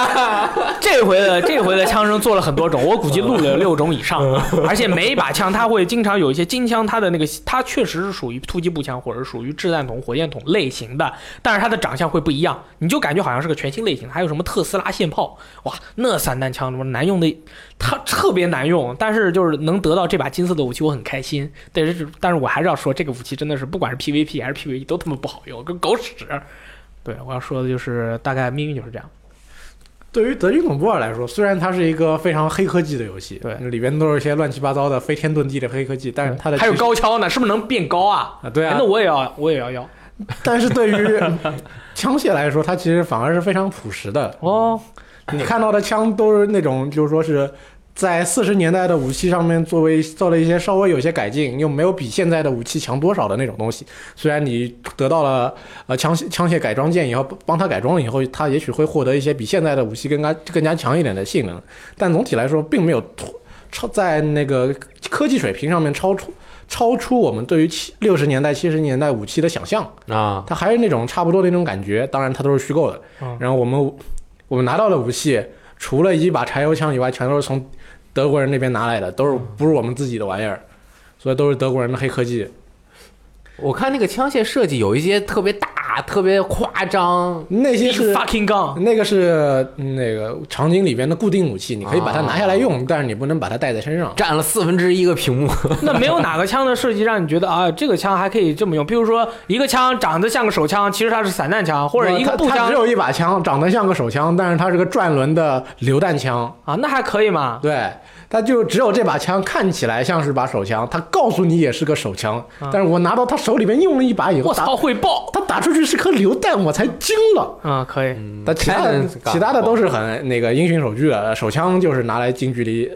Speaker 2: 这回的这回的枪声做了很多种，我估计录了六种以上，而且每一把枪它会经常有一些金枪，它的那个它确实是属于突击步枪或者属于掷弹筒、火箭筒类型的，但是它的长相会不一样，你就感觉好像是个全新类型。还有什么特斯拉线炮，哇，那散弹枪什么难用的，它特别难用，但是就是能得到这把金色的武器，我很开心。但是但是我还是要说，这个武器真的是不管是 PVP 还是 PVE 都他妈不好用，跟狗屎。对，我要说的就是大概命运就是这样。
Speaker 4: 对于德军总部二来说，虽然它是一个非常黑科技的游戏，
Speaker 2: 对
Speaker 4: 里边都是一些乱七八糟的飞天遁地的黑科技，但是它的
Speaker 2: 还有
Speaker 4: 剧
Speaker 2: 高跷呢，是不是能变高啊？
Speaker 4: 啊，对
Speaker 2: 哎
Speaker 4: 啊
Speaker 2: 那，我也要，我也要要
Speaker 4: 但是对于枪械来说，它其实反而是非常朴实的。
Speaker 2: 哦。
Speaker 4: 你看到的枪都是那种，就是说是在四十年代的武器上面作为做了一些稍微有些改进，又没有比现在的武器强多少的那种东西。虽然你得到了呃枪械枪械改装件以后，帮它改装了以后，它也许会获得一些比现在的武器更加更加强一点的性能，但总体来说并没有突超在那个科技水平上面超出超出我们对于七六十年代七十年代武器的想象。
Speaker 3: 啊，
Speaker 4: 它还是那种差不多的那种感觉，当然它都是虚构的。
Speaker 2: 嗯
Speaker 4: 然后我们我们拿到的武器，除了一把柴油枪以外，全都是从德国人那边拿来的，都是不是我们自己的玩意儿，所以都是德国人的黑科技。
Speaker 3: 我看那个枪械设计有一些特别大、特别夸张，
Speaker 4: 那些
Speaker 2: Big
Speaker 4: 是
Speaker 2: fucking gun，
Speaker 4: 那个是那个场景里边的固定武器，你可以把它拿下来用，但是你不能把它带在身上。
Speaker 3: 占了四分之一个屏幕。
Speaker 2: 那没有哪个枪的设计让你觉得啊，这个枪还可以这么用。比如说，一个枪长得像个手枪，其实它是散弹枪，或者一个
Speaker 4: 它
Speaker 2: 步
Speaker 4: 它
Speaker 2: 枪
Speaker 4: 只有一把枪，长得像个手枪，但是它是个转轮的榴弹枪。
Speaker 2: 啊，那还可以嘛。
Speaker 4: 对，它就只有这把枪看起来像是把手枪，它告诉你也是个手枪，
Speaker 2: 啊
Speaker 4: 但是我拿到他手里面用了一把以后，
Speaker 2: 我
Speaker 4: 打
Speaker 2: 操，会爆
Speaker 4: 他打出去是颗榴弹，我才惊了。
Speaker 2: 啊，可以。
Speaker 4: 但其他的
Speaker 3: Cannons 搞
Speaker 4: 其他的都是很那个英雄手具的，手枪就是拿来近距离，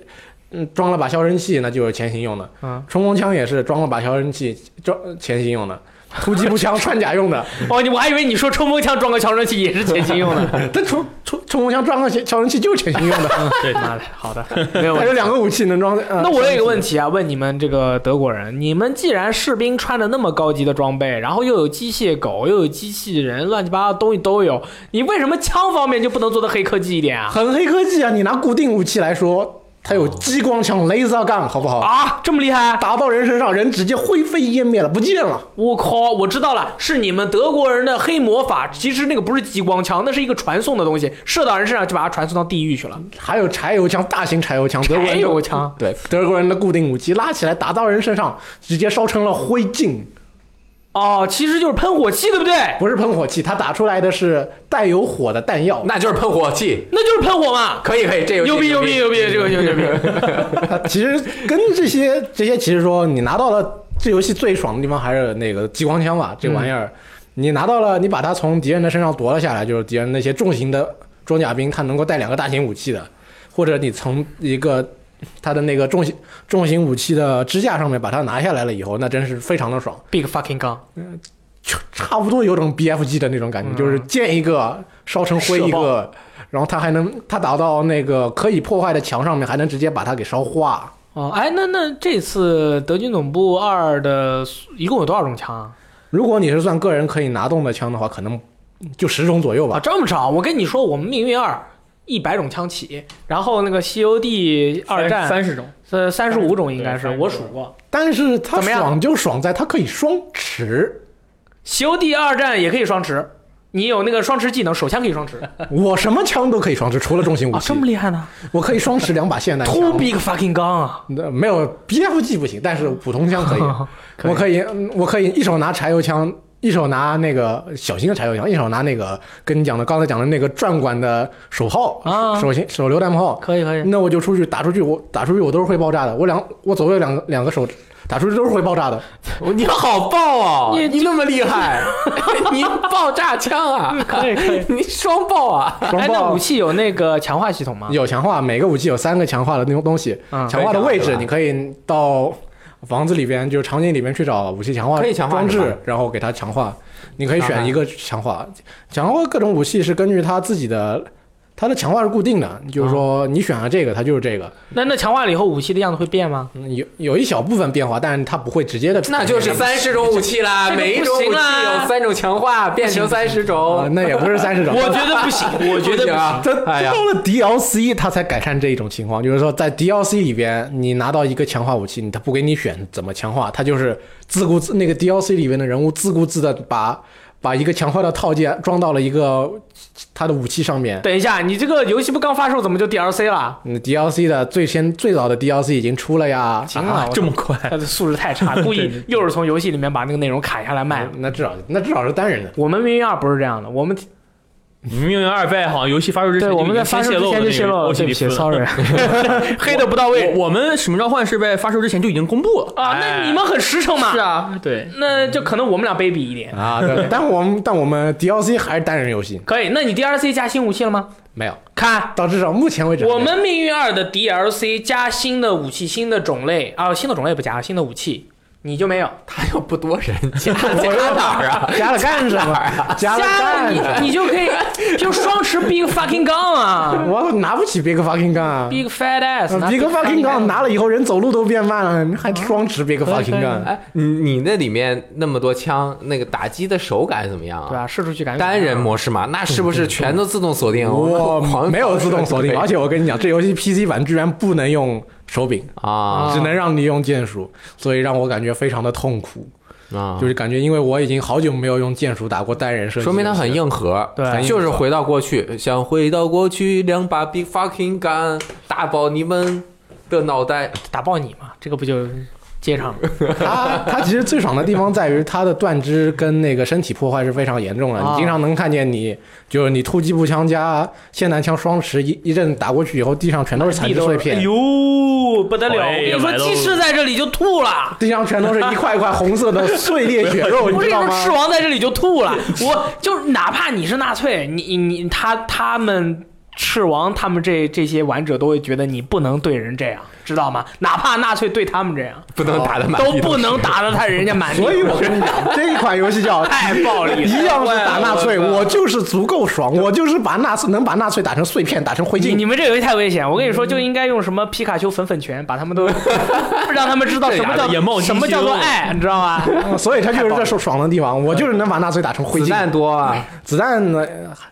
Speaker 4: 嗯，装了把消声器，那就是前行用的。
Speaker 2: 嗯，
Speaker 4: 冲锋枪也是装了把消声器，装前行用的。突击步枪穿甲用 的，
Speaker 2: 哦，你我还以为你说冲锋枪装个消声器也是前期用的。
Speaker 4: 但冲冲冲锋枪装个消声器就是前行用的，
Speaker 5: 对
Speaker 2: 妈的，好的，没有
Speaker 4: 它
Speaker 2: 问
Speaker 4: 有
Speaker 2: 题。
Speaker 4: 两个武器能装。呃
Speaker 2: 那我有一个问
Speaker 4: 题，
Speaker 2: 题啊，问你们这个德国人，你们既然士兵穿着那么高级的装备，然后又有机械狗，又有机器人，乱七八糟的东西都有，你为什么枪方面就不能做的黑科技一点啊？
Speaker 4: 很黑科技啊！你拿固定武器来说，它有激光枪 laser gun，好不好？
Speaker 2: 啊，这么厉害！
Speaker 4: 打到人身上，人直接灰飞烟灭了，不见了。
Speaker 2: 我靠，我知道了，是你们德国人的黑魔法。其实那个不是激光枪，那是一个传送的东西，射到人身上就把他传送到地狱去了。
Speaker 4: 还有柴油枪，大型柴油枪，德国
Speaker 2: 还
Speaker 4: 人
Speaker 2: 有
Speaker 4: 有
Speaker 2: 枪，
Speaker 4: 对德国人的固定武器，拉起来打到人身上，直接烧成了灰烬。
Speaker 2: 哦，其实就是喷火器，对不对？
Speaker 4: 不是喷火器，它打出来的是带有火的弹药，
Speaker 3: 那就是喷火器。
Speaker 2: 那就是喷火嘛。
Speaker 3: 可以可以，这游戏
Speaker 2: 牛逼牛逼
Speaker 3: 逼
Speaker 2: 牛逼，这个游戏牛逼！
Speaker 4: 呃其实跟这些这些，其实说你拿到了这游戏最爽的地方还是那个激光枪吧，这玩意儿，你拿到了，你把它从敌人的身上夺了下来，就是敌人那些重型的装甲兵，它能够带两个大型武器的，或者你从一个它的那个重型重型武器的支架上面把它拿下来了以后，那真是非常的爽，
Speaker 2: Big fucking gun，
Speaker 4: 就差不多有种 BFG 的那种感觉，就是见一个烧成灰一
Speaker 2: 射
Speaker 4: 个。然后它还能，它打到那个可以破坏的墙上面，还能直接把它给烧化。
Speaker 2: 哦，哎，那那这次德军总部二的一共有多少种枪啊？
Speaker 4: 如果你是算个人可以拿动的枪的话，可能就十种左右
Speaker 2: 啊，
Speaker 4: 吧。
Speaker 2: 这么少！我跟你说，我们命运二一百种枪起，然后那个西游记二战
Speaker 5: 三十种，
Speaker 2: 呃三十五种应该是
Speaker 5: 对
Speaker 2: 我
Speaker 5: 35
Speaker 2: 数过，
Speaker 4: 但是它
Speaker 2: 怎么样
Speaker 4: 爽就爽在它可以双持，
Speaker 2: 西游记二战也可以双持，你有那个双持技能，手枪可以双持啊，
Speaker 4: 我什么枪都可以双持，除了重型武器
Speaker 2: 这，么厉害呢
Speaker 4: 我可以双持两把霰弹
Speaker 2: ？Too
Speaker 4: 枪。
Speaker 2: big fucking gun 啊！
Speaker 4: 那没有 BFG 不行，但是普通枪可以。
Speaker 2: 可以
Speaker 4: 我可以，嗯我可以一手拿柴油枪，一手拿那个小型的柴油枪，一手拿那个跟你讲的刚才讲的那个转管的手炮
Speaker 2: 啊
Speaker 4: 手型手榴弹炮。
Speaker 2: 可以可以，
Speaker 4: 那我就出去打出去，我打出去我都是会爆炸的。我两我左右两个两个手打出去都是会爆炸的。
Speaker 3: 你好爆啊！
Speaker 2: 你
Speaker 3: 你那么厉害， 你爆炸枪啊！
Speaker 2: 可以可以。
Speaker 3: 你双爆啊！
Speaker 4: 双
Speaker 2: 哎，
Speaker 4: 爆
Speaker 2: 那武器有那个强化系统吗？
Speaker 4: 有强化，每个武器有三个强化的那种东西。
Speaker 2: 嗯
Speaker 4: 强化的位
Speaker 3: 可以
Speaker 4: 置，
Speaker 3: 强化
Speaker 4: 你可以到房子里边，就是场景里边去找武器强化
Speaker 3: 可以强化
Speaker 4: 装
Speaker 3: 是
Speaker 4: 置
Speaker 3: 吧，嗯
Speaker 4: 然后给它强化。你可以
Speaker 3: 强
Speaker 4: 选
Speaker 3: 化
Speaker 4: 一个强化，强化各种武器是根据它自己的，它的强化是固定的，就是说
Speaker 3: 嗯
Speaker 4: 你选了这个，它就是这个。
Speaker 2: 那那强化了以后，武器的样子会变吗？
Speaker 4: 嗯有有一小部分变化，但是它不会直接的。
Speaker 3: 那就是三十种武器啦，
Speaker 2: 这个不
Speaker 3: 每一种武器
Speaker 2: 行啦
Speaker 3: 有三种强化，变成三十
Speaker 4: 啊，
Speaker 3: 种。
Speaker 4: 那也不是三十种。
Speaker 2: 我觉得不行，我觉得
Speaker 3: 不行啊
Speaker 4: 这
Speaker 3: 哎呀
Speaker 4: 到了 DLC，它才改善这一种情况，就是说在 DLC 里边，你拿到一个强化武器，你它不给你选怎么强化，它就是自顾自那个 DLC 里边的人物自顾自的把把一个强化的套件装到了一个他的武器上面。
Speaker 2: 等一下，你这个游戏不刚发售，怎么就 DLC 了？
Speaker 4: 嗯，DLC 的最先最早的 DLC 已经出了呀，
Speaker 2: 行了，我
Speaker 5: 这么快，
Speaker 2: 他的素质太 差，故意又是从游戏里面把那个内容砍下来卖了。
Speaker 4: 那至少那至少是单人的。
Speaker 2: 我们命运二不是这样的，我们
Speaker 5: 命运二在好像游戏发售之前
Speaker 2: 对
Speaker 5: 就已
Speaker 2: 我
Speaker 5: 经
Speaker 2: 们在发售之前就泄
Speaker 5: 泄
Speaker 2: 露
Speaker 5: 露
Speaker 2: 了，
Speaker 5: 了
Speaker 2: 对不
Speaker 5: 那个欧西
Speaker 2: 起
Speaker 5: 里斯了。
Speaker 2: ，sorry，黑的不到位
Speaker 5: 我我们《使命召唤》是在发售之前就已经公布了
Speaker 2: 啊。那你们很实诚嘛
Speaker 5: 哎是？啊，对，
Speaker 2: 那就可能我们俩卑鄙一点。
Speaker 4: 啊，对，但我们但我们 DLC 还是单人游戏，
Speaker 2: 可以，那你 DLC 加新武器了吗？
Speaker 4: 没有，
Speaker 2: 看，
Speaker 4: 到至少目前为止还没有，
Speaker 2: 我们命运二的 DLC 加新的武器、新的种类啊，新的种类不加，新的武器你就没有。
Speaker 3: 他又不多人，加加哪儿 啊？
Speaker 4: 加了干什么？加了
Speaker 2: 加
Speaker 4: 干什
Speaker 2: 了
Speaker 4: 么？
Speaker 2: 你，你就 可以就双持 big fucking gun 啊
Speaker 4: 我拿不起 Big Fucking Gun 啊。
Speaker 2: ，big fat ass，拿
Speaker 4: 比个 fucking gun 拿了以后，人走路都变慢了，
Speaker 3: 嗯
Speaker 4: 你还双持别个
Speaker 2: 可以
Speaker 4: fucking
Speaker 2: 可以
Speaker 4: gun，
Speaker 3: 哎，你你那里面那么多枪，那个打击的手感怎么样
Speaker 2: 对
Speaker 3: 啊？
Speaker 2: 吧？射出去感觉
Speaker 3: 单人模式嘛，那是不是全都自动锁定？
Speaker 4: 我
Speaker 3: 狂
Speaker 4: 没有自动锁定，而且我跟你讲，这游戏 PC 版居然不能用手柄，
Speaker 3: 啊
Speaker 4: 只能让你用键鼠，所以让我感觉非常的痛苦，
Speaker 3: 啊
Speaker 4: 就，是感觉因为我已经好久没有用键鼠打过单人射击，
Speaker 3: 说明它 很。啊硬核，
Speaker 2: 对很硬核
Speaker 3: 就是回到过去，想回到过去，两把 big fucking gun 打爆你们的脑 袋。
Speaker 2: 打爆你嘛，这个不就接上了？
Speaker 4: 它它其实最爽的地方在于它的断肢跟那个身体破坏是非常严重的，
Speaker 2: 啊
Speaker 4: 你经常能看见你就是你突击步枪加霰弹枪双持一一阵打过去以后，地上全都是残
Speaker 2: 地
Speaker 4: 肢
Speaker 2: 都
Speaker 4: 碎
Speaker 2: 是
Speaker 4: 片
Speaker 2: 哎。呦，不得了！
Speaker 5: 哎
Speaker 2: 我跟
Speaker 5: 呀
Speaker 2: 你说，
Speaker 5: 来喽
Speaker 2: 鸡翅在这里就吐了。
Speaker 4: 地上全都是一块一块红色的碎裂血肉，你
Speaker 2: 我跟
Speaker 4: 知
Speaker 2: 你
Speaker 4: 道
Speaker 2: 说，
Speaker 4: 吗
Speaker 2: 赤？王在这里就吐 了。我就是哪怕你是纳粹，你你他他们赤王他们这这些玩者都会觉得你不能对人这样，知道吗？哪怕纳粹对他们这 样，
Speaker 3: 不能打得满
Speaker 2: 都
Speaker 3: 地
Speaker 2: 不
Speaker 3: 是
Speaker 2: 能打得他人家满地。
Speaker 4: 所以我跟你讲，这一款游戏叫
Speaker 2: 太哎暴力了，
Speaker 4: 一样是打纳粹，
Speaker 3: 我
Speaker 4: 我就是足够爽，我就是把纳粹能把纳粹打成碎片，打成灰
Speaker 2: 你
Speaker 4: 烬。
Speaker 2: 你们这游戏太危险，我跟你说，就应该用什么皮卡丘粉粉拳，把他们都让他们知道什么
Speaker 5: 这俩眼冒
Speaker 2: 叫
Speaker 5: 金
Speaker 2: 什么叫做
Speaker 5: 星
Speaker 2: 哎爱，你知道吗？
Speaker 4: 所以它就是这爽的地方，我就是能把纳粹打成灰
Speaker 3: 子
Speaker 4: 烬。
Speaker 3: 弹多啊，
Speaker 4: 子弹呢，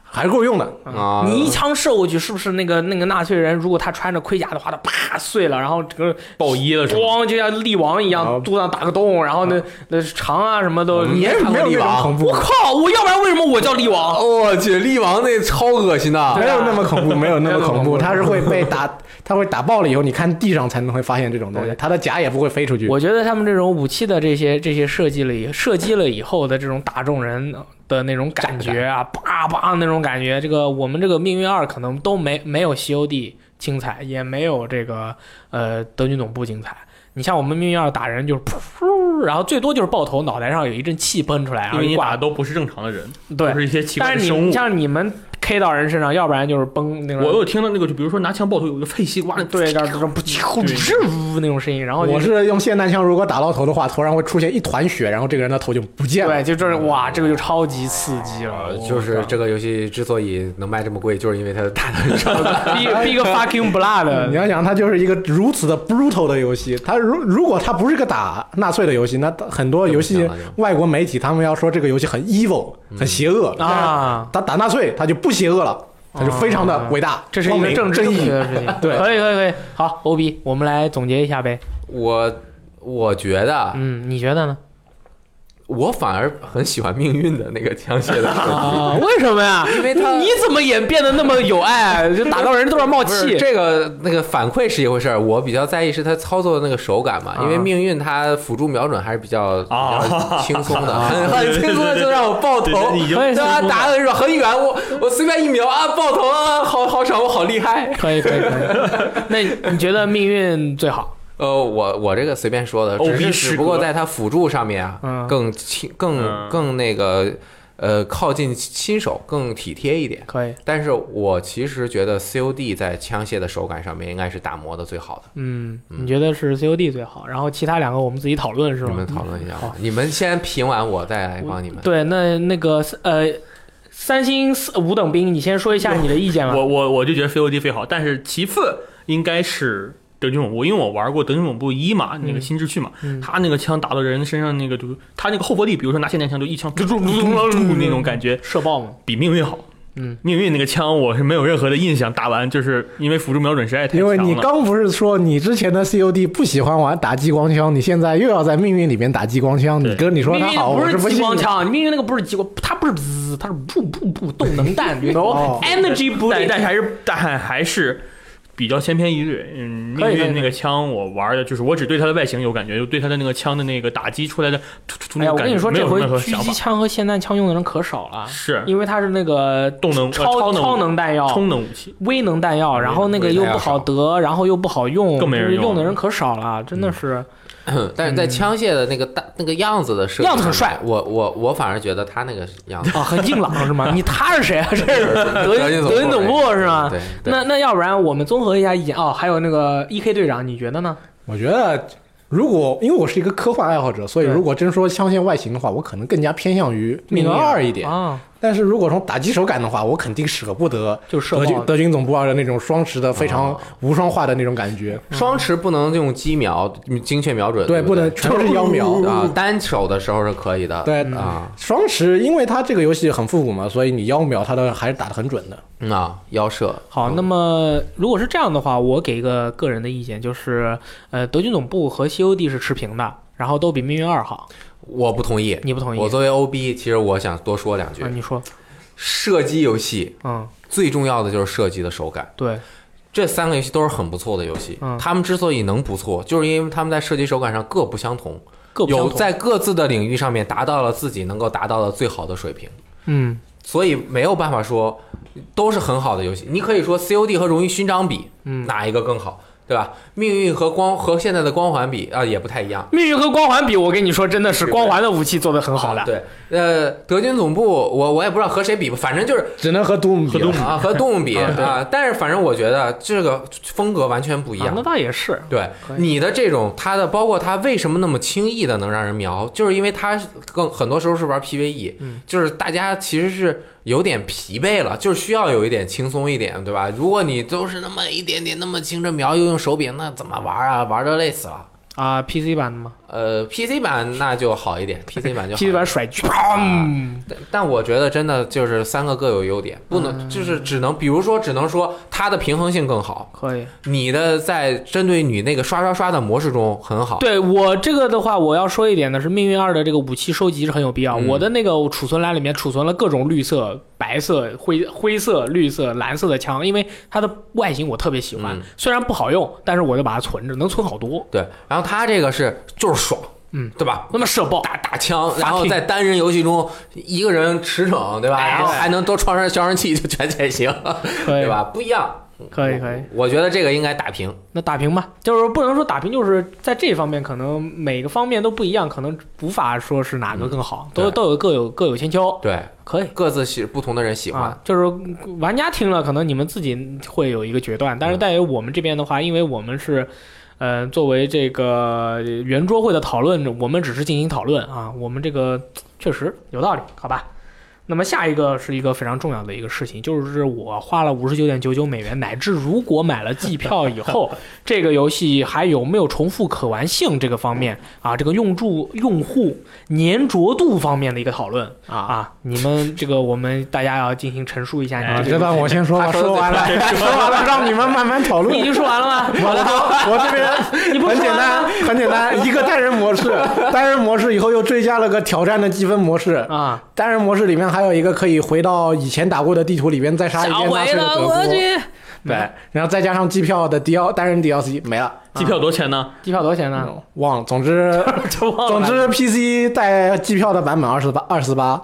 Speaker 4: 还是够用的。
Speaker 3: 啊，
Speaker 2: 嗯你一 枪射过去，是不是那个那个纳粹人？如果他穿着盔甲的话，他啪碎了，然后整个
Speaker 5: 爆衣了是吧？
Speaker 2: 咣就像力王一
Speaker 4: 啊
Speaker 2: 样，肚上打个洞，然后那那肠啊什么都。
Speaker 3: 嗯
Speaker 4: 你也没有那种恐怖
Speaker 2: 我，靠！我要不然为什么我叫力王？
Speaker 3: 我去，哦力王那超恶心的，
Speaker 4: 没有那么恐怖，没有那
Speaker 2: 没有那
Speaker 4: 么恐怖，
Speaker 2: 么恐怖
Speaker 4: 它是会被打，它会打爆了以后，你看地上才能会发现这种东西，它的甲也不会飞出去。
Speaker 2: 我觉得他们这种武器的这些这些设计了以射击了以后的这种打中人的那种感觉啊， 叭叭那种感觉，这个我们这个命运二可能都没没有 COD 精彩，也没有这个呃德军总部精彩。你像我们命运二打人就是噗，然后最多就是爆头，脑袋上有一阵气喷出来，然
Speaker 5: 因
Speaker 2: 后
Speaker 5: 为你
Speaker 2: 一
Speaker 5: 打
Speaker 2: 挂
Speaker 5: 的都不是正常的人，
Speaker 2: 对
Speaker 5: 都。是一些奇怪
Speaker 2: 但
Speaker 5: 的
Speaker 2: 是
Speaker 5: 生
Speaker 2: 你
Speaker 5: 物。
Speaker 2: 像你们 K 到人身上，要不然就是崩那种，
Speaker 5: 我有听到那个，就比如说拿枪爆头，有一个废西瓜，
Speaker 2: 对，这种不呼那种声音，然后就
Speaker 4: 我是用霰弹枪，如果打到头的话，头上会出现一团血，然后这个人的头就不见了。
Speaker 2: 对，就这
Speaker 5: 嗯
Speaker 2: 哇，啊这个就超级刺激了
Speaker 3: 呃，就是这个游戏之所以能卖这么贵，就是因为它打的超
Speaker 2: big big fucking blood，
Speaker 4: 呃你要想，它就是一个如此的 brutal 的游戏。它如如果它不是个打纳粹的游戏，那很多游
Speaker 3: 就不
Speaker 4: 戏
Speaker 3: 行了
Speaker 4: 外国媒体他们要说这个游戏很 evil，很邪恶
Speaker 2: 嗯啊哦
Speaker 4: 但是它打纳粹，它就不邪恶了，它就非常的伟大，
Speaker 2: 这是一
Speaker 4: 光
Speaker 2: 个
Speaker 4: 明
Speaker 2: 政治
Speaker 4: 正
Speaker 2: 正确
Speaker 4: 义。
Speaker 2: 的事情。
Speaker 4: 对
Speaker 2: 可以可以可以，好，欧比，我们来总结一下呗。
Speaker 3: 我我觉得
Speaker 2: 嗯，你觉得呢？
Speaker 3: 我反而很喜欢命运的那个枪械的设计。
Speaker 2: 啊，为什么呀？
Speaker 3: 因为他
Speaker 2: 你怎么演变得那么有爱，就打到人都要冒
Speaker 3: 不是
Speaker 2: 气。
Speaker 3: 这个那个反馈是一回事儿，我比较在意是它操作的那个手感嘛，
Speaker 2: 啊
Speaker 3: 因为命运它辅助瞄准还是比较比
Speaker 5: 啊
Speaker 3: 较轻松 的，
Speaker 5: 啊
Speaker 3: 很很轻松的就让我爆头
Speaker 5: 对对对已，经
Speaker 3: 对吧？
Speaker 5: 轻松了
Speaker 3: 打的是很远，我我随便一瞄啊，爆头啊，好好爽，我好厉 害。
Speaker 2: 可以可以可 以。那你觉得命运最好？
Speaker 3: 呃，我我这个随便说的，
Speaker 5: 哦
Speaker 3: 只是
Speaker 5: 比
Speaker 3: 只
Speaker 5: 十
Speaker 3: 不过
Speaker 5: 格
Speaker 3: 在它辅助上面啊
Speaker 2: 嗯，
Speaker 3: 更轻更
Speaker 5: 嗯
Speaker 3: 更那个呃靠近新手，更体贴一点。
Speaker 2: 可以，
Speaker 3: 但是我其实觉得 COD 在枪械的手感上面应该是打磨的最好的。
Speaker 2: 嗯，你觉得是 COD 最好，然后其他两个我们自己讨论是
Speaker 3: 你
Speaker 2: 吗？
Speaker 3: 们讨论一下吧
Speaker 2: 好，
Speaker 3: 你们先评完，我再来帮你们。
Speaker 2: 对，那那个呃，三星四五等兵，你先说一下你的意见吧。
Speaker 5: 我我我就觉得 COD 最好，但是其次应该是德军总部，因为我玩过德军总部一嘛，那个新秩序嘛，
Speaker 2: 嗯
Speaker 5: 他那个枪打到人身上那个就是他那个后坐力，比如说拿霰弹枪就一枪嘟嘟嘟嘟嘟嘟那种感觉，
Speaker 2: 射爆嘛，
Speaker 5: 比命运好。
Speaker 2: 嗯，
Speaker 5: 命运那个枪我是没有任何的印象，打完就是因为辅助瞄准实在太
Speaker 4: 因
Speaker 5: 强了。
Speaker 4: 为你刚不是说你之前的 COD 不喜欢玩打激光枪，你现在又要在命运里面打激光枪，
Speaker 5: 对
Speaker 4: 你跟你说
Speaker 2: 命
Speaker 4: 它
Speaker 2: 运
Speaker 4: 好，
Speaker 2: 不
Speaker 4: 我是
Speaker 2: 激
Speaker 4: 信
Speaker 2: 光
Speaker 4: 的。
Speaker 2: 枪，命运那个不是激光，它不是滋，它是不不不动能弹，you know
Speaker 4: 哦
Speaker 2: energy 不
Speaker 5: 但
Speaker 2: u
Speaker 5: 但还是但还是比较千篇一律。嗯，
Speaker 2: 可以
Speaker 5: 命
Speaker 2: 可以
Speaker 5: 运那个枪我玩的就是我只对它的外形有感觉，就对它的那个枪的那个打击出来的突突
Speaker 2: 哎
Speaker 5: 突那
Speaker 2: 呀，
Speaker 5: 个
Speaker 2: 我
Speaker 5: 感
Speaker 2: 跟
Speaker 5: 觉
Speaker 2: 你说，
Speaker 5: 没
Speaker 2: 这
Speaker 5: 有
Speaker 2: 回
Speaker 5: 任何
Speaker 2: 狙
Speaker 5: 想
Speaker 2: 击
Speaker 5: 法。
Speaker 2: 枪和霰弹枪用的人可少了，
Speaker 5: 是
Speaker 2: 因为它是那个
Speaker 5: 动能呃
Speaker 2: 超
Speaker 5: 超能
Speaker 2: 能弹药、
Speaker 5: 充能武器。
Speaker 2: 微能弹药，然后那个
Speaker 3: 微
Speaker 2: 又
Speaker 3: 能弹
Speaker 2: 不
Speaker 3: 药
Speaker 2: 好
Speaker 3: 少
Speaker 2: 得，然后又不好用，
Speaker 5: 更没人
Speaker 2: 就是用
Speaker 5: 用
Speaker 2: 的
Speaker 5: 了
Speaker 2: 人可少了，真的是。
Speaker 3: 但是在枪械的那个大那个样子的设计，
Speaker 2: 样子很帅。，
Speaker 3: 我我我反而觉得他那个样子
Speaker 2: 啊，很硬朗是吗？你他是谁啊？这是德
Speaker 3: 德
Speaker 2: 云
Speaker 3: 军
Speaker 2: 德云总部是吗？
Speaker 3: 对，对
Speaker 2: 那那要不然我们综合一下意见哦，还有那个 E K 队长，你觉得呢？
Speaker 4: 我觉得，如果因为我是一个科幻爱好者，所以
Speaker 2: 对
Speaker 4: 如果真说枪械外形的话，我可能更加偏向于命运二一点。
Speaker 2: 啊，
Speaker 4: 但是如果从打击手感的话，我肯定舍不得
Speaker 2: 就射
Speaker 4: 德军
Speaker 2: 爆
Speaker 4: 德军总部二的那种双持的非常
Speaker 3: 哦
Speaker 4: 无双化的那种感觉。
Speaker 3: 双持不能用机瞄精确瞄准，对，
Speaker 4: 不能全是幺秒。
Speaker 3: 啊，单手的时候是可以的。
Speaker 4: 对
Speaker 3: 啊，
Speaker 4: 双持，因为它这个游戏很复古嘛，所以你幺秒它的还是打得很准的。
Speaker 3: 嗯啊，腰射
Speaker 2: 好，那么如果是这样的话，我给一个个人的意见，就是呃，德军总部和 C O D 是持平的，然后都比命运二好，
Speaker 3: 我不同意。
Speaker 2: 你不同意？
Speaker 3: 我作为 OB，其实我想多说两句
Speaker 2: 啊，。你说，
Speaker 3: 射击游戏
Speaker 2: 嗯，
Speaker 3: 最重要的就是射击的手感。
Speaker 2: 对，
Speaker 3: 这三个游戏都是很不错的游戏，
Speaker 2: 嗯
Speaker 3: 他们之所以能不错，就是因为他们在射击手感上各不相同，
Speaker 2: 各不相
Speaker 3: 有
Speaker 2: 同，
Speaker 3: 在各自的领域上面达到了自己能够达到的最好的水平，
Speaker 2: 嗯
Speaker 3: 所以没有办法说都是很好的游戏。你可以说 COD 和荣誉勋章比，
Speaker 2: 嗯，
Speaker 3: 哪一个更好，对吧？命运和光和现在的光环比啊、也不太一样。
Speaker 2: 命运和光环比，我跟你说，真的是光环的武器做的很好的，
Speaker 3: 对，呃，德军总部，我我也不知道和谁比吧，反正就是
Speaker 4: 只能和 Doom 比
Speaker 5: 和 Doom
Speaker 4: 了。
Speaker 3: 啊，和动物比
Speaker 2: 啊对
Speaker 3: 啊，但是反正我觉得这个风格完全不一
Speaker 2: 啊
Speaker 3: 样
Speaker 2: 那。倒也是，
Speaker 3: 对
Speaker 2: 可以
Speaker 3: 你的这种，它的包括它为什么那么轻易的能让人瞄，就是因为它更很多时候是玩 PVE，、
Speaker 2: 嗯
Speaker 3: 就是大家其实是有点疲惫了，就是需要有一点轻松一点，对吧？如果你都是那么一点点那么轻着瞄，又用手柄，那怎么玩啊？玩的累死了。
Speaker 2: 啊，PC 版的吗
Speaker 3: 呃，PC 版那就好一点，PC 版就好一
Speaker 2: ？PC
Speaker 3: 点
Speaker 2: 版甩狙，砰！
Speaker 5: 嗯
Speaker 3: 但但我觉得真的就是三个各有优点，不能、
Speaker 5: 嗯
Speaker 3: 就是只能，比如说只能说它的平衡性更好，
Speaker 2: 可以，
Speaker 3: 你的在针对你那个刷刷刷的模式中很好。
Speaker 2: 对我这个的话，我要说一点的是，《命运二》的这个武器收集是很有必要。
Speaker 3: 嗯
Speaker 2: 我的那个储存栏里面储存了各种绿色、白色、灰灰色、绿色、蓝色的枪，因为它的外形我特别喜欢，
Speaker 3: 嗯
Speaker 2: 虽然不好用，但是我就把它存着，能存好 多。
Speaker 3: 对，然后它这个是就是爽，
Speaker 2: 嗯，
Speaker 3: 对吧？
Speaker 2: 那么射
Speaker 5: 哦
Speaker 2: 爆，
Speaker 3: 打打枪，然后在单人游戏中一个人驰骋，对吧？
Speaker 2: 哎
Speaker 3: 然后还能多创上消声器，就全才行，
Speaker 2: 可以
Speaker 3: 对？吧？嗯不一样，
Speaker 2: 可以可
Speaker 5: 哦
Speaker 2: 以，
Speaker 3: 我觉得这个应该打平。
Speaker 2: 那打平吧，就是不能说打平，就是在这方面可能每个方面都不一样，可能无法说是哪个更好，都
Speaker 3: 嗯对
Speaker 2: 都有各有各有千秋，
Speaker 3: 对，
Speaker 2: 可以。
Speaker 3: 各自喜不同的人喜欢，
Speaker 2: 啊，就是玩家听了，可能你们自己会有一个决断，但是
Speaker 3: 嗯
Speaker 2: 在于我们这边的话，因为我们是。呃，作为这个圆桌会的讨论，我们只是进行讨论啊，我们这个确实有道理，好吧？那么下一个是一个非常重要的一个事情，就是我花了五十九点九九美元，乃至如果买了季票以后，这个游戏还有没有重复可玩性这个方面啊，这个用住用户粘着度方面的一个讨论啊啊，你们这个我们大家要进行陈述一下，
Speaker 5: 哎
Speaker 2: 你
Speaker 4: 啊，
Speaker 2: 们这个
Speaker 4: 这段我先说吧，
Speaker 3: 他说的
Speaker 4: 说完了， 说完了，让你们慢慢讨论
Speaker 2: 你已。经说完了吗？好的，好，
Speaker 4: 我这 边
Speaker 2: 你不
Speaker 4: 很简单，很简单，一个单人模式，单人模式以后又追加了个挑战的积分模式，
Speaker 2: 啊，
Speaker 4: 单人模式里面还有一个可以回到以前打过的地图里边再杀一
Speaker 2: 下
Speaker 4: 遍纳
Speaker 2: 回
Speaker 4: 粹的
Speaker 2: 了，
Speaker 4: 德
Speaker 2: 我
Speaker 4: 国，
Speaker 2: 去，
Speaker 4: 对，然后再加上机票的 D L 单人 D L C 没了，
Speaker 5: 机票多少钱呢？
Speaker 2: 机票多少钱
Speaker 5: 哦
Speaker 2: 呢？
Speaker 4: 忘了，总之
Speaker 2: 就忘了
Speaker 4: 总之 P C 带机票的版本二十八二十八，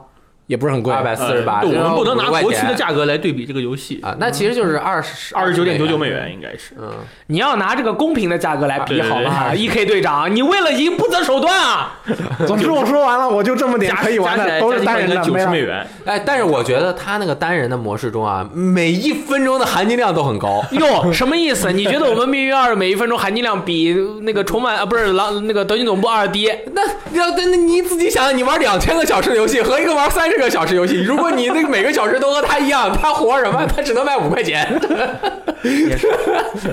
Speaker 4: 也不是很贵，
Speaker 3: 二
Speaker 2: 啊
Speaker 3: 百四十八，
Speaker 5: 对我呃们不能
Speaker 3: 50
Speaker 5: 拿
Speaker 3: 块
Speaker 5: 国区的
Speaker 3: 钱
Speaker 5: 价格来对比这个游戏，
Speaker 3: 啊，那其实就是二十
Speaker 5: 二十九点九九美元，应该是。
Speaker 3: 嗯，
Speaker 2: 你要拿这个公平的价格来比，
Speaker 5: 对对
Speaker 2: 好
Speaker 5: 对
Speaker 2: 吧？E K 队长，你为了赢不择手段啊！
Speaker 4: 总之我说完了，我就这么点
Speaker 5: 加
Speaker 4: 可以玩
Speaker 5: 加起
Speaker 4: 的，
Speaker 5: 来
Speaker 4: 都是单人的，
Speaker 5: 九
Speaker 4: 没
Speaker 5: 十
Speaker 4: 了
Speaker 5: 美。元，
Speaker 3: 哎，但是我觉得他那个单人的模式中啊，每一分钟的含金量都很高。
Speaker 2: 哟，什么意思？你觉得我们命运二每一分钟含金量比那个重返啊不是狼那个德军总部二低？
Speaker 3: 那要那那你自己想想，你玩两千个小时的游戏和一个玩三十个小时游戏，如果你那个每个小时都和他一样，他活什么？他只能卖五块钱。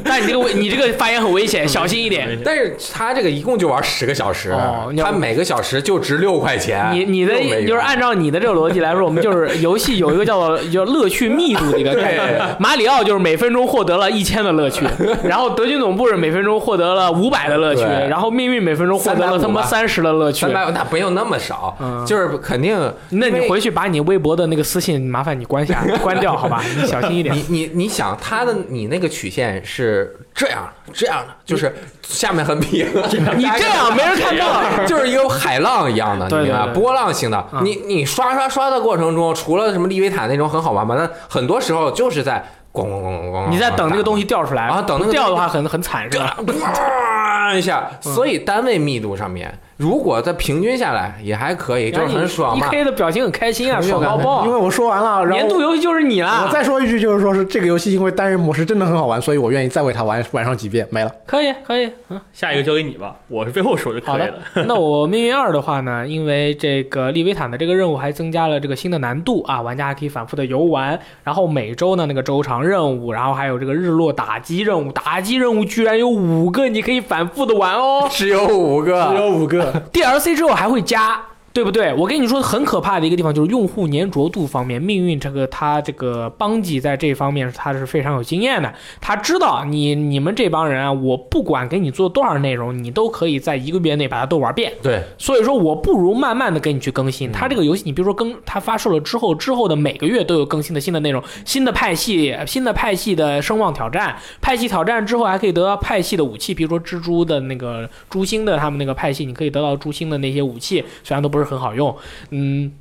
Speaker 2: 但你这个危你这个发言很危险，小心一点。
Speaker 3: 但是他这个一共就玩十个小时，
Speaker 2: 哦你要
Speaker 3: 他每个小时就值六块钱。
Speaker 2: 你你的
Speaker 3: 6美元
Speaker 2: 就是按照你的这个逻辑来说，我们就是游戏有一个叫做叫乐趣密度的一个概 念。马里奥就是每分钟获得了一千的乐趣，然后德军总部是每分钟获得了五百的乐趣，
Speaker 3: 对
Speaker 2: 然后命运每分钟获得了他妈
Speaker 3: 350
Speaker 2: 三十的乐趣
Speaker 3: 三。百那没有那么少，
Speaker 2: 嗯
Speaker 3: 就是肯定。
Speaker 2: 那
Speaker 3: 因
Speaker 2: 你
Speaker 3: 为
Speaker 2: 回去把你微博的那个私信麻烦你关下，关掉好吧？你小心一点。
Speaker 3: 你你你想他的你那个曲线是这样这样的，就是下面很平，
Speaker 2: 你这样没人看到。
Speaker 3: 就是一个海浪一样的，
Speaker 2: 对
Speaker 3: 你明白
Speaker 2: 对
Speaker 3: 吗
Speaker 2: 对
Speaker 3: 波浪型的。
Speaker 2: 嗯
Speaker 3: 你你刷刷刷的过程中，除了什么利维坦那种很好玩嘛，那很多时候就是在咣咣咣咣咣，
Speaker 2: 你在等那个东
Speaker 3: 西。
Speaker 2: 西掉出来
Speaker 3: 啊等那个
Speaker 2: 掉的话很很惨是吧？
Speaker 3: 咣一下，
Speaker 2: 嗯
Speaker 3: 所以单位密度上面，如果再平均下来也还可以，就是很爽
Speaker 2: 一
Speaker 3: 嘛。
Speaker 2: K 的表情很开心啊，爽到
Speaker 4: 因为
Speaker 2: 爆！
Speaker 4: 我说完了，然
Speaker 2: 年
Speaker 4: 后
Speaker 2: 度游戏就是你
Speaker 4: 我
Speaker 5: 啊
Speaker 2: 啦，
Speaker 4: 再说一句，就是说是这个游戏因为单人模式真的很好玩，所以我愿意再为它玩玩上几遍，没了。
Speaker 2: 可以可以，嗯，
Speaker 5: 下一个交给你吧，我是最后说就可
Speaker 2: 好
Speaker 5: 以
Speaker 2: 的
Speaker 5: 了。，
Speaker 2: 那我命运二的话呢，因为这个利维坦的这个任务还增加了这个新的难度啊，玩家还可以反复的游玩，然后每周呢那个周长任务，然后还有这个日落打击任务，打击任务居然有五个，你可以反复的玩哦。
Speaker 3: 只有五
Speaker 4: 只
Speaker 3: 个，
Speaker 4: 有五个，
Speaker 2: DLC 之后还会加，对不对？我跟你说，很可怕的一个地方就是用户粘着度方面，命运这个他这个邦吉在这方面他是非常有经验的，他知道你你们这帮人啊，我不管给你做多少内容，你都可以在一个月内把它都玩遍。
Speaker 3: 对，
Speaker 2: 所以说我不如慢慢的给你去更新。它这个游戏，你比如说更它发售了之后，之后的每个月都有更新的新的内容，新的派系，新的派系的声望挑战，派系挑战之后还可以得到派系的武器，比如说蜘蛛的那个诛星的他们那个派系，你可以得到诛星的那些武器，虽然都不是很好用，嗯。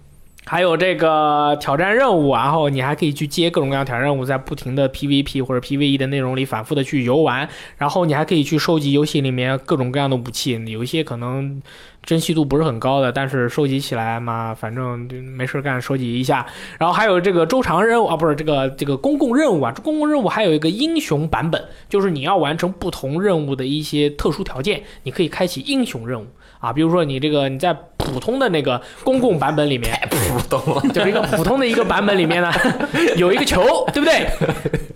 Speaker 2: 还有这个挑战任务，然后你还可以去接各种各样挑战任务，在不停的 PVP 或者 PVE 的内容里反复的去游玩，然后你还可以去收集游戏里面各种各样的武器，有一些可能珍惜度不是很高的，但是收集起来嘛，反正就没事干收集一下。然后还有这个周长任务啊，不是这个这个公共任务啊，这公共任务还有一个英雄版本，就是你要完成不同任务的一些特殊条件，你可以开启英雄任务啊，比如说你这个你在普通的那个公共版本里面，
Speaker 3: 不懂了。
Speaker 2: 就是一个普通的一个版本里面呢，有一个球，对不对？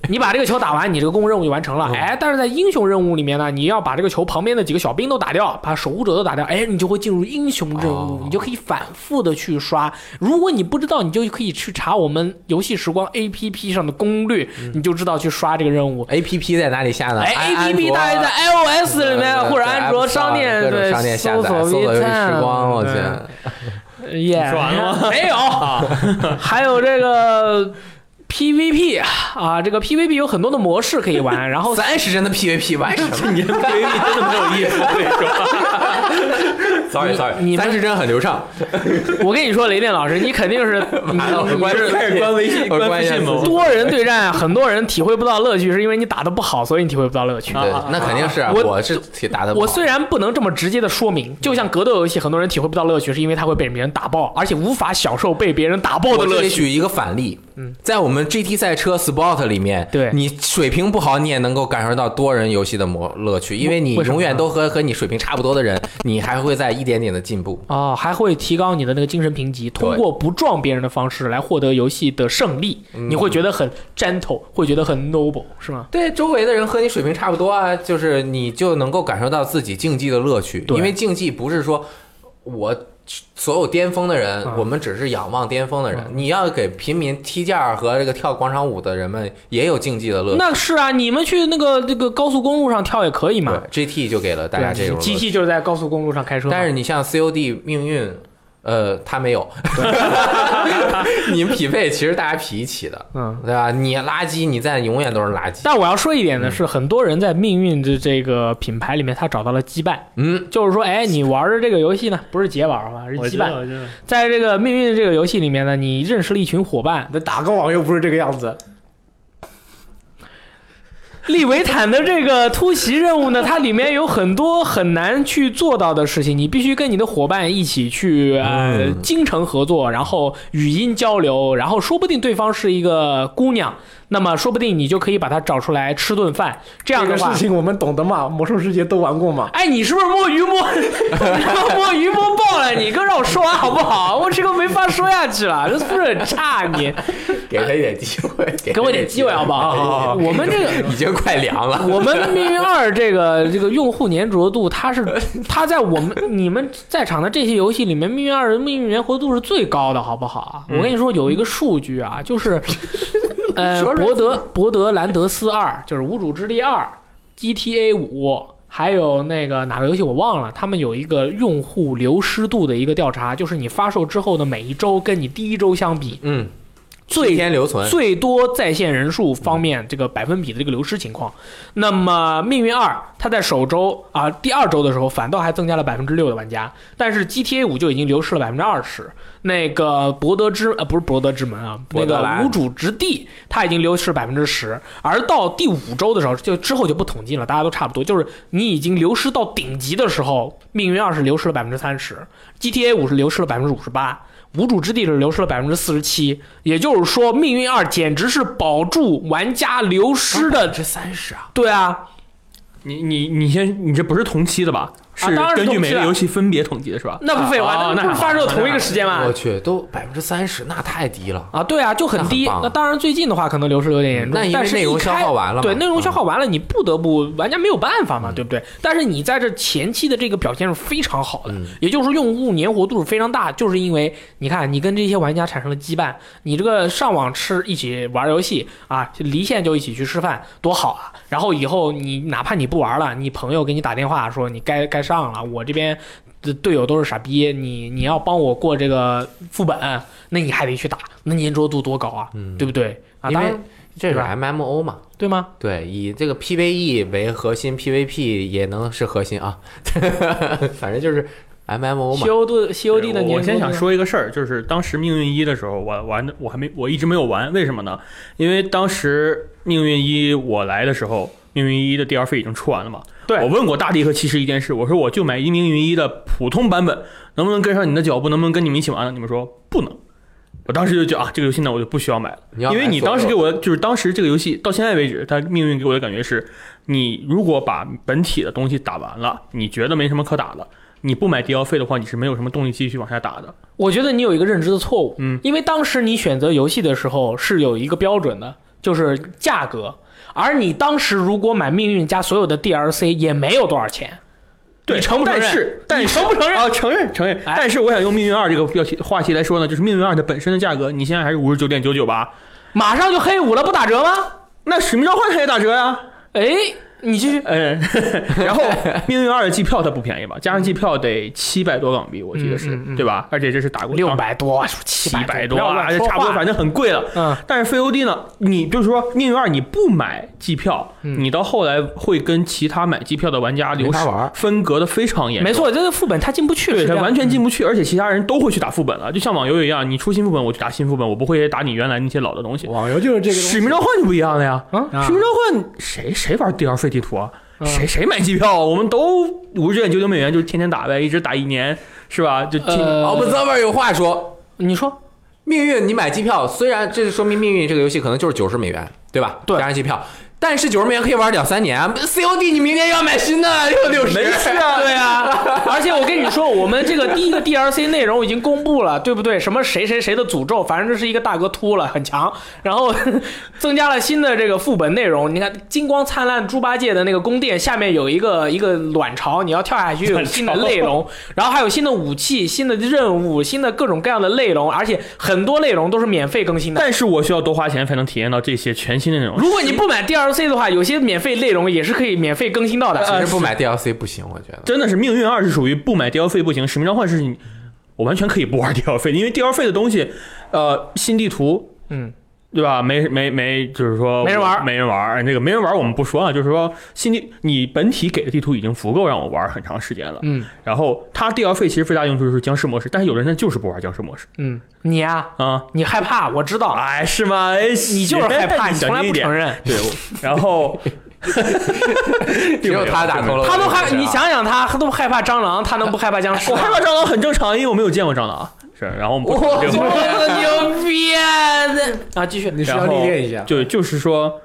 Speaker 2: 你把这个球打完，你这个公共任务就完成
Speaker 3: 嗯
Speaker 2: 了。哎，但是在英雄任务里面呢，你要把这个球旁边的几个小兵都打掉，把守护者都打掉，哎，你就会进入英雄任务
Speaker 3: 哦，
Speaker 2: 你就可以反复的去刷。如果你不知道，你就可以去查我们游戏时光 APP 上的攻略，你就知道去刷这个任务。
Speaker 3: A P P 在哪里下呢？
Speaker 2: 哎
Speaker 3: 嗯安
Speaker 2: ，A P P 大约在 iOS 里面
Speaker 3: 呃
Speaker 2: 或者安卓商店
Speaker 3: 各种
Speaker 2: 对
Speaker 3: 商店下载，搜
Speaker 2: 索
Speaker 3: 索游戏
Speaker 2: B
Speaker 3: 时
Speaker 2: 站，
Speaker 3: 光，我去，
Speaker 2: 耶，
Speaker 5: 说完了 吗
Speaker 2: 没有，还有这个 PVP 啊，这个 PVP 有很多的模式可以玩，然后
Speaker 3: 三十帧的 P V P 玩什 么
Speaker 5: 真的没有意思，我跟你说，
Speaker 3: ？Sorry Sorry，
Speaker 2: 你们
Speaker 3: 三十帧很流畅，
Speaker 2: 我跟你说，雷电老师，你肯定是你
Speaker 3: 完了，我
Speaker 2: 你
Speaker 3: 关
Speaker 2: 是
Speaker 3: 注
Speaker 5: 开始关微信
Speaker 3: 我
Speaker 5: 关
Speaker 3: 关
Speaker 5: 微
Speaker 3: 一下
Speaker 5: 信
Speaker 3: 自己
Speaker 5: 吗
Speaker 2: 多人对战，很多人体会不到乐趣，是因为你打的不好，所以你体会不到乐趣。
Speaker 5: 啊
Speaker 3: 对，那肯定是
Speaker 2: 我
Speaker 3: 我是挺打的不好。
Speaker 2: 我虽然不能这么直接的说明，就像格斗游戏，很多人体会不到乐趣，是因为他会被别人打爆，而且无法享受被别人打爆的
Speaker 3: 我这
Speaker 2: 乐
Speaker 3: 里
Speaker 2: 趣。嗯
Speaker 3: 举一个反例，在我们 GT 赛车 Sport 里面，
Speaker 2: 对
Speaker 3: 你水平不好，你也能够感受到多人游戏的魔乐趣，因为你
Speaker 2: 为什么
Speaker 3: 永远
Speaker 2: 呢
Speaker 3: 都和和你水平差不多的人，你还会在一点点的进步。
Speaker 2: 哦，还会提高你的那个精神评级，通过不撞别人的方式来获得游戏的胜利，你会觉得很 gentle，会觉得很 noble，是吗？
Speaker 3: 对，周围的人和你水平差不多啊，就是你就能够感受到自己竞技的乐趣，
Speaker 2: 对
Speaker 3: 因为竞技不是说我。所有巅峰的人，
Speaker 2: 嗯
Speaker 3: 我们只是仰望巅峰的人。你要给平民踢毽儿和这个跳广场舞的人们也有竞技的乐趣。
Speaker 2: 那是啊，你们去那个这个高速公路上跳也可以嘛。
Speaker 3: 对，GT 就给了大
Speaker 2: 对啊
Speaker 3: 家这种乐趣。
Speaker 2: ，GT 就是在高速公路上开车嘛，
Speaker 3: 但是你像 COD 命运，呃，它 没有，你们匹配其实大家匹一起的，
Speaker 2: 嗯。
Speaker 3: 对吧？你垃圾，你在永远都是垃圾。
Speaker 2: 但我要说一
Speaker 3: 嗯
Speaker 2: 点的是，很多人在命运的这个品牌里面，他找到了羁绊，
Speaker 3: 嗯，
Speaker 2: 就是说，哎，你玩的这个游戏呢，不是解玩嘛，是
Speaker 5: 我
Speaker 2: 羁
Speaker 5: 知
Speaker 2: 绊。
Speaker 5: 道，我知道。
Speaker 2: 在这个命运这个游戏里面呢，你认识了一群伙伴。
Speaker 4: 那打个网又不是这个样子，
Speaker 2: 利维坦的这个突袭任务呢，它里面有很多很难去做到的事情，你必须跟你的伙伴一起去呃
Speaker 3: 嗯
Speaker 2: 精诚合作，然后语音交流，然后说不定对方是一个姑娘，那么说不定你就可以把她找出来吃顿饭。这样
Speaker 4: 这
Speaker 2: 的
Speaker 4: 个
Speaker 2: 话，
Speaker 4: 事情我们懂的嘛，魔兽世界都玩过嘛。
Speaker 2: 哎，你是不是摸鱼摸， 你他妈摸鱼摸爆了？你哥让我说完好不好？我这个没法说下去了，这素质很差你，
Speaker 3: 给哎他一点机会，
Speaker 2: 给我点机会好不
Speaker 4: 哦
Speaker 2: 好？我们这个。
Speaker 3: 已经快凉了。
Speaker 2: 我们命运二这个这个用户粘着度，它是它在我们你们在场的这些游戏里面，命运二的命运粘合度是最高的，好不好啊？我跟你说有一个数据啊，就是呃，博德博德兰德斯二，就是无主之地二，GTA 五。还有那个哪个游戏我忘了，他们有一个用户流失度的一个调查，就是你发售之后的每一周跟你第一周相比，
Speaker 3: 嗯，
Speaker 2: 最
Speaker 3: 天留存，
Speaker 2: 最多在线人数方面这个百分比的这个流失情况。那么《命运二》它在首周啊、第二周的时候，反倒还增加了百分之六的玩家，但是 GTA 五就已经流失了百分之二十。那个博德之呃不是博德之门啊，
Speaker 3: 博
Speaker 2: 那
Speaker 3: 德
Speaker 2: 个
Speaker 3: 莱
Speaker 2: 无主之地，它已经流失百分之十，而到第五周的时候，就之后就不统计了，大家都差不多，就是你已经流失到顶级的时候，命运二是流失了百分之三十，GTA 五是流失了百分之五十八。无主之地是流失了百分之四十七，也就是说，命运二简直是保住玩家流失的，
Speaker 3: 这三十啊，
Speaker 2: 对啊，
Speaker 5: 你你你先，你这不是同期的吧？
Speaker 2: 啊当然是
Speaker 5: 根据
Speaker 2: 同
Speaker 5: 每
Speaker 2: 期
Speaker 5: 个
Speaker 2: 的
Speaker 5: 游戏分别统计的是吧？
Speaker 2: 那不废话，
Speaker 5: 啊
Speaker 2: 那
Speaker 5: 那
Speaker 2: 不是
Speaker 5: 还好
Speaker 2: 发售同一个时间吗
Speaker 3: 我？去，都百分之三十，那太低了。
Speaker 2: 啊，对啊，就很低。
Speaker 3: 那很
Speaker 2: 那
Speaker 3: 棒
Speaker 2: 当然，最近的话可能流失有点严重，
Speaker 3: 那因
Speaker 2: 但
Speaker 3: 为
Speaker 2: 是
Speaker 3: 内容
Speaker 2: 一
Speaker 3: 消
Speaker 2: 开
Speaker 3: 耗完了嘛，
Speaker 2: 对，内容消
Speaker 3: 嗯
Speaker 2: 耗完了，你不得不玩家没有办法嘛，对不对？但是你在这前期的这个表现是非常好的，
Speaker 3: 嗯
Speaker 2: 也就是用户粘活度是非常大，就是因为你看你跟这些玩家产生了羁绊，你这个上网吃一起玩游戏啊，离线就一起去吃饭，多好啊！然后以后你哪怕你不玩了，你朋友给你打电话说你该该上了，我这边。的队友都是傻逼，你你要帮我过这个副本，那你还得去打，那粘着度多高啊，对不对？啊，
Speaker 3: 嗯因
Speaker 2: 当
Speaker 3: 为
Speaker 2: 然
Speaker 3: 这是
Speaker 2: 对吧
Speaker 3: MMO 嘛。
Speaker 2: 对吗？
Speaker 3: 对，以这个 PVE 为核心，PVP 也能是核心啊， 反正就是 MMO 嘛
Speaker 2: 西。欧度西欧
Speaker 5: 对
Speaker 2: 的
Speaker 5: 我
Speaker 2: 年
Speaker 5: 我先
Speaker 2: 度
Speaker 5: 想
Speaker 2: 呢，
Speaker 5: 说一个事儿，就是当时命运一的时候，我玩的我还没我一直没有玩，为什么呢？因为当时命运一我来的时候，命运一的 DLC 已经出完了嘛。
Speaker 2: 对
Speaker 5: 我问过大地和骑士一件事，我说我就买一命运一的普通版本，能不能跟上你的脚步，能不能跟你们一起玩呢？你们说不能。我当时就觉得啊，这个游戏呢，我就不需要买了，
Speaker 3: 要
Speaker 5: 因为
Speaker 3: 买
Speaker 5: 你
Speaker 3: 所
Speaker 5: 当时
Speaker 3: 有
Speaker 2: 呃
Speaker 5: 给我的就是当时这个游戏到现在为止，它命运给我的感觉是，你如果把本体的东西打完了，你觉得没什么可打的，你不买 DLC 的话，你是没有什么动力继续往下打的。
Speaker 2: 我觉得你有一个认知的错误，
Speaker 5: 嗯，
Speaker 2: 因为当时你选择游戏的时候是有一个标准的，就是价格。而你当时如果买命运加所有的 DLC 也没有多少钱，
Speaker 5: 对，
Speaker 2: 你承不承
Speaker 5: 但
Speaker 2: 认？
Speaker 5: 是，但
Speaker 2: 你
Speaker 5: 是
Speaker 2: 承不承认？
Speaker 5: 啊，承认承认。
Speaker 2: 哎
Speaker 5: 但是我想用《命运二》这个标题话题来说呢，就是《命运二》它本身的价格，你现在还是五十九点九九吧？
Speaker 2: 马上就黑五了，不打折吗？
Speaker 5: 那《使命召唤》它也打折呀、
Speaker 2: 哎，你继续。
Speaker 5: 嗯， 然后《命运二》的机票它不便宜吧？加上机票得七百多港币，我记得是、
Speaker 2: 嗯嗯嗯
Speaker 5: 对吧？而且这是打过
Speaker 2: 六百多，七
Speaker 5: 七百
Speaker 2: 多，
Speaker 5: 多啊，这差不多，反
Speaker 2: 正
Speaker 5: 正很贵了。
Speaker 2: 嗯，
Speaker 5: 但是 VOD 呢，你就是说《命运二》你不买机票，
Speaker 2: 嗯
Speaker 5: 你到后来会跟其他买机票的玩家流
Speaker 3: 没
Speaker 5: 失
Speaker 3: 法玩儿
Speaker 5: 分隔的非常严重。
Speaker 2: 没错，这个副本他进不去，
Speaker 5: 对，
Speaker 2: 是
Speaker 5: 他
Speaker 2: 这样
Speaker 5: 完全进不去，而且其他人都会去打副本了，就像网游一样，你出新副本，我去打新副本，我不会打你原来那些老的东西。
Speaker 4: 网游就是这个东西
Speaker 5: 使命召唤就不一样了呀，
Speaker 2: 嗯
Speaker 5: 使命召唤谁谁玩 DLC 地图啊？谁谁买机票啊？我们都五十九点九九美元，就天天打呗，一直打一年，是吧？就天
Speaker 2: 呃
Speaker 3: Observer 有话说，
Speaker 2: 你说
Speaker 3: 命运你买机票，虽然这是说明命运这个游戏可能就是九十美元，对吧？
Speaker 2: 对
Speaker 3: 加上机票，但是九十美元可以玩两三年啊。COD 你明年要买新的，又六十，
Speaker 5: 没事啊，
Speaker 2: 对啊，而且我跟你说，我们这个第一个 DLC 内容已经公布了，对不对？什么谁谁谁的诅咒，反正这是一个大哥秃了，很强。然后增加了新的这个副本内容，你看金光灿烂猪八戒的那个宫殿下面有一个一个卵巢，你要跳下去有新的内容，然后还有新的武器、新的任务、新的各种各样的内容，而且很多内容都是免费更新的。
Speaker 5: 但是我需要多花钱才能体验到这些全新的内容。
Speaker 2: 如果你不买 DLC 的话，有些免费内容也是可以免费更新到的。
Speaker 3: 其实不买 DLC 不行，我觉得。
Speaker 5: 真的是《命运二》是属于不买 DLC 不行，《使命召唤》是你我完全可以不玩 DLC，因为 DLC 的东西，呃，新地图，
Speaker 2: 嗯，
Speaker 5: 对吧？没没没，就是说
Speaker 2: 没人玩儿
Speaker 5: 没人玩儿。那个没人玩儿我们不说啊，就是说新地你本体给的地图已经足够让我玩儿很长时间了。
Speaker 2: 嗯
Speaker 5: 然后它 DLC 其实最大用处就是僵尸模式，但是有的人他就是不玩僵尸模式
Speaker 2: 嗯，你呀、
Speaker 5: 啊。
Speaker 2: 你害怕，我知道。
Speaker 5: 哎，是吗？哎，
Speaker 2: 你就是害怕，
Speaker 5: 你
Speaker 2: 你从来
Speaker 5: 小心一
Speaker 2: 不
Speaker 5: 点
Speaker 2: 承。认。
Speaker 5: 对，我然 后
Speaker 3: 只有他打头了。
Speaker 2: 他都害，
Speaker 3: 我觉得
Speaker 2: 你想想他，他都害怕蟑螂，他能不害怕 僵尸
Speaker 5: 我
Speaker 2: 吗？
Speaker 5: 害怕蟑螂很正常，因为我没有见过蟑螂。是，然后我们不
Speaker 3: 哇
Speaker 5: 这个
Speaker 2: 我牛逼啊！啊，继 续，
Speaker 4: 你是要
Speaker 5: 然后
Speaker 4: 历练一下，
Speaker 5: 就就是说，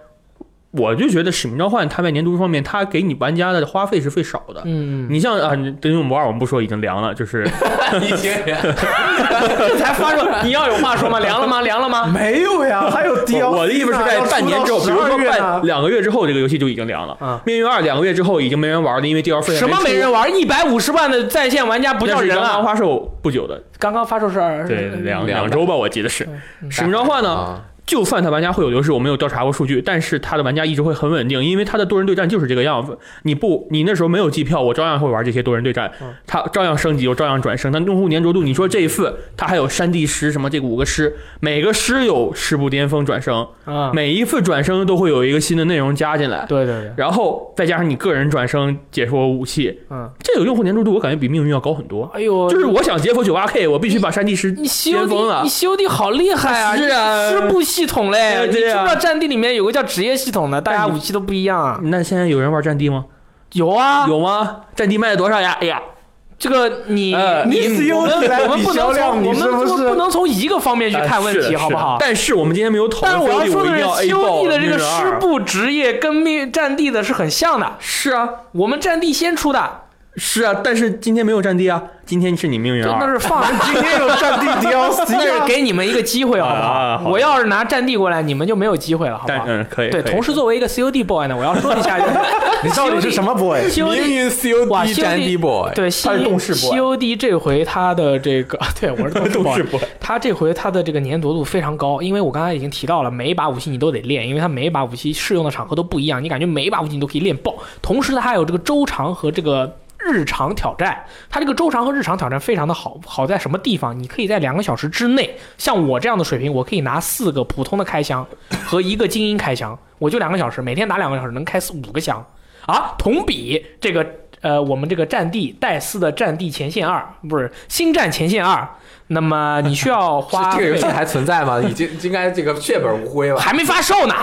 Speaker 5: 我就觉得《使命召唤》它在年度方面，它给你玩家的花费是最少的。
Speaker 2: 嗯，
Speaker 5: 你像啊，你等于我们玩，我们不说已经凉了，就是
Speaker 3: 一些人
Speaker 2: 这才发出，你要有话说吗？凉了吗？凉了吗？
Speaker 4: 没有呀，还有 DLC，啊
Speaker 5: 我我的意思是在半年之后，比如说半两个月之后，这个游戏就已经凉了。
Speaker 2: 嗯
Speaker 5: 命运二两个月之后已经没人玩了，因为 DLC
Speaker 2: 什么没人
Speaker 5: 玩？
Speaker 2: 玩？一百五十万的在线玩家不
Speaker 5: 不
Speaker 2: 叫
Speaker 5: 是
Speaker 2: 人
Speaker 5: 刚刚
Speaker 2: 啊！
Speaker 5: 发售不久的，
Speaker 2: 刚刚发售是二呃
Speaker 5: 对，
Speaker 3: 两
Speaker 5: 两两周吧，我记得是
Speaker 2: 嗯。
Speaker 5: 使命召唤呢，
Speaker 3: 啊
Speaker 5: 就算它玩家会有流失，我没有调查过数据，但是它的玩家一直会很稳定，因为它的多人对战就是这个样子。你不，你那时候没有机票，我照样会玩这些多人对战
Speaker 2: 嗯，
Speaker 5: 它照样升级，我照样转生。但用户粘着度，你说这一次它还有山地师什么这个五个师，每个师有十步巅峰转生，
Speaker 2: 啊，
Speaker 5: 每一次转生都会有一个新的内容加进来，
Speaker 2: 对对对，
Speaker 5: 然后再加上你个人转生解说武器，
Speaker 2: 嗯，
Speaker 5: 这个用户粘着度我感觉比命运要高很多。
Speaker 2: 哎呦，
Speaker 5: 就是我想解锁九八 K，我必须把山地师
Speaker 2: 你
Speaker 5: 巅峰
Speaker 2: COD，
Speaker 5: 了
Speaker 2: 你。COD 好厉害啊！
Speaker 5: 啊是啊
Speaker 2: 师部系统嘞，
Speaker 5: 哎
Speaker 2: 你知
Speaker 5: 对
Speaker 2: 不
Speaker 5: 啊
Speaker 2: 知
Speaker 5: 哎
Speaker 2: 道战地里面有个叫职业系统的，大家
Speaker 5: 但你
Speaker 2: 武器都不一样啊？
Speaker 5: 那现在有人玩战地吗？
Speaker 2: 有啊，
Speaker 5: 有吗？战地卖了多少呀？哎呀，
Speaker 2: 这个你
Speaker 5: 呃
Speaker 2: 你
Speaker 4: 你
Speaker 2: 我
Speaker 4: 自由
Speaker 2: 们
Speaker 4: 自在
Speaker 2: 我们
Speaker 4: 比
Speaker 2: 不
Speaker 4: 销
Speaker 2: 能
Speaker 4: 量
Speaker 2: 从
Speaker 4: 你
Speaker 2: 我们
Speaker 4: 是不
Speaker 2: 不
Speaker 4: 是
Speaker 2: 不能从一个方面去看问题，好不好？
Speaker 5: 但啊是我们今天没有讨
Speaker 2: 但
Speaker 5: 论，
Speaker 2: 是我要说的
Speaker 5: 所以
Speaker 2: 是
Speaker 5: 我一定要 A 爆
Speaker 2: ，COD 的这个
Speaker 5: 命运二
Speaker 2: 师部职业跟命战地的是很像的，
Speaker 5: 是啊
Speaker 2: 我们战地先出的，
Speaker 5: 是啊，但是今天没有战地啊，今天是你命运
Speaker 2: 就那
Speaker 5: 二。
Speaker 2: 是 放，
Speaker 4: 今天有战地
Speaker 2: 那
Speaker 4: DLC
Speaker 2: 是
Speaker 4: 啊
Speaker 2: 给你们一个机会，好不好？
Speaker 5: 啊好
Speaker 2: 我要是拿战地过来，你们就没有机会了，好不
Speaker 5: 但
Speaker 2: 好？
Speaker 5: 嗯，可以
Speaker 2: 对，
Speaker 5: 可以
Speaker 2: 同时作为一个 COD boy 呢，我要说一 下
Speaker 4: 你到底是什么 boy？
Speaker 3: 命
Speaker 2: COD。
Speaker 3: 运
Speaker 2: 哇
Speaker 3: COD 战地 boy，
Speaker 2: 对，
Speaker 5: 他哎是动视 boy
Speaker 2: COD 这回他的这个，对我是动视 boy
Speaker 5: 都是不
Speaker 2: 它这回它的这个粘着度非常高，因为我刚才已经提到了，每一把武器你都得练，因为它每一把武器适用的场合都不一样，你感觉每一把武器你都可以练爆。同时它还有这个周长和这个。日常挑战，它这个周长和日常挑战非常的好，好在什么地方？你可以在两个小时之内，像我这样的水平，我可以拿四个普通的开箱和一个精英开箱，我就两个小时，每天打两个小时能开四五个箱啊。同比这个呃，我们这个战地戴斯的战地前线二不是星战前线二，那么你需要花
Speaker 3: 是这个游戏
Speaker 2: 费
Speaker 3: 还存在吗？已经应该这个血本无归吧？
Speaker 2: 还没发售呢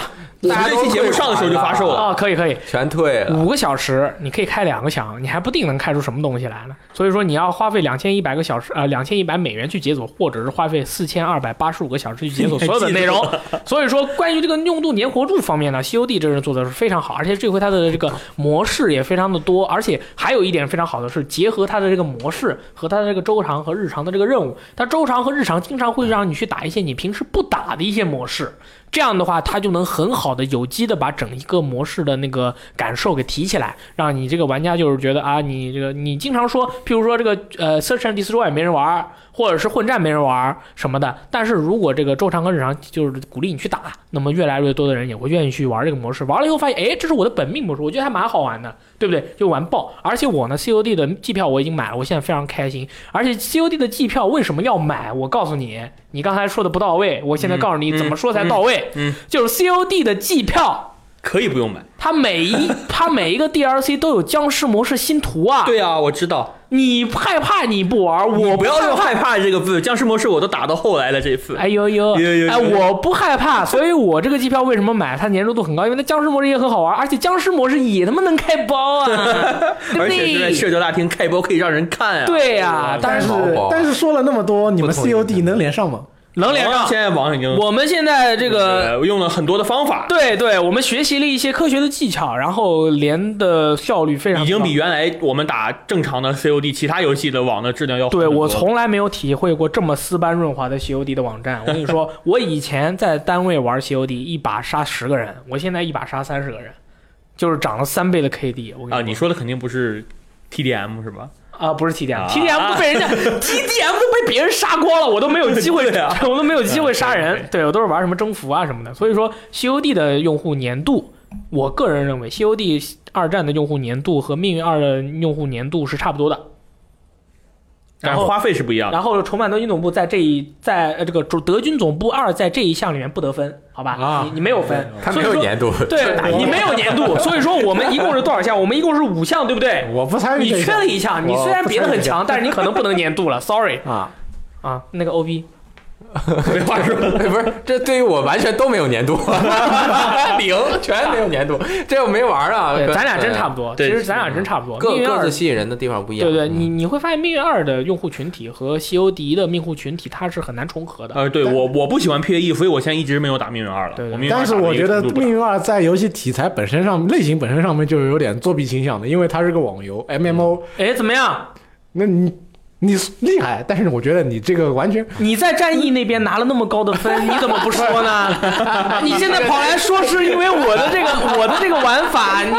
Speaker 5: 我们这期节目上的时候就发售了，
Speaker 2: 啊、可以可以，
Speaker 3: 全退了。
Speaker 2: 五个小时你可以开两个响，你还不定能开出什么东西来呢。所以说你要花费两千一百个小时，呃，两千一百美元去解锁，或者是花费四千二百八十五个小时去解锁所有的内容。所以说，关于这个用度粘活度方面呢，COD 这是做的是非常好，而且这回它的这个模式也非常的多，而且还有一点非常好的是，结合它的这个模式和它的这个周长和日常的这个任务，它周长和日常经常会让你去打一些你平时不打的一些模式，这样的话，它就能很好的有机的把整一个模式的那个感受给提起来，让你这个玩家就是觉得啊，你这个你经常说，譬如说这个呃 Search and Destroy 没人玩儿，或者是混战没人玩儿什么的，但是如果这个周长和日常就是鼓励你去打，那么越来越多的人也会愿意去玩这个模式，玩了以后发现，哎，这是我的本命模式，我觉得还蛮好玩的，对不对？就玩爆，而且我呢 COD 的季票我已经买了，我现在非常开心，而且 COD 的季票为什么要买？我告诉你，你刚才说的不到位，我现在告诉你
Speaker 5: 嗯
Speaker 2: 怎么说才到位。
Speaker 5: 嗯，
Speaker 2: 就是 COD 的季票，
Speaker 5: 可以不用买。
Speaker 2: 它每一它每一个 DLC 都有僵尸模式新图啊。，
Speaker 5: 对啊，我知道，
Speaker 2: 你害怕你不玩，我
Speaker 5: 我不要
Speaker 2: 害
Speaker 5: 用
Speaker 2: 怕
Speaker 5: 害怕这个字，僵尸模式我都打到后来了这一次。
Speaker 2: 哎呦呦，
Speaker 5: 呦呦
Speaker 2: 哎，
Speaker 5: 呦
Speaker 2: 我不害 怕，所以我这个机票为什么买？它粘着度很高，因为它僵尸模式也很好玩，而且僵尸模式也他妈能开包 啊，对不
Speaker 5: 而且是在
Speaker 2: 对？
Speaker 5: 社交大厅开播可以让人看啊。
Speaker 2: 对呀，但
Speaker 4: 但是
Speaker 2: 是
Speaker 3: 淘宝
Speaker 4: 但是说了那么多，你们
Speaker 3: 不同意
Speaker 4: COD 能连上吗？
Speaker 2: 能连上。
Speaker 5: 现在网上已经
Speaker 2: 啊我们现在这个
Speaker 5: 呃用了很多的方法，
Speaker 2: 对对，我们学习了一些科学的技巧，然后连的效率非常
Speaker 5: 已经
Speaker 2: 高
Speaker 5: 比原来我们打正常的 COD 其他游戏的网的质量要好
Speaker 2: 对
Speaker 5: 很多
Speaker 2: 我从来没有体会过这么丝般润滑的 COD 的网站。我跟你 说，我以前在单位玩 COD，一把杀十个人，我现在一把杀三十个人，就是涨了三倍的 KD。我跟
Speaker 5: 啊，你说的肯定不是 TDM 是吧？
Speaker 2: 啊，不是 TDM，TDM
Speaker 5: 啊
Speaker 2: 都被人家 TDM 都被别人杀光了，我都没有 机会，
Speaker 5: 对啊
Speaker 2: 我都没有机会杀
Speaker 5: 对
Speaker 2: 人
Speaker 5: 对。
Speaker 2: 对我都是玩什么征服啊什么的。所以说，COD 的用户粘度，我个人认为 COD 二战的用户粘度和命运二的用户粘度是差不多的。然
Speaker 5: 但是
Speaker 2: 后
Speaker 5: 花费是不一样的。
Speaker 2: 然后重返德军总部在这一在呃这个德德军总部二在这一项里面不得分，好吧？
Speaker 4: 啊
Speaker 2: 你你没有分，
Speaker 3: 他
Speaker 2: 所
Speaker 3: 没
Speaker 2: 以
Speaker 3: 有
Speaker 2: 说
Speaker 3: 年度，
Speaker 2: 对你没有年度，所以说我们一共是多少项？我们一共是五项，对不对？
Speaker 4: 我不参与
Speaker 2: 你
Speaker 4: 这
Speaker 2: 缺
Speaker 4: 个
Speaker 2: 了一项，你虽然别的很强，但是你可能不能年度 了，sorry
Speaker 4: 啊，
Speaker 2: 啊，那个 OB
Speaker 5: 没话说，
Speaker 3: 不是，这对于我完全都没有年 度，零全没有年度，这我没玩啊。
Speaker 2: 对，
Speaker 3: 哥
Speaker 2: 咱俩真差不多，其
Speaker 5: 对
Speaker 2: 实咱俩真差不多，
Speaker 3: 嗯各
Speaker 2: 命运
Speaker 3: 各
Speaker 2: 二
Speaker 3: 自吸引人的地方不一样。
Speaker 2: 对对，
Speaker 3: 嗯
Speaker 2: 你你会发现命运二的用户群体和西游迪的用户群体它是很难重合的，
Speaker 5: 呃，对
Speaker 4: 但
Speaker 5: 我我不喜欢 PVE，所以我现在一直没有打命运二了。
Speaker 2: 对对
Speaker 5: 我命运二
Speaker 4: 但是
Speaker 5: 打得
Speaker 4: 我
Speaker 5: 一个
Speaker 4: 觉得
Speaker 5: 程度
Speaker 4: 《
Speaker 5: 不
Speaker 4: 命运二》在游戏题材本身上、类型本身上面就有点作弊倾向的，因为它是个网游 MMO。
Speaker 3: 嗯呃
Speaker 2: 哎，怎么样？
Speaker 4: 那你你厉害，但是我觉得你这个完全
Speaker 2: 你在战役那边拿了那么高的分，你怎么不说 呢？你现在跑来说是因为我的这个我的这个玩法，你你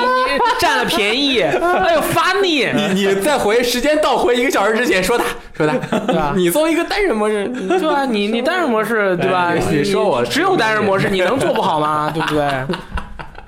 Speaker 2: 占了便宜，哎呦，funny，
Speaker 3: 你你再回时间倒回一个小时之前说他说
Speaker 2: 吧
Speaker 3: 他，你作为一个单人模式，你
Speaker 2: 对吧？你你单人模式对吧？
Speaker 3: 哎你说我
Speaker 2: 只有单人模式，你能做不好吗？对不对？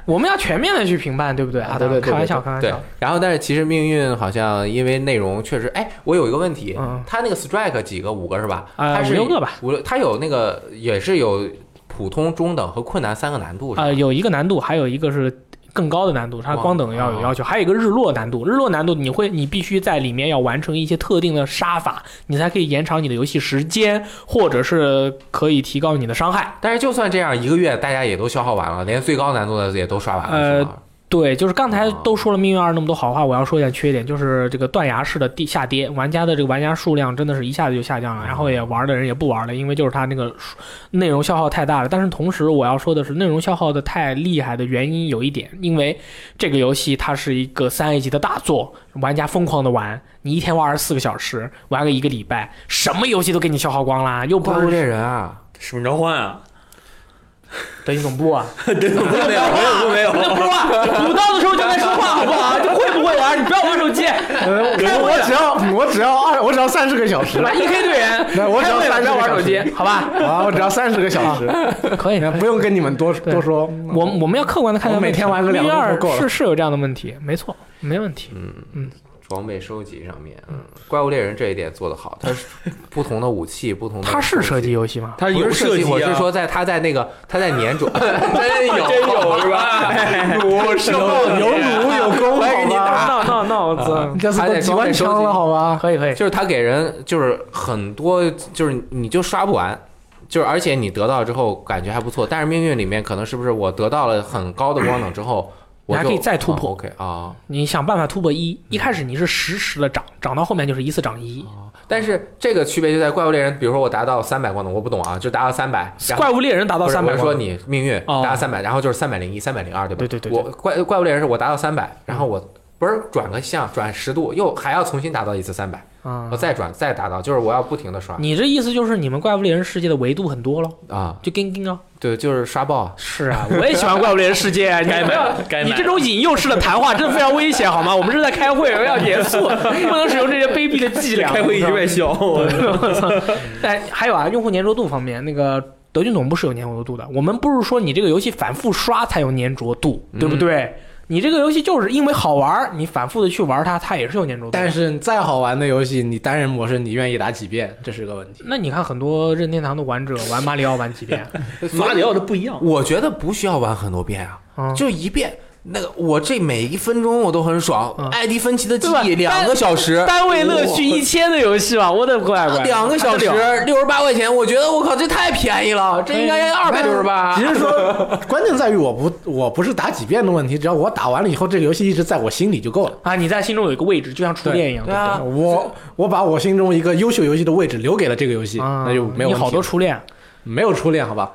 Speaker 2: 我们要全面的去评判，对不对？
Speaker 3: 啊对对对对
Speaker 2: 开玩笑，开玩
Speaker 3: 对
Speaker 2: 笑。，
Speaker 3: 然后但是其实命运好像因为内容确实，哎，我有一个问题
Speaker 2: 嗯，
Speaker 3: 他那个 Strike 几个五个是吧？
Speaker 2: 呃
Speaker 3: 他是
Speaker 2: 五六个吧？
Speaker 3: 五六，他有那个也是有普通、中等和困难三个难度是吧
Speaker 2: 呃，？有一个难度，还有一个是更高的难度，它
Speaker 3: 哇
Speaker 2: 光等要有要求，还有一个日落难度。日落难度你会，你必须在里面要完成一些特定的杀法，你才可以延长你的游戏时间，或者是可以提高你的伤害。
Speaker 3: 但是就算这样，一个月大家也都消耗完了，连最高难度的也都刷完
Speaker 2: 呃
Speaker 3: 了，是吧？
Speaker 2: 对，就是刚才
Speaker 3: 哦
Speaker 2: 都说了命运二那么多好话，我要说一下缺点，就是这个断崖式的地下跌，玩家的这个玩家数量真的是一下子就下降了，然后也玩的人也不玩了，因为就是它那个数内容消耗太大了。但是同时我要说的是，内容消耗的太厉害的原因有一点，因为这个游戏它是一个三 A 级的大作，玩家疯狂的玩，你一天玩二十四个小时，玩个一个礼拜，什么游戏都给你消耗光啦，又不
Speaker 3: 怪物
Speaker 2: 是
Speaker 3: 猎人啊，
Speaker 5: 使命召唤啊，
Speaker 2: 德军总部啊。
Speaker 5: 对，没有没有没有没
Speaker 2: 那
Speaker 5: 有，
Speaker 2: 不说话，补刀的时候就该说话，好不好？就会不会玩，你不要玩手机，
Speaker 4: 呃，我
Speaker 2: 开会
Speaker 4: 我只要我只要二，我只要三十个 小时
Speaker 2: 对吧？一 K 队人，
Speaker 4: 那我只要
Speaker 2: 开会了
Speaker 4: 30
Speaker 2: 不要玩手机
Speaker 4: 个小，
Speaker 2: 好吧？
Speaker 4: 啊，我只要三十个小时，
Speaker 2: 可以。
Speaker 4: 不用跟你们多
Speaker 2: 对
Speaker 4: 多说。
Speaker 2: 我我们要客观的看待
Speaker 4: 嗯我每
Speaker 2: 问题
Speaker 4: 天玩个两个钟头
Speaker 2: VR
Speaker 4: 够了
Speaker 2: 是是有这样的问题，没错，没问题。
Speaker 3: 嗯装备收集上面，嗯，怪物猎人这一点做得好，它是不同的武器，不同的
Speaker 2: 它是
Speaker 3: 东西
Speaker 2: 射击。游戏吗？
Speaker 5: 它
Speaker 3: 不
Speaker 5: 有
Speaker 3: 是
Speaker 5: 设
Speaker 3: 射
Speaker 5: 计
Speaker 3: 击，
Speaker 5: 啊，
Speaker 3: 我是说，在他在那个他在粘 着，真有
Speaker 5: 真 有是吧？
Speaker 3: 我射爆你
Speaker 4: 有弩有
Speaker 3: 哎我
Speaker 4: 弓，
Speaker 3: 还给你
Speaker 4: 好
Speaker 3: 打
Speaker 4: 吧
Speaker 2: 那那那我操，
Speaker 4: 你这次
Speaker 3: 还
Speaker 4: 都
Speaker 3: 得
Speaker 4: 机关
Speaker 3: 装备收
Speaker 4: 枪
Speaker 3: 集
Speaker 4: 了，好吧？
Speaker 2: 可以可以
Speaker 3: 就。是他给人就是很多，就是你就刷不完，就是而且你得到之后感觉还不错，但是命运里面可能是不是我得到了很高的光等之后，我
Speaker 2: 你还
Speaker 3: 就
Speaker 2: 可以再突破
Speaker 3: 哦 OK 啊、
Speaker 2: 你想办法突破一，一开始你是实时的涨，涨到后面就是一次涨一。
Speaker 3: 但是这个区别就在怪物猎人，比如说我达到三百光等，我不懂啊，就达到三百，然后
Speaker 2: 怪物猎人达到
Speaker 3: 不是
Speaker 2: 三
Speaker 3: 我
Speaker 2: 百，
Speaker 3: 是说你命运
Speaker 2: 哦
Speaker 3: 达到三百，然后就是三百零一、三百零二，对吧？
Speaker 2: 对对对对
Speaker 3: 我怪怪物猎人是我达到三百，然后我嘣儿转个向，转十度，又还要重新打到一次三百，
Speaker 2: 啊
Speaker 3: 我。再转再打到，就是我要不停的刷
Speaker 2: 你这意思就是你们怪物猎人世界的维度很多咯，
Speaker 3: 啊，
Speaker 2: 就跟跟啊。
Speaker 3: 对，就是刷爆。
Speaker 2: 是啊，我也喜欢怪物猎人世界啊，你
Speaker 5: 该
Speaker 2: 不要
Speaker 5: 买，该
Speaker 2: 你
Speaker 5: 买
Speaker 2: 这。种引诱式的谈话真的非常危险，好吗？我们是在开会，我们要严肃， 不能使用这些卑鄙的伎 俩。
Speaker 5: 笑，
Speaker 2: 哎，还有啊，用户粘着度方面，那个德军总部是有粘着度的。我们不是说你这个游戏反复刷才有粘着度，对不对？你这个游戏就是因为好玩儿，你反复的去玩它，它也是有粘着度的。
Speaker 4: 但是再好玩的游戏，你单人模式你愿意打几遍，这是个问题。
Speaker 2: 那你看很多任天堂的玩者玩马里奥玩几遍？
Speaker 5: 马里奥的不一样。
Speaker 3: 我觉得不需要玩很多遍啊，
Speaker 2: 嗯
Speaker 3: 就一遍。那个我这每一分钟我都很爽，
Speaker 2: 嗯
Speaker 3: 艾迪芬奇的记忆
Speaker 2: 对吧
Speaker 3: 两个小时，
Speaker 2: 单位乐趣一千的游戏吧，我的乖乖！
Speaker 3: 啊两个小时六十八块钱，我觉得我靠这太便宜了，这应该二百六十八
Speaker 4: 其。实说， 关键在于我不我不是打几遍的问题，只要我打完了以后，这个游戏一直在我心里就够了。
Speaker 2: 啊，你在心中有一个位置，就像初恋一样，
Speaker 3: 对啊
Speaker 2: 不
Speaker 4: 我我把我心中一个优秀游戏的位置留给了这个游戏，
Speaker 2: 对啊，
Speaker 4: 那就没有
Speaker 2: 你
Speaker 4: 问题
Speaker 2: 好多初恋，
Speaker 4: 没有初恋，好吧？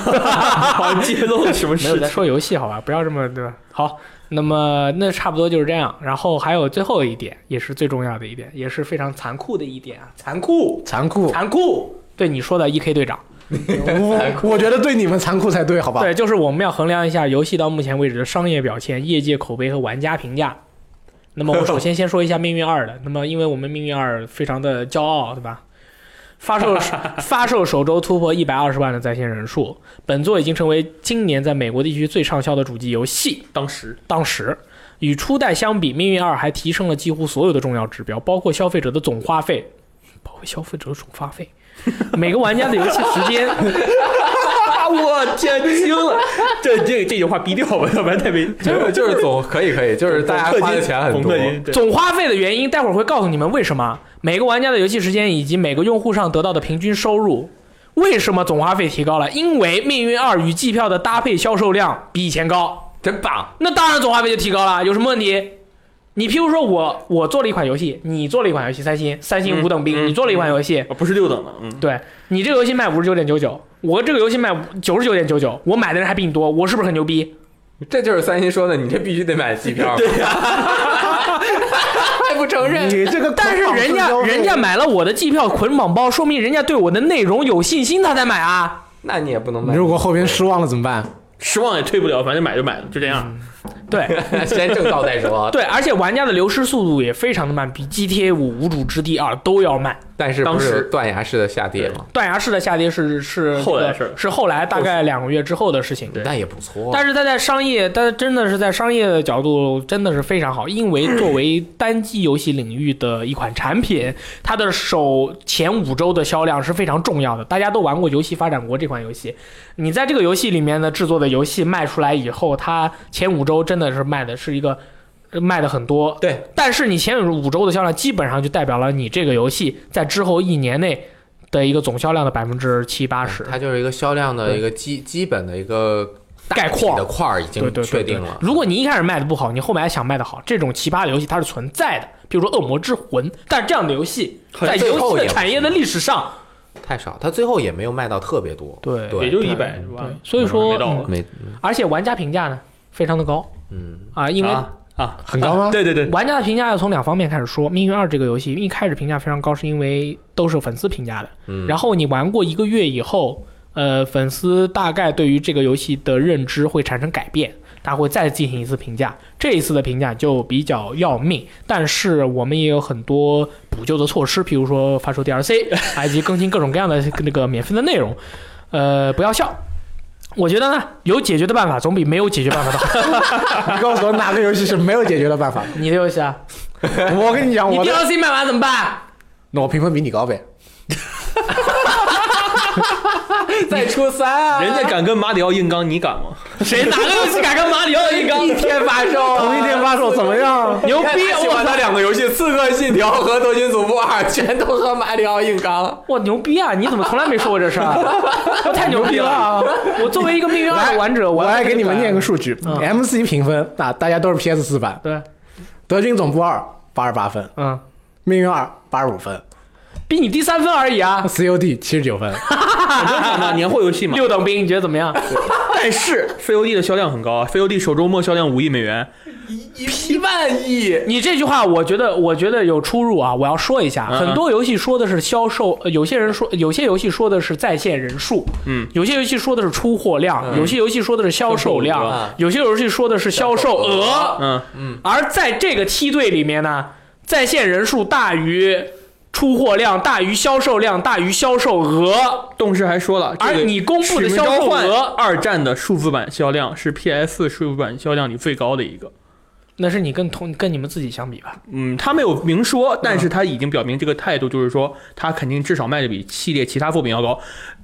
Speaker 5: 好揭露了什么
Speaker 2: 没有
Speaker 5: 事
Speaker 2: 在
Speaker 5: 情？
Speaker 2: 说游戏，好吧，不要这么对吧？好，那么那差不多就是这样。然后还有最后一点，也是最重要的一点，也是非常残酷的一点啊，残酷，
Speaker 4: 残 酷，
Speaker 2: 残酷。对你说的 E K 队长，
Speaker 4: 我我觉得对你们残酷才对，好吧？
Speaker 2: 对，就是我们要衡量一下游戏到目前为止的商业表现、业界口碑和玩家评价。那么我首先先说一下《命运二》的，那么因为我们《命运二》非常的骄傲，对吧？发售 发售首周突破一百二十万的在线人数，本作已经成为今年在美国地区最畅销的主机游戏。
Speaker 5: 当时
Speaker 2: 当时与初代相比，《命运二》还提升了几乎所有的重要指标，包括消费者的总花费，包括消费者的总花费， 每个玩家的游戏时间。
Speaker 5: 啊，我天，惊 了！这这这句话逼掉吧，要不然太没。
Speaker 3: 就是就是总可以可以，就是大家花的钱很多。
Speaker 5: 对，
Speaker 2: 总花费的原因，待会儿会告诉你们为什么。每个玩家的游戏时间以及每个用户上得到的平均收入，为什么总花费提高了？因为《命运二》与季票的搭配销售量比以前高，
Speaker 3: 真棒！
Speaker 2: 那当然总花费就提高了，有什么问题？你譬如说我我做了一款游戏，你做了一款游戏，三星三星
Speaker 5: 嗯
Speaker 2: 五等兵，
Speaker 5: 嗯
Speaker 2: 你做了一款游戏，
Speaker 5: 啊，不是六等的，嗯，
Speaker 2: 对你这个游戏卖五十九点九九，我这个游戏卖九十九点九九，我买的人还比你多，我是不是很牛逼？
Speaker 3: 这就是三星说的，你这必须得买机票。对呀，还不承认？
Speaker 4: 你这个，
Speaker 2: 但是人 家人家买了我的机票捆绑包，说明人家对我的内容有信心，他才买啊。
Speaker 3: 那你也不能买。
Speaker 4: 如果后边失望了怎么办？
Speaker 5: 失望也退不了，反正买就买了，就这样。
Speaker 2: 对
Speaker 3: 先挣到再说，
Speaker 2: 对，而且玩家的流失速度也非常的慢，比 GTA 五、无主之地二都要慢。
Speaker 3: 但是不
Speaker 5: 当
Speaker 3: 是
Speaker 5: 时
Speaker 3: 断崖式的下跌吗？
Speaker 2: 断崖式的下跌是是
Speaker 5: 后来
Speaker 2: 这个
Speaker 5: 事儿
Speaker 2: 是后来大概两个月之后的事情。
Speaker 3: 那也不错。
Speaker 2: 但是它在商业，它真的是在商业的角度真的是非常好，因 为作为单机游戏领域的一款产品，它的首前五周的销量是非常重要的。大家都玩过《游戏发展国》这款游戏，你在这个游戏里面呢制作的游戏卖出来以后，它前五周真的是卖的是一个。呃卖的很多，
Speaker 3: 对，
Speaker 2: 但是你前五周的销量基本上就代表了你这个游戏在之后一年内的一个总销量的百分之七八十。
Speaker 3: 嗯它就是一个销量的一个基基本的一个大体
Speaker 2: 概况
Speaker 3: 的块儿已
Speaker 2: 对
Speaker 3: 经
Speaker 2: 对
Speaker 3: 确
Speaker 2: 对
Speaker 3: 定
Speaker 2: 对
Speaker 3: 了。
Speaker 2: 如果你一开始卖的不好，你后面还想卖的好，这种奇葩的游戏它是存在的，比如说《恶魔之魂》，但这样的游戏
Speaker 5: 很
Speaker 2: 在
Speaker 3: 最
Speaker 2: 游
Speaker 3: 后
Speaker 2: 戏
Speaker 3: 也
Speaker 2: 的
Speaker 3: 不
Speaker 2: 产业的历史上，
Speaker 3: 太少，它最后也没有卖到特别多。
Speaker 2: 对
Speaker 3: 对
Speaker 5: 也就
Speaker 2: 对
Speaker 5: 一百万
Speaker 2: 对，所以说
Speaker 5: 没到了
Speaker 3: 嗯没，
Speaker 2: 而且玩家评价呢非常的高
Speaker 3: 嗯，
Speaker 2: 啊，因为
Speaker 5: 啊啊，
Speaker 4: 很高吗
Speaker 5: 对对对，
Speaker 2: 玩家的评价要从两方面开始说，《命运二》这个游戏一开始评价非常高，是因为都是粉丝评价的，
Speaker 3: 嗯
Speaker 2: 然后你玩过一个月以后，呃，粉丝大概对于这个游戏的认知会产生改变，他会再进行一次评价。这一次的评价就比较要命，但是我们也有很多补救的措施，譬如说发售 DLC，以及更新各种各样的那个免费的内容。呃，不要笑。我觉得呢，有解决的办法总比没有解决办法的好。
Speaker 4: 你告诉我哪个游戏是没有解决的 办法？
Speaker 2: 你的游戏啊，
Speaker 4: 我跟你讲，
Speaker 2: 你
Speaker 4: 我的
Speaker 2: DLC 卖完怎么办？
Speaker 4: 那我评分比你高呗。
Speaker 3: 再出三 啊
Speaker 5: 人家敢跟马里奥硬刚，你敢吗？
Speaker 2: 谁哪个游戏敢跟马里奥硬 刚
Speaker 3: 一？天发售啊，
Speaker 4: 同一天发售怎么样？
Speaker 2: 牛
Speaker 3: 看
Speaker 2: 逼！
Speaker 3: 他喜
Speaker 2: 我
Speaker 3: 欢他两个游戏，《刺客信条》和《德军总部二》全都和马里奥硬刚。
Speaker 2: 哇，牛逼啊！你怎么从来没说过这事 儿？我太牛逼了啊！我作为一个命运二的玩者，
Speaker 4: 哎我来
Speaker 2: 来
Speaker 4: 给你们念个数据
Speaker 2: 嗯
Speaker 4: ：MC 评分，那大家都是 PS 四版，
Speaker 2: 对，
Speaker 4: 《德军总部二》八十八分，《
Speaker 2: 嗯，
Speaker 4: 命运二》八十五分，
Speaker 2: 比你低三分而已啊
Speaker 4: 《！COD》七十九分，
Speaker 5: 很正常嘛，年货游戏嘛。
Speaker 2: 六等兵，你觉得怎么样？
Speaker 5: 但是 COD 的销量很高啊，COD 首周末销量五亿美元，
Speaker 3: 一万亿，
Speaker 2: 你这句话，我觉得我觉得有出入啊！我要说一下，
Speaker 5: 嗯嗯
Speaker 2: 很多游戏说的是销售，呃有些人说有些游戏说的是在线人数，
Speaker 5: 嗯，
Speaker 2: 有些游戏说的是出货量，
Speaker 3: 嗯
Speaker 2: 有些游戏说的是销售量，
Speaker 5: 销售
Speaker 3: 额
Speaker 2: 有些游戏说的是销售额。
Speaker 3: 销售额
Speaker 5: 嗯，
Speaker 2: 而在这个梯队里面呢，在线人数大于出货量，大于销售量，大于销售额，
Speaker 5: 动视还说了，这
Speaker 2: 而
Speaker 5: 个
Speaker 2: 你公布的销
Speaker 5: 使命
Speaker 2: 售
Speaker 5: 召唤
Speaker 2: 额，
Speaker 5: 二战的数字版销量是 PS 数字版销量里最高的一个。
Speaker 2: 那是你跟同跟你们自己相比吧？
Speaker 5: 嗯，他没有明说，但是他已经表明这个态度，就是说他肯定至少卖的比系列其他作品要高。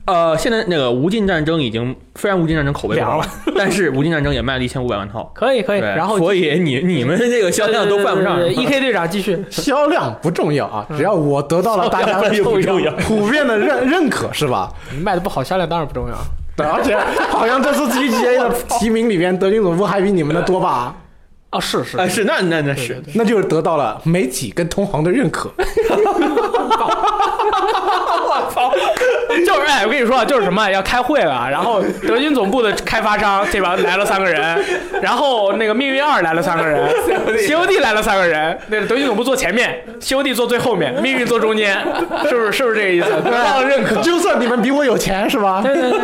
Speaker 5: 呃，现在那个《无尽战争》已经虽然《无尽战争》口碑不好
Speaker 2: 凉，
Speaker 5: 但是《无尽战争》也卖了一千五百万套。
Speaker 2: 可以可以，
Speaker 5: 对
Speaker 2: 哎然后
Speaker 5: 所以你你们这个销量都犯不上。
Speaker 2: E K 队长继续，
Speaker 4: 销量不重要
Speaker 2: 嗯
Speaker 4: 啊，只要我得到了大家
Speaker 5: 销量不重要
Speaker 4: 普遍的 认认可，是吧？
Speaker 2: 你卖的不好，销量当然不重要。
Speaker 4: 对，而且 好像这次 TGA 的提名里边，德军总部还比你们的 多吧？
Speaker 2: 啊，是是
Speaker 5: 啊，是那那那是
Speaker 4: 那就是得到了 媒体跟同行的认可。
Speaker 2: 就是哎，我跟你说，啊，就是什么要开会了，然后德军总部的开发商这边来了三个人，然后那个命运二来了三个 人，COD 来了三个人，那个德军总部坐前面，COD 坐最后面，命运坐中间，是不是？是不是这个意 思？得到了认可。
Speaker 4: 就算你们比我有钱是吧？
Speaker 2: 对对对，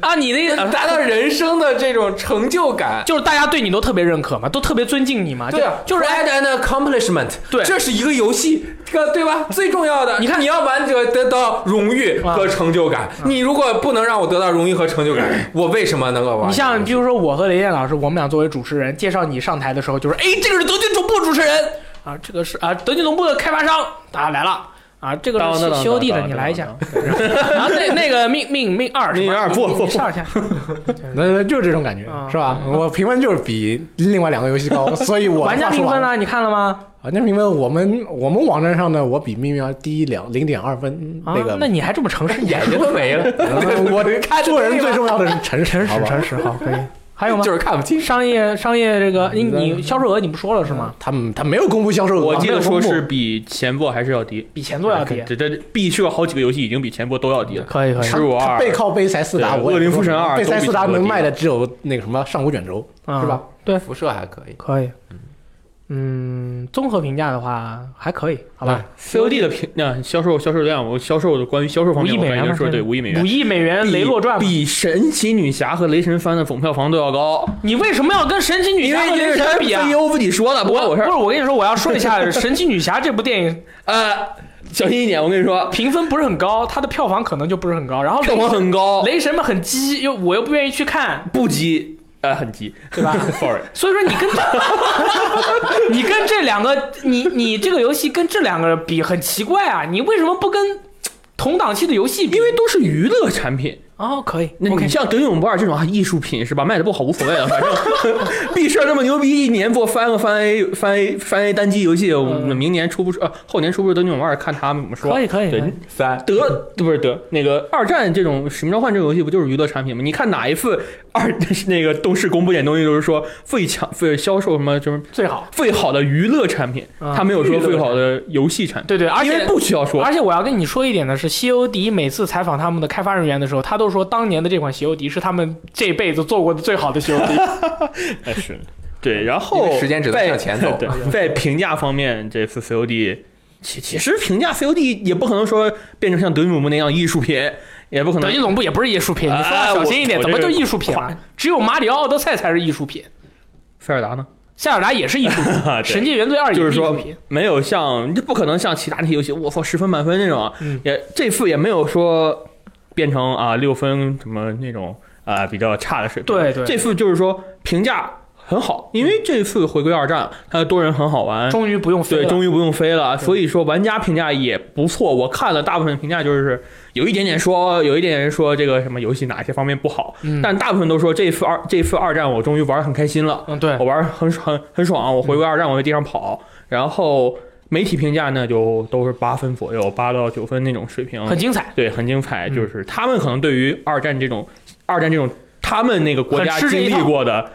Speaker 2: 啊，你的意思啊
Speaker 3: 达到人生的这种成就感。
Speaker 2: 就是大家对你都特别认可嘛，都特别尊敬你嘛，
Speaker 3: 对啊，
Speaker 2: 就就是
Speaker 3: add an accomplishment，
Speaker 2: 对
Speaker 3: 这是一个游戏，这个对吧？最重要的，
Speaker 2: 你看啊
Speaker 3: 你要完得得到荣誉和成就感。你如果不能让我得到荣誉和成就感，我为什么能够玩？
Speaker 2: 嗯你像比如说我和雷电老师，我们俩作为主持人介绍你上台的时候，就是哎，这个是德军总部主持人啊，这个是啊德军总部的开发商啊来了啊，这个
Speaker 5: 当
Speaker 2: 是
Speaker 5: 当当
Speaker 2: COD 的，
Speaker 5: 当
Speaker 2: 你来一下
Speaker 5: 当。
Speaker 2: 然后那那个命命命二是吧，啊
Speaker 5: 命运二不
Speaker 2: 你
Speaker 5: 不
Speaker 2: 你上一下，
Speaker 4: 那就是这种感觉
Speaker 2: 啊，
Speaker 4: 是吧？我评分就是比另外两个游戏 高，所以我
Speaker 2: 玩家评分
Speaker 4: 呢？
Speaker 2: 呢？你看了吗？
Speaker 4: 玩家评分，我们我们网站上呢，我比命运要低两零点二分。
Speaker 2: 啊，
Speaker 4: 个，嗯
Speaker 2: 那你还这么诚实？
Speaker 3: 眼睛都没了，
Speaker 4: 我
Speaker 3: 看
Speaker 4: 做人最重要的是诚实，
Speaker 2: 诚
Speaker 4: 好
Speaker 2: 实
Speaker 4: 吧
Speaker 2: 诚实，好，可以。还有吗
Speaker 3: 就？是看不清。
Speaker 2: 商业商业这个，你你销售额你不说了是吗？
Speaker 4: 他们他没有公布销售额，
Speaker 5: 我
Speaker 4: 啊
Speaker 5: 记得
Speaker 4: 没有
Speaker 5: 说
Speaker 4: 公布
Speaker 5: 是比前作还是要低，
Speaker 2: 比前作要低。
Speaker 5: 这这必须有好几个游戏已经比前作都要低了。
Speaker 2: 可以可以
Speaker 5: 十五
Speaker 4: 他
Speaker 5: 二
Speaker 4: 背靠背才四达，
Speaker 5: 对
Speaker 4: 我也
Speaker 5: 恶灵
Speaker 4: 不
Speaker 5: 附身
Speaker 4: 懂
Speaker 5: 二
Speaker 4: 背才四达
Speaker 5: 都比这个
Speaker 4: 能
Speaker 5: 低
Speaker 4: 卖的只有那个什么上古卷 轴，
Speaker 2: 啊
Speaker 4: 是
Speaker 5: 嗯
Speaker 4: 吧？
Speaker 2: 对，
Speaker 3: 辐射还可以，
Speaker 2: 可以。嗯，综合评价的话还可以，好吧？
Speaker 5: COD 的评那销售销售量，我销售的关于销售方面，
Speaker 2: 五亿
Speaker 5: 我
Speaker 2: 美元
Speaker 5: 刚才
Speaker 2: 吗
Speaker 5: 说对
Speaker 2: 现在
Speaker 5: 五亿美元
Speaker 2: 五，亿美元《雷洛传》，
Speaker 5: 比神奇女侠和雷神三的总票房都要高，
Speaker 2: 你为什么要跟神奇女
Speaker 5: 因
Speaker 2: 侠
Speaker 5: 为
Speaker 2: 和
Speaker 5: 这
Speaker 2: 雷
Speaker 5: 是
Speaker 2: 神
Speaker 5: 他
Speaker 2: 比啊？
Speaker 5: CEO 自己说的，不关我事
Speaker 2: 不
Speaker 5: 儿
Speaker 2: 是，。我跟你说，我要说一下《神奇女侠》这部电影
Speaker 5: 呃，小心一点，我跟你说，
Speaker 2: 评分不是很高，它的票房可能就不是很高。然后
Speaker 5: 票房很高，
Speaker 2: 雷神嘛很鸡，又我又不愿意去看，
Speaker 5: 不急，呃，很急，对吧 ？Sorry，
Speaker 2: 所以说你跟 这你跟这两个你你这个游戏跟这两个比很奇怪啊，你为什么不跟同档期的游戏比？
Speaker 5: 因为都是娱乐产品。
Speaker 2: 哦可以
Speaker 5: 那
Speaker 2: ，OK
Speaker 5: 你像《德勇不二》这种啊艺术品是吧？卖的不好无所谓了，啊 反正毕设这么牛逼，一年做翻个翻 A 翻 A 翻 A 单机游戏，我们明年出不出？呃，后年出不出《德勇不二》？看他们怎么
Speaker 2: 嗯
Speaker 5: 说。
Speaker 2: 可以啊可以，
Speaker 5: 对
Speaker 2: 可以
Speaker 3: 三
Speaker 5: 德不是德，那个二战这种《使命召唤》这种游戏不就是娱乐产品吗？你看哪一次二 那个动视公布点东西都是说最强、最销售什么什么
Speaker 2: 最好
Speaker 5: 最好的娱乐产品，
Speaker 2: 啊
Speaker 5: 他没有说最好的游戏产品，
Speaker 2: 对对，而
Speaker 5: 因
Speaker 2: 且
Speaker 5: 为不需要说。
Speaker 2: 而且我要跟你说一点的是，西游迪每次采访他们的开发人员的时候，他都说当年的这款西游迪是他们这辈子做过的最好的西游迪。
Speaker 5: 哎是，对，然
Speaker 3: 因
Speaker 5: 后
Speaker 3: 为时间只能
Speaker 5: 在
Speaker 3: 向 前走 啊
Speaker 5: 对，在评价方面，这次 COD 其其实评价 COD 也不可能说变成像德姆姆那样艺术品，也不可能
Speaker 2: 德军总部也不是艺术品，
Speaker 5: 哎
Speaker 2: 你说话小心一点，
Speaker 5: 我
Speaker 2: 怎么
Speaker 5: 我
Speaker 2: 就
Speaker 5: 这个
Speaker 2: 艺术品了？只有马里奥奥德赛才是艺术品，
Speaker 5: 塞尔达呢？
Speaker 2: 塞尔达也是艺术 品，
Speaker 5: 啊，
Speaker 2: 神界原罪二也
Speaker 5: 就是
Speaker 2: 艺术
Speaker 5: 说
Speaker 2: 品。
Speaker 5: 没有像你这不可能像其他那些游戏，我操十分满分那种啊，
Speaker 2: 嗯
Speaker 5: 也这次也没有说变成啊六分什么那种啊比较差的水平。
Speaker 2: 对对
Speaker 5: 这次就是说评价很好，因为这次回归二战，它的多人很好玩，
Speaker 2: 终于不用飞
Speaker 5: 对，
Speaker 2: 了。
Speaker 5: 终于不用飞了，所以说玩家评价也不错。我看了大部分评价就是有一点点说，有一点点说这个什么游戏哪些方面不好，
Speaker 2: 嗯
Speaker 5: 但大部分都说这次二这次二战我终于玩得很开心了，
Speaker 2: 嗯，对
Speaker 5: 我，玩得很很很爽，我回归二战我在地上跑，然后媒体评价呢就都是八分左右，八到九分那种水平，
Speaker 2: 很精彩，
Speaker 5: 对，很精彩。
Speaker 2: 嗯
Speaker 5: 就是他们可能对于二战这种二战这种他们那个国家
Speaker 2: 很吃这
Speaker 5: 经
Speaker 2: 一套
Speaker 5: 历过的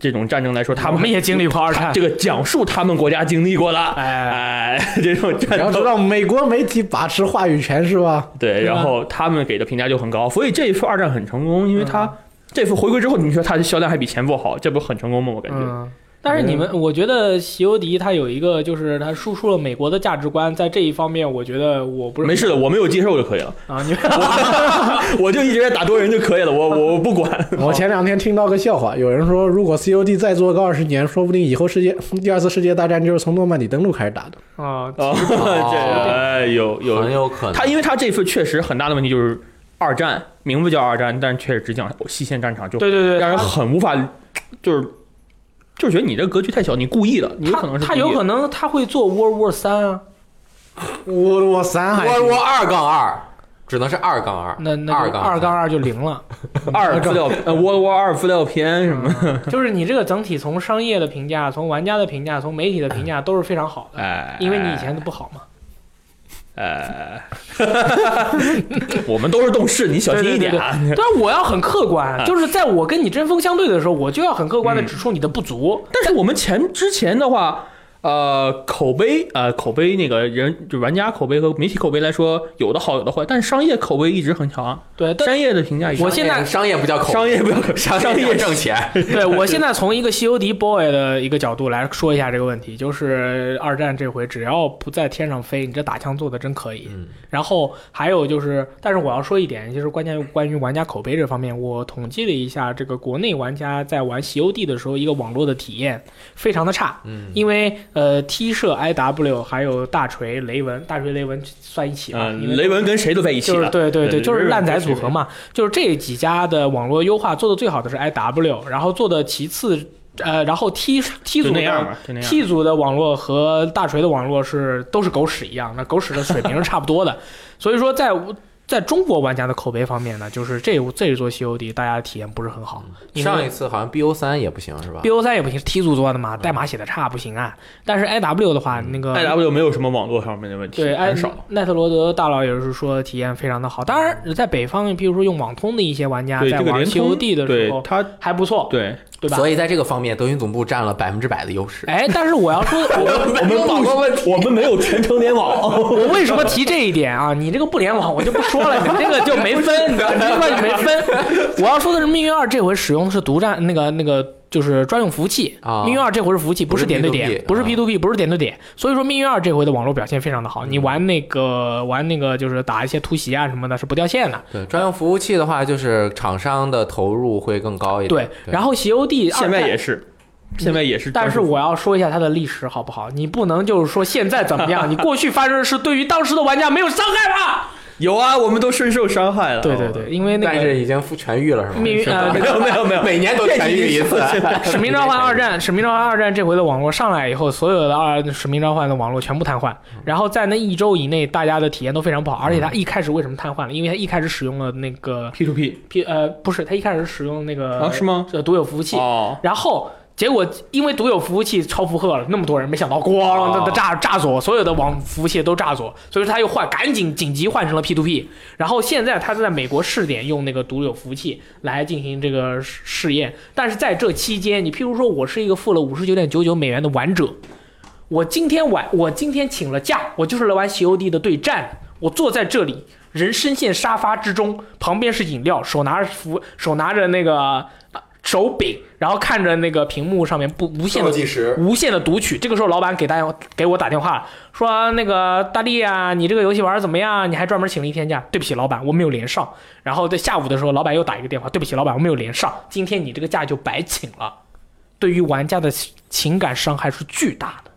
Speaker 5: 这种战争来说，他
Speaker 2: 我
Speaker 5: 们
Speaker 2: 们也经历过二 战
Speaker 5: 这。个讲述他们国家经历过了。
Speaker 2: 哎，
Speaker 5: 哎， 这种
Speaker 4: 你要
Speaker 5: 战
Speaker 4: 知
Speaker 5: 斗，
Speaker 4: 道美国媒体把持话语权是吧？
Speaker 5: 对，
Speaker 2: 对吧
Speaker 5: 然后他们给的评价就很高，所以这一次二战很成功，因为它这次回归之后，你说它的销量还比前作好，这不很成功吗？我感觉。
Speaker 2: 嗯，但是你们，我觉得席欧迪他有一个，就是他输出了美国的价值观，在这一方面，我觉得我不是
Speaker 5: 没事的，我没有接受就可以了，
Speaker 2: 啊，你
Speaker 5: 我就一直在打多人就可以了，我我我不管。
Speaker 4: 我前两天听到个笑话，有人说，如果 COD 再做个二十年，说不定以后世界第二次世界大战就是从诺曼底登陆开始打的。
Speaker 2: 啊，
Speaker 5: 哦， 这哎有有
Speaker 3: 很，有可能。
Speaker 5: 他因为他这次确实很大的问题就是二战，名字叫二战，但是确实只讲西线战场，就
Speaker 2: 对对对，
Speaker 5: 让人很无法，就是就是觉得你这格局太小，你故意的，你有可能是
Speaker 2: 他
Speaker 5: 故意
Speaker 2: 有
Speaker 5: 的
Speaker 2: 可能他会做 World War 三啊，
Speaker 4: 我我三还
Speaker 3: 我我二杠二，只能是二杠二，
Speaker 2: 那那
Speaker 3: 二
Speaker 2: 就
Speaker 3: 杠
Speaker 2: 二杠二就零了，
Speaker 5: 二资料呃 World War 二资料片什么，
Speaker 2: 就是你这个整体从商业的评价、从玩家的评价、从媒体的评价都是非常好的，
Speaker 5: 哎，
Speaker 2: 因为你以前的不好嘛。
Speaker 5: 哎，我们都是动视，你小心一点啊。
Speaker 2: 但我要很客观，
Speaker 5: 啊
Speaker 2: 就是在我跟你针锋相对的时候，我就要很客观的指出你的不足。
Speaker 5: 但是我们前之前的话，呃，口碑呃口碑那个人就玩家口碑和媒体口碑来说，有的好有的坏，但是商业口碑一直很强啊，
Speaker 2: 对，但
Speaker 5: 商业的评价一直
Speaker 2: 我现在
Speaker 3: 商业不叫口，
Speaker 5: 商业不要
Speaker 3: 商
Speaker 5: 商
Speaker 3: 业
Speaker 5: 业
Speaker 3: 挣钱，
Speaker 2: 对我现在从一个 COD boy 的一个角度来说一下这个问题，就是二战这回只要不在天上飞，你这打枪做的真可以。
Speaker 3: 嗯
Speaker 2: 然后还有就是，但是我要说一点，就是关键关于玩家口碑这方面，我统计了一下，这个国内玩家在玩 COD 的时候，一个网络的体验非常的差。
Speaker 3: 嗯，
Speaker 2: 因为呃，T 社 IW 还有大锤雷文，大锤雷文算一起吧，啊因为
Speaker 5: 嗯，雷文跟谁都在一起
Speaker 2: 就是
Speaker 5: 了，
Speaker 2: 对对对，
Speaker 5: 嗯
Speaker 2: 就是
Speaker 5: 日本
Speaker 2: 烂仔
Speaker 5: 人
Speaker 2: 组合嘛。就是这几家的网络优化做的最好的是 IW，然后做的其次，呃，然后 T T
Speaker 5: 就
Speaker 2: 组
Speaker 5: 那样
Speaker 2: 的
Speaker 5: 嘛，就那样。
Speaker 2: T 组的网络和大锤的网络是都是狗屎一样，那狗屎的水平是差不多的。 所以说在，在中国玩家的口碑方面呢，就是这这一座 COD 大家体验不是很
Speaker 5: 嗯
Speaker 2: 好。因为
Speaker 3: 嗯上一次好像 BO 三也不行是吧
Speaker 2: BO 三也不行，T 组做的嘛，代码写的差不行啊。但是 IW 的话，那个
Speaker 5: I W 没有什么网络上面的问题，
Speaker 2: 对，
Speaker 5: 很
Speaker 2: 哎，
Speaker 5: 少。
Speaker 2: 奈特罗德大佬也是说体验非常的好。当然，在北方，比如说用网通的一些玩家
Speaker 5: 对
Speaker 2: 在
Speaker 5: 这个
Speaker 2: 玩
Speaker 5: 联通
Speaker 2: COD 的时
Speaker 5: 对
Speaker 2: 候
Speaker 5: 他，
Speaker 2: 还不错，
Speaker 5: 对
Speaker 2: 对吧？
Speaker 3: 所以在这个方面，德云总部占了百分之百的优势。
Speaker 2: 哎，但是我要说，我
Speaker 5: 我们网络问题，我们没有全程联网。
Speaker 2: 我为什么提这一点啊？你这个不联网，我就不说了，你这个就没分，你这个就没分。我要说的是，《命运二》这回使用的是独占那个那个。就是专用服务器，
Speaker 3: 啊
Speaker 2: 命运二》这回是服务器，不
Speaker 3: 不是
Speaker 2: 是点对
Speaker 3: P2P
Speaker 2: 点，不是
Speaker 3: 啊
Speaker 2: P to P，不是点对点，所以说《命运二》这回的网络表现非常的好。你玩那个玩那个就是打一些突袭啊什么的，是不掉线的。
Speaker 3: 对，专用服务器的话，就是厂商的投入会更高一
Speaker 2: 对
Speaker 3: 点。，
Speaker 2: 然后《席欧弟》
Speaker 5: 现在也是，现在也是，
Speaker 2: 但是
Speaker 5: 是
Speaker 2: 我要说一下它的历史好不好？你不能就是说现在怎么样，你过去发生的事对于当时的玩家没有伤害吧？
Speaker 5: 有啊，我们都深受伤害了。
Speaker 2: 对对对，因为那
Speaker 3: 但
Speaker 2: 个
Speaker 3: 是已经复痊愈了是吗？
Speaker 2: 命运呃，
Speaker 5: 没有没有没有，
Speaker 3: 每年都痊愈一次。
Speaker 2: 使命召唤二战，使命召唤二战这回的网络上来以后，所有的二使命召唤的网络全部瘫痪。然后在那一周以内，大家的体验都非常不好。而且它一开始为什么瘫痪了？因为它一开始使用了那个
Speaker 5: P to P
Speaker 2: P 呃不是，它一开始使用那个
Speaker 5: 啊是吗？
Speaker 2: 呃独有服务器，
Speaker 5: 哦，
Speaker 2: 然后结果因为独有服务器超负荷了，那么多人没想到，咣，那
Speaker 3: 哦
Speaker 2: 那炸炸锁，所有的网服务器都炸锁，所以说他又换，赶紧紧急换成了 P2P。然后现在他是在美国试点用那个独有服务器来进行这个试试验，但是在这期间，你譬如说我是一个付了五十九点九九美元的玩者，我今天晚我今天请了假，我就是来玩 COD 的对战的，我坐在这里。人深陷沙发之中，旁边是饮料，手拿着服，手拿着那个呃手柄，然后看着那个屏幕上面不无限的
Speaker 3: 时，
Speaker 2: 无限的读取。这个时候，老板给大家给我打电话了，说那个大力啊，你这个游戏玩的怎么样？你还专门请了一天假。对不起，老板，我没有连上。然后在下午的时候，老板又打一个电话，对不起，老板，我没有连上，今天你这个假就白请了。对于玩家的情感伤害是巨大的，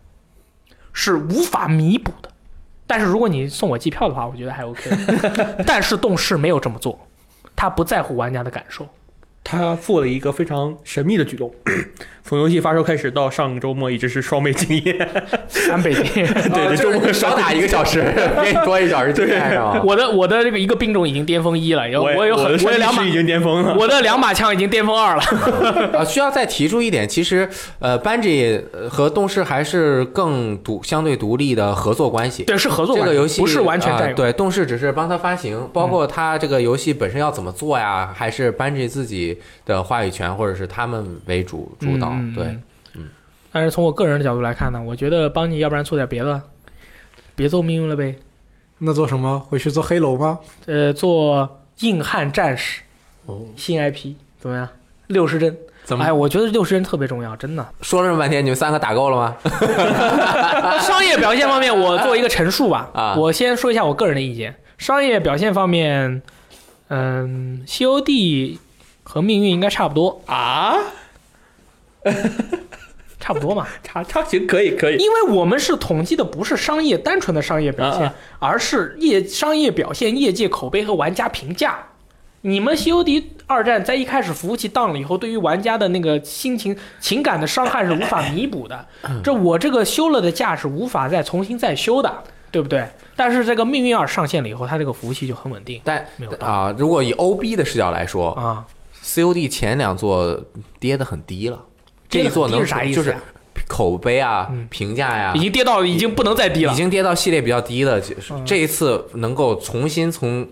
Speaker 2: 是无法弥补的。但是如果你送我机票的话，我觉得还 OK。但 是动视没有这么做，他不在乎玩家的感受。
Speaker 5: 他做了一个非常神秘的举动， 从游戏发售开始到上个周末一直是双倍敬业。
Speaker 2: 三倍金。
Speaker 5: 对对，周末
Speaker 3: 少打一个小时，给你多一小时经验是吧？
Speaker 2: 我的我的这个一个兵种已经巅峰一了，有
Speaker 5: 我
Speaker 2: 有很我
Speaker 5: 我
Speaker 2: 有
Speaker 5: 的
Speaker 2: 两
Speaker 5: 是
Speaker 2: 把
Speaker 5: 已，经巅 峰了。
Speaker 2: 我的两把枪已经巅峰二了。
Speaker 3: 啊，需要再提出一点，其实呃，班级和动视还是更独相对独立的合作关系。
Speaker 2: 对，是合作
Speaker 3: 这
Speaker 2: 关
Speaker 3: 个
Speaker 2: 系
Speaker 3: 游戏
Speaker 2: 不是完全
Speaker 3: 啊
Speaker 2: 占有。
Speaker 3: 对，动视只是帮他发行，包括他这个游戏本身要怎么做呀，还是班级自己的话语权或者是他们为主主导。
Speaker 2: 嗯
Speaker 3: 对，。
Speaker 2: 嗯但是从我个人的角度来看呢，我觉得邦尼要不然做点别的，别做命运了呗，
Speaker 4: 那做什么？回去做黑楼吗？
Speaker 2: 呃，做硬汉战士
Speaker 4: 哦，
Speaker 2: 新 IP，怎么样？六十帧，
Speaker 3: 怎
Speaker 2: 哎，我觉得六十帧特别重要，真的。
Speaker 3: 说了这么半天，你们三个打够了吗？
Speaker 2: 商业表现方面，我做一个陈述吧。
Speaker 3: 啊
Speaker 2: 我先说一下我个人的意见。商业表现方面，嗯，COD 和命运应该差不多，
Speaker 5: 啊，
Speaker 2: 差不多嘛。
Speaker 5: 差差行可以可以，
Speaker 2: 因为我们是统计的不是商业单纯的商业表现，
Speaker 5: 啊
Speaker 2: 而是业商业表现、业界口碑和玩家评价。你们 COD 二战在一开始服务器 down 了以后，对于玩家的那个心情、情感的伤害是无法弥补的。
Speaker 3: 嗯
Speaker 2: 这我这个修了的价是无法再重新再修的，对不对？但是这个命运二上线了以后，它这个服务器就很稳定，
Speaker 3: 但
Speaker 2: 没有道
Speaker 3: 啊、如果以 OB 的视角来说
Speaker 2: 啊。
Speaker 3: ，COD 前两座跌得很低了，这一座
Speaker 2: 跌得很低是
Speaker 3: 能
Speaker 2: 啥意思
Speaker 3: 就是
Speaker 2: 呀
Speaker 3: 口碑啊、
Speaker 2: 嗯
Speaker 3: 评价呀、
Speaker 2: 已经跌到已经不能再低了
Speaker 3: 已。经跌到系列比较低的，就
Speaker 2: 嗯
Speaker 3: 这一次能够重新从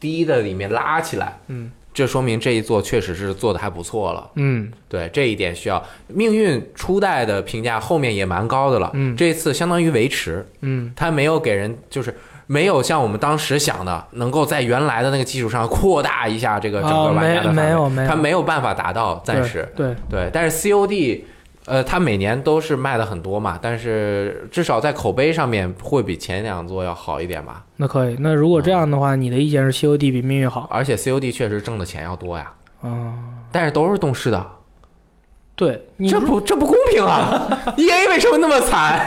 Speaker 3: 低的里面拉起来，
Speaker 2: 嗯，
Speaker 3: 这说明这一座确实是做的还不错了。
Speaker 2: 嗯，
Speaker 3: 对这一点需要，命运初代的评价后面也蛮高的了，
Speaker 2: 嗯
Speaker 3: 这一次相当于维持，
Speaker 2: 嗯，
Speaker 3: 它没有给人就是没有像我们当时想的，能够在原来的那个基础上扩大一下这个整个
Speaker 2: 哦
Speaker 3: 玩家的
Speaker 2: 没
Speaker 3: 范围、
Speaker 2: 没有没有
Speaker 3: 它没有办法达到暂
Speaker 2: 对
Speaker 3: 时，
Speaker 2: 对，
Speaker 3: 对，但是 COD，呃，它每年都是卖的很多嘛，但是至少在口碑上面会比前两座要好一点吧。
Speaker 2: 那可以。那如果这样的话，你的意见是 COD 比命运好？
Speaker 3: 而且 COD 确实挣的钱要多呀，
Speaker 2: 嗯。
Speaker 3: 但是都是动视的，
Speaker 2: 对，你
Speaker 3: 这不这不公 平啊！EA 为什么那么惨？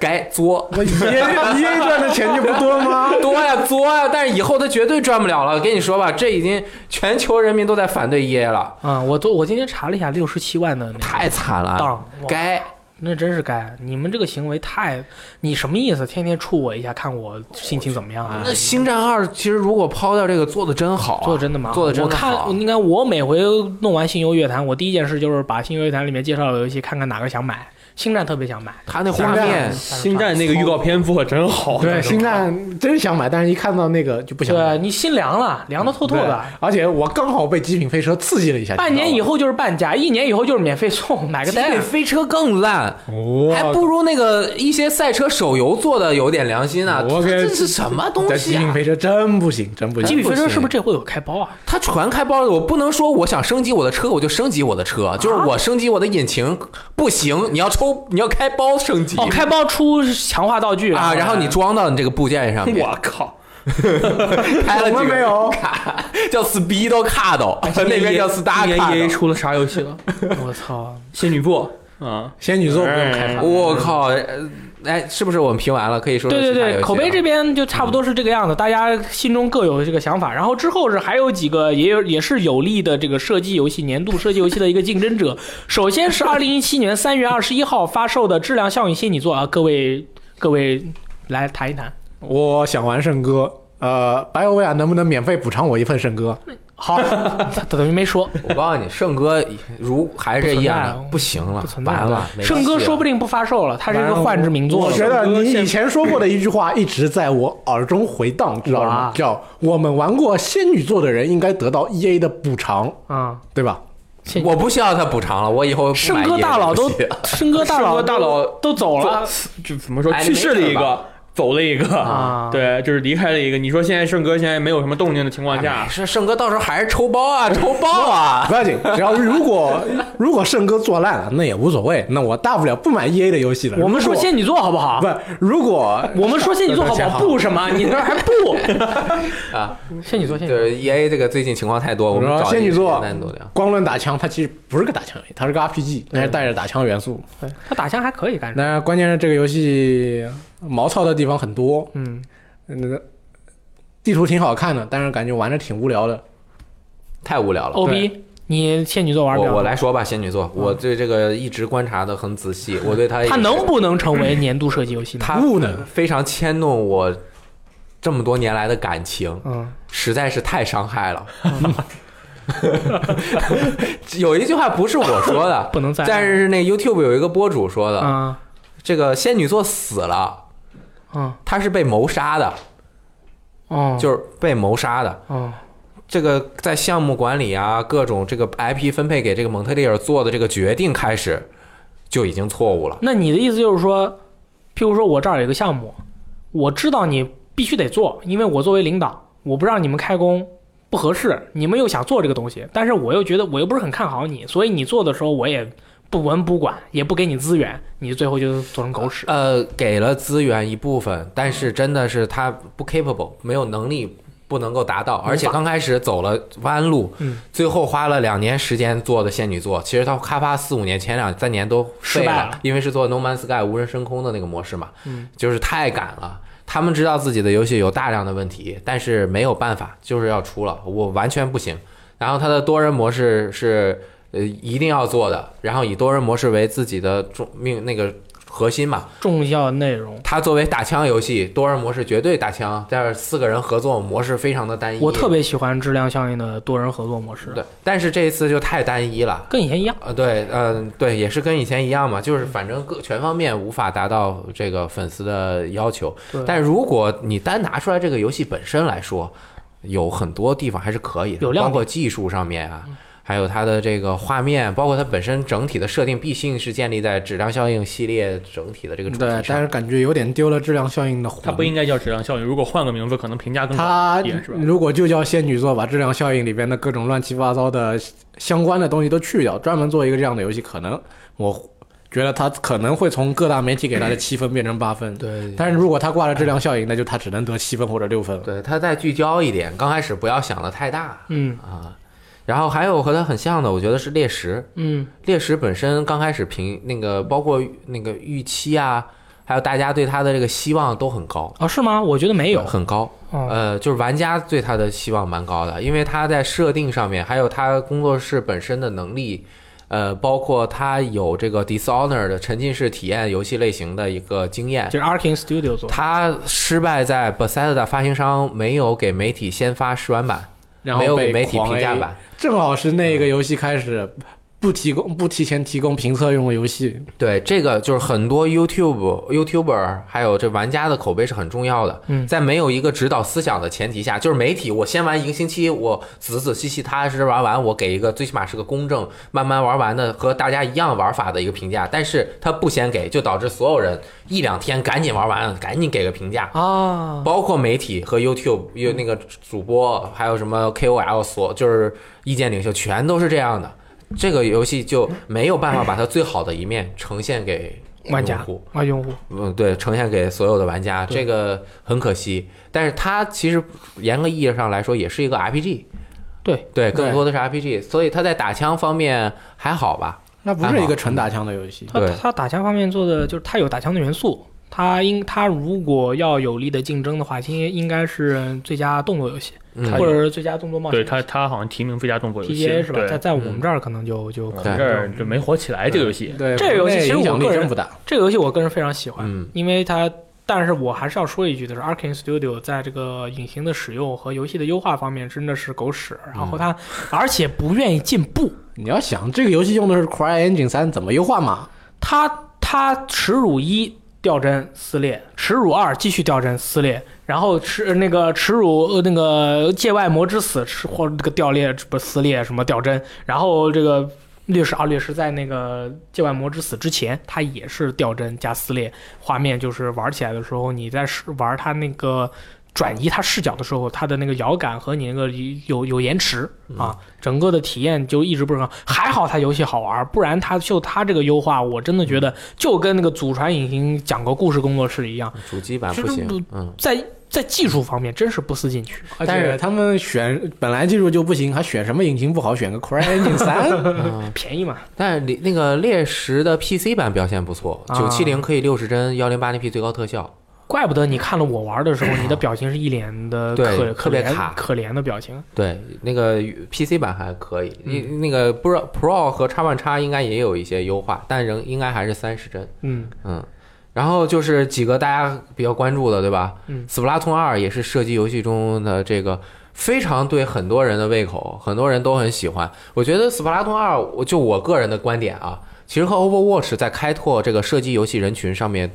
Speaker 3: 该作
Speaker 4: 那 EA EA 赚的钱就不多吗？
Speaker 3: 多呀作呀，但是以后他绝对赚不了了。跟你说吧，这已经全球人民都在反对 EA 了，
Speaker 2: 啊、我昨我今天查了一下，六十七万的那个
Speaker 3: 太惨了，
Speaker 2: 档，哇
Speaker 3: 该
Speaker 2: 那真是该你们这个行为太，你什么意思？天天触我一下，看我心情怎么样啊
Speaker 3: 那？《星战二》其实如果抛掉这个，做的真好啊，
Speaker 2: 做的真的蛮好，
Speaker 3: 做的真的
Speaker 2: 我
Speaker 3: 好
Speaker 2: 看，。应该我每回弄完《星游乐坛》，我第一件事就是把《星游乐坛》里面介绍的游戏看看哪个想买，《星战》特别想买，
Speaker 3: 他那画面
Speaker 5: 星战那个预告片做的真好，
Speaker 4: 对，星战真想买，但是一看到那个就不想买。
Speaker 2: 对你心凉了，凉的透透的。
Speaker 4: 对而且我刚好被《极品飞车》刺激了一下。
Speaker 2: 半年以后就是半价，一年以后就是免费送，买个
Speaker 3: 极品
Speaker 2: 单。啊
Speaker 3: 飞车更烂，
Speaker 4: 哦
Speaker 3: 还不如那个一些赛车手游做的有点良心啊！
Speaker 4: 我跟
Speaker 3: 这是什么东
Speaker 4: 这《极
Speaker 3: 西
Speaker 4: 品
Speaker 3: 啊？
Speaker 4: 飞车》真不行，真不
Speaker 2: 极
Speaker 4: 行。
Speaker 2: 品飞车
Speaker 3: 不行
Speaker 2: 是不是这回有开包啊？
Speaker 3: 它全开包的，我不能说我想升级我的车，我就升级我的车，就是我升级我的引擎不行，你要抽，你要开包升级
Speaker 2: 哦，开包出强化道具
Speaker 3: 啊，然后你装到你这个部件上 面，
Speaker 5: 我靠，
Speaker 3: 开了
Speaker 4: 懂了
Speaker 3: 几
Speaker 4: 没
Speaker 3: 个
Speaker 4: 有？
Speaker 3: 卡，叫 Speedo Card，那边叫 Star
Speaker 5: 今年 EA
Speaker 3: Card。
Speaker 5: 出了啥游戏了？
Speaker 2: 我操！
Speaker 5: 仙女部啊，
Speaker 4: 仙女座不用开发，
Speaker 3: 我靠，呃哎，是不是我们评完了？可以说说
Speaker 2: 对对
Speaker 3: 其他游戏
Speaker 2: 对，
Speaker 3: 了
Speaker 2: 口碑这边就差不多是这个样子，大家心中各有这个想法。然后之后是还有几个也有也是有利的这个射击游戏年度射击游戏的一个竞争 者。首先是二零一七年三月二十一号发售的《质量效应仙女座》啊，各位各位来谈一谈。
Speaker 4: 我想玩圣歌。呃，白欧维亚能不能免费补偿我一份圣歌？
Speaker 2: 好，等于没说，
Speaker 3: 我告诉你，圣哥如还是这样的，
Speaker 2: 不
Speaker 3: 不行了
Speaker 2: 不，存在
Speaker 3: 完了。没啊
Speaker 2: 圣哥
Speaker 3: 戏了
Speaker 2: 说不定不发售了，他是一个幻之名作
Speaker 4: 我
Speaker 2: 了。
Speaker 4: 觉得
Speaker 5: 圣歌
Speaker 4: 你
Speaker 5: 现
Speaker 4: 以前说过的一句话一直在我耳中回荡，知道
Speaker 2: 哇
Speaker 4: 吗？叫我们玩过仙女座的人应该得到 E A 的补偿，
Speaker 2: 啊，
Speaker 4: 对吧？
Speaker 2: 现
Speaker 3: 我不需要他补偿了，我以后不
Speaker 2: 圣
Speaker 3: 买
Speaker 2: 哥大佬都
Speaker 3: 这个游戏
Speaker 2: 圣哥大佬
Speaker 5: 圣歌大佬
Speaker 2: 都走了，
Speaker 5: 就怎么说
Speaker 3: 哎
Speaker 5: 去世了一
Speaker 3: 没事
Speaker 5: 个，走了一个
Speaker 2: 啊
Speaker 5: 对，就是离开了一个。你说现在圣哥现在没有什么动静的情况
Speaker 3: 哎
Speaker 5: 下，
Speaker 3: 是圣哥到时候还是抽 包啊，抽包啊
Speaker 4: 不！要紧，只要如果如果圣哥做烂了，那也无所谓，那我大不了不买 E A 的游戏了。
Speaker 2: 我们说
Speaker 4: 如果
Speaker 2: 仙女座好不好？
Speaker 4: 不，如果
Speaker 2: 我们说仙女座好不好？不什么，你那还不
Speaker 3: 啊，
Speaker 2: 仙女座，仙女座。
Speaker 3: 对 E A 这个最近情况太多，我
Speaker 4: 我
Speaker 3: 们
Speaker 4: 说
Speaker 3: 找
Speaker 4: 仙女座
Speaker 3: 单独聊。
Speaker 4: 光论打枪，它其实不是个打枪游戏，它是个 RPG，但是带着打枪元素。
Speaker 2: 对他打枪还可以干着。
Speaker 4: 那关键是这个游戏毛糙的地方很多，
Speaker 2: 嗯，
Speaker 4: 嗯，地图挺好看的，但是感觉玩着挺无聊的。
Speaker 3: 太无聊了。
Speaker 2: 欧逼，你仙女座哦玩
Speaker 3: 我
Speaker 2: 不了。
Speaker 3: 我来说吧，仙女座，我对这个一直观察的很仔细，我对他
Speaker 2: 嗯他能不能成为年度射击游戏呢？
Speaker 3: 他
Speaker 4: 不能
Speaker 3: 非常牵动我这么多年来的感情，
Speaker 2: 嗯，
Speaker 3: 实在是太伤害了。 有一句话不是我说的，
Speaker 2: 不能再。
Speaker 3: 但是是那 YouTube 有一个博主说 的，
Speaker 2: 嗯
Speaker 3: 这个仙女座死了，
Speaker 2: 嗯
Speaker 3: 她是被谋杀的，
Speaker 2: 哦，
Speaker 3: 就是被谋杀的。
Speaker 2: 哦
Speaker 3: 这个在项目管理啊，各种这个 IP 分配给这个蒙特利尔做的这个决定开始，就已经错误了。
Speaker 2: 那你的意思就是说，譬如说我这儿有一个项目，我知道你必须得做，因为我作为领导，我不让你们开工，不合适，你们又想做这个东西，但是我又觉得我又不是很看好你，所以你做的时候我也不闻不管，也不给你资源，你最后就做成狗屎。
Speaker 3: 呃，给了资源一部分，但是真的是他不 capable，没有能力，不能够达到，而且刚开始走了弯路，
Speaker 2: 嗯，
Speaker 3: 最后花了两年时间做的仙女座，其实他咔啪四五年，前两三年都废
Speaker 2: 失败了
Speaker 3: 因为是做 No Man's Sky 无人升空的那个模式嘛，
Speaker 2: 嗯，
Speaker 3: 就是太赶了。他们知道自己的游戏有大量的问题，但是没有办法，就是要出了，我完全不行。然后它的多人模式是呃一定要做的，然后以多人模式为自己的重命那个核心嘛，
Speaker 2: 重要内容。
Speaker 3: 它作为打枪游戏，多人模式绝对打枪，但是四个人合作模式非常的单一。
Speaker 2: 我特别喜欢质量效应的多人合作模式，
Speaker 3: 对，但是这一次就太单一了。
Speaker 2: 跟以前一样。
Speaker 3: 呃，对，嗯、对，也是跟以前一样嘛，就是反正各全方面无法达到这个粉丝的要求。
Speaker 2: 对
Speaker 3: 但如果你单拿出来这个游戏本身来说，有很多地方还是可以的，
Speaker 2: 有亮点
Speaker 3: 包括技术上面啊，还有它的这个画面，包括它本身整体的设定，毕竟是建立在质量效应系列整体的这个主题
Speaker 4: 对
Speaker 3: 上，。
Speaker 4: 但是感觉有点丢了质量效应的魂。
Speaker 5: 它不应该叫质量效应，如果换个名字，可能评价
Speaker 2: 嗯
Speaker 5: 更高。
Speaker 4: 他
Speaker 5: 也是吧
Speaker 4: 如果就叫仙女座，把质量效应里边的各种乱七八糟的相关的东西都去掉，专门做一个这样的游戏，可能我觉得他可能会从各大媒体给他的七分变成八分。
Speaker 3: 对
Speaker 4: 但是如果他挂了质量效应，那就他只能得七分或者六分了。
Speaker 3: 对，它再聚焦一点，刚开始不要想的太大
Speaker 2: 嗯
Speaker 3: 啊。然后还有和它很像的，我觉得是猎食。
Speaker 2: 嗯，
Speaker 3: 猎食本身刚开始评那个，包括那个预期啊，还有大家对它的这个希望都很高，
Speaker 2: 哦，是吗？我觉得没有。
Speaker 3: 很高。
Speaker 2: 哦，
Speaker 3: 呃，就是玩家对它的希望蛮高的，因为它在设定上面，还有它工作室本身的能力，呃，包括它有这个 Dishonor 的沉浸式体验游戏类型的一个经验。
Speaker 2: 就是 Arkin Studio 做的。
Speaker 3: 它失败在 Bethesda 发行商没有给媒体先发试玩版，
Speaker 4: 然
Speaker 3: 没有
Speaker 4: 后
Speaker 3: 给
Speaker 4: 被
Speaker 3: 媒体
Speaker 4: 狂
Speaker 3: 评价
Speaker 4: A
Speaker 3: 版。
Speaker 4: 正好是那个游戏开始不提供、不提前提供评测用的游戏，
Speaker 3: 对，这个就是很多 YouTube、YouTuber 还有这玩家的口碑是很重要的。
Speaker 2: 嗯
Speaker 3: 在没有一个指导思想的前提下，就是媒体，我先玩一个星期，我仔仔细细、踏踏实实玩完，我给一个最起码是个公正、慢慢玩完的和大家一样玩法的一个评价。但是他不先给，就导致所有人一两天赶紧玩完，赶紧给个评价。
Speaker 2: 啊，
Speaker 3: 包括媒体和 YouTube
Speaker 2: 嗯
Speaker 3: 有那个主播，还有什么 KOL 所就是意见领袖，全都是这样的。这个游戏就没有办法把它最好的一面呈现给
Speaker 2: 玩
Speaker 3: 用
Speaker 2: 家
Speaker 3: 户，
Speaker 2: 啊，用户
Speaker 3: 嗯，对，呈现给所有的玩家，
Speaker 2: 对
Speaker 3: 这个很可惜。但是它其实严格意义上来说，也是一个 RPG，
Speaker 2: 对
Speaker 3: 对，更
Speaker 4: 对
Speaker 3: 多的是 RPG，所以它在打枪方面还好吧。
Speaker 4: 那不
Speaker 3: 还
Speaker 4: 是
Speaker 3: 好
Speaker 4: 一个纯打枪的游戏。
Speaker 2: 他
Speaker 3: 对
Speaker 2: 他打枪方面做的就是他有打枪的元素，他应他如果要有力的竞争的话，应应该是最佳动作游戏，
Speaker 3: 嗯
Speaker 5: 它
Speaker 2: 或者是最佳动作冒险
Speaker 5: 对
Speaker 2: 游戏。
Speaker 5: 它，它好像提名最佳动作游戏
Speaker 2: TGA 是吧？
Speaker 5: 对
Speaker 2: 在在我们这儿可能就就
Speaker 5: 我
Speaker 2: 可
Speaker 5: 们
Speaker 2: 能
Speaker 5: 这
Speaker 2: 就
Speaker 5: 儿就没火起来这个游戏。
Speaker 4: 对
Speaker 2: 这个游戏
Speaker 4: 国内
Speaker 2: 其实我
Speaker 4: 影响力
Speaker 2: 个人
Speaker 4: 真不大。
Speaker 2: 这个游戏我个人非常喜欢，
Speaker 3: 嗯
Speaker 2: 因为它，但是我还是要说一句的是，Arkane Studio 在这个隐形的使用和游戏的优化方面真的是狗屎，然后它、而且不愿意进步，
Speaker 4: 你要想这个游戏用的是 CryEngine 三，怎么优化嘛？
Speaker 2: 它它耻辱一掉帧撕裂，耻辱二继续掉帧撕裂，然后耻那个耻辱呃那个界外魔之死耻或这个掉裂不是撕裂什么掉帧，然后这个。掠食二啊掠食在那个界外魔之死之前，它也是掉帧加撕裂，画面就是玩起来的时候，你在试玩它那个转移它视角的时候，它的那个摇感和你那个有有延迟啊，整个的体验就一直不是很好。还好它游戏好玩，不然它就它这个优化，我真的觉得就跟那个祖传隐形讲个故事工作室一样，
Speaker 3: 主机版不
Speaker 2: 其实不
Speaker 3: 行，嗯，
Speaker 2: 在在技术方面真是不思进取。
Speaker 4: 但是他们选本来技术就不行，还选什么引擎不好，选个 CryEngine 三，
Speaker 3: 嗯
Speaker 2: 便宜嘛，
Speaker 3: 但是那个猎食的 PC 版表现不错，
Speaker 2: 啊
Speaker 3: 九七零可以六十帧，幺零八零 P 最高特效。
Speaker 2: 怪不得你看了我玩的时候，你的表情是一脸的
Speaker 3: 对
Speaker 2: 可
Speaker 3: 特
Speaker 2: 可
Speaker 3: 别
Speaker 2: 怜
Speaker 3: 卡
Speaker 2: 可怜的表情。
Speaker 3: 对，那个 PC 版还可以，
Speaker 2: 嗯
Speaker 3: 那、那个 Pro Pro 和 X One X 应该也有一些优化，但仍应该还是三十帧。
Speaker 2: 嗯，
Speaker 3: 嗯，然后就是几个大家比较关注的，对吧？
Speaker 2: 嗯
Speaker 3: 斯普拉通二》也是射击游戏中的这个非常对很多人的胃口，很多人都很喜欢。我觉得《斯普拉通二》，我就我个人的观点啊，其实和 Overwatch 在开拓这个射击游戏人群上面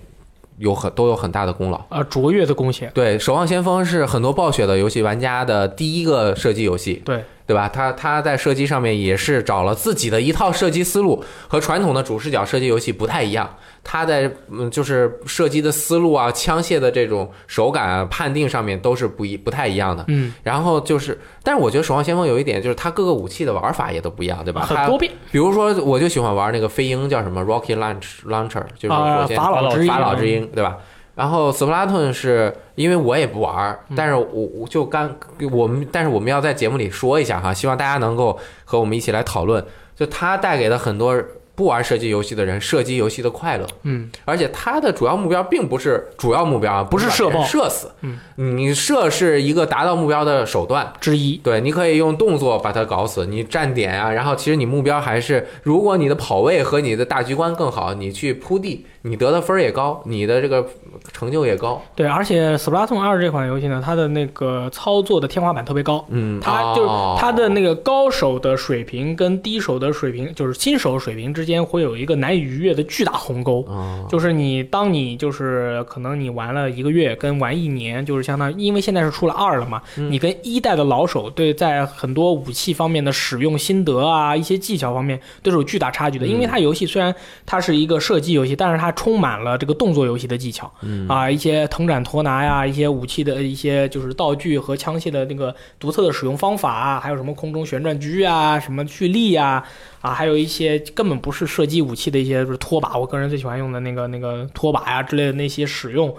Speaker 3: 有很都有很大的功劳。
Speaker 2: 呃，卓越的贡献。
Speaker 3: 对，《守望先锋》是很多暴雪的游戏玩家的第一个射击游戏，
Speaker 2: 对，
Speaker 3: 对吧？他他在射击上面也是找了自己的一套射击思路，和传统的主视角射击游戏不太一样。他在嗯，就是射击的思路啊、枪械的这种手感啊、判定上面都是不一不太一样的。
Speaker 2: 嗯，
Speaker 3: 然后就是，但是我觉得《守望先锋》有一点就是它各个武器的玩法也都不一样，对吧？
Speaker 2: 很
Speaker 3: 它
Speaker 2: 多变
Speaker 3: 比如说，我就喜欢玩那个飞鹰叫什么 Rocket Launch Launcher，就是
Speaker 2: 啊
Speaker 3: 火，箭
Speaker 2: 法老之嗯一，
Speaker 3: 法老之鹰，对吧？然后 Splatoon 是因为我也不玩儿，
Speaker 2: 嗯
Speaker 3: 但是我我就刚我们，但是我们要在节目里说一下哈，希望大家能够和我们一起来讨论，就它带给了很多不玩射击游戏的人射击游戏的快乐，
Speaker 2: 嗯，
Speaker 3: 而且它的主要目标并不是主要目标啊，不
Speaker 2: 不是
Speaker 3: 把
Speaker 2: 射
Speaker 3: 人
Speaker 2: 爆
Speaker 3: 射死，
Speaker 2: 嗯，
Speaker 3: 你射是一个达到目标的手段，
Speaker 2: 之一，
Speaker 3: 对，你可以用动作把它搞死，你站点啊，然后其实你目标还是，如果你的跑位和你的大局观更好，你去铺地，你得的分儿也高，你的这个成就也高。
Speaker 2: 对，而且《Splatoon 二》这款游戏呢，它的那个操作的天花板特别高，
Speaker 3: 嗯，
Speaker 2: 它就是
Speaker 3: 哦
Speaker 2: 它的那个高手的水平跟低手的水平，就是新手水平之间会有一个难以逾越的巨大鸿沟。
Speaker 3: 哦
Speaker 2: 就是你，当你就是可能你玩了一个月，跟玩一年，就是相当于，因为现在是出了二了嘛，
Speaker 3: 嗯
Speaker 2: 你跟一代的老手对在很多武器方面的使用心得啊，一些技巧方面都是有巨大差
Speaker 3: 嗯
Speaker 2: 距的。因为它游戏虽然它是一个射击游戏，但是它充满了这个动作游戏的技巧，啊，一些藤斩torn 拿呀，一些武器的一些就是道具和枪械的那个独特的使用方法啊，还有什么空中旋转狙啊，什么蓄力啊，啊，还有一些根本不是射击武器的一些，就是拖把，我个人最喜欢用的那个那个拖把呀、之类的那些使用，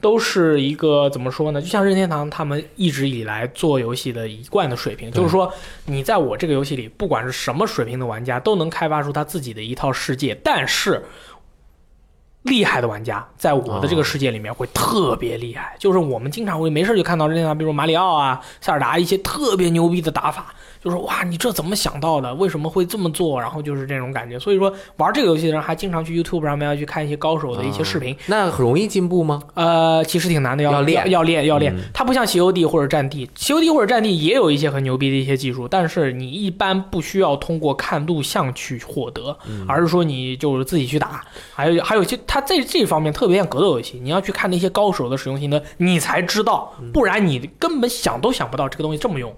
Speaker 2: 都是一个怎么说呢？就像任天堂他们一直以来做游戏的一贯的水平，就是说你在我这个游戏里，不管是什么水平的玩家，都能开发出他自己的一套世界，但是。厉害的玩家，在我的这个世界里面会特别厉害，就是我们经常会没事就看到任天堂，比如马里奥啊、塞尔达一些特别牛逼的打法，就是哇，你这怎么想到的？为什么会这么做？然后就是这种感觉。所以说，玩这个游戏的人还经常去 YouTube 上面要去看一些高手的一些视频，
Speaker 3: 那容易进步吗？
Speaker 2: 呃，其实挺难的，要
Speaker 3: 啊要练
Speaker 2: 要练，要练
Speaker 3: 嗯。
Speaker 2: 它不像 COD 或者战地，COD 或者战地也有一些很牛逼的一些技术，但是你一般不需要通过看录像去获得，
Speaker 3: 嗯
Speaker 2: 而是说你就是自己去打。还有还有些，它在这方面特别像格斗游戏，你要去看那些高手的使用心得，你才知道，
Speaker 3: 嗯
Speaker 2: 不然你根本想都想不到这个东西这么用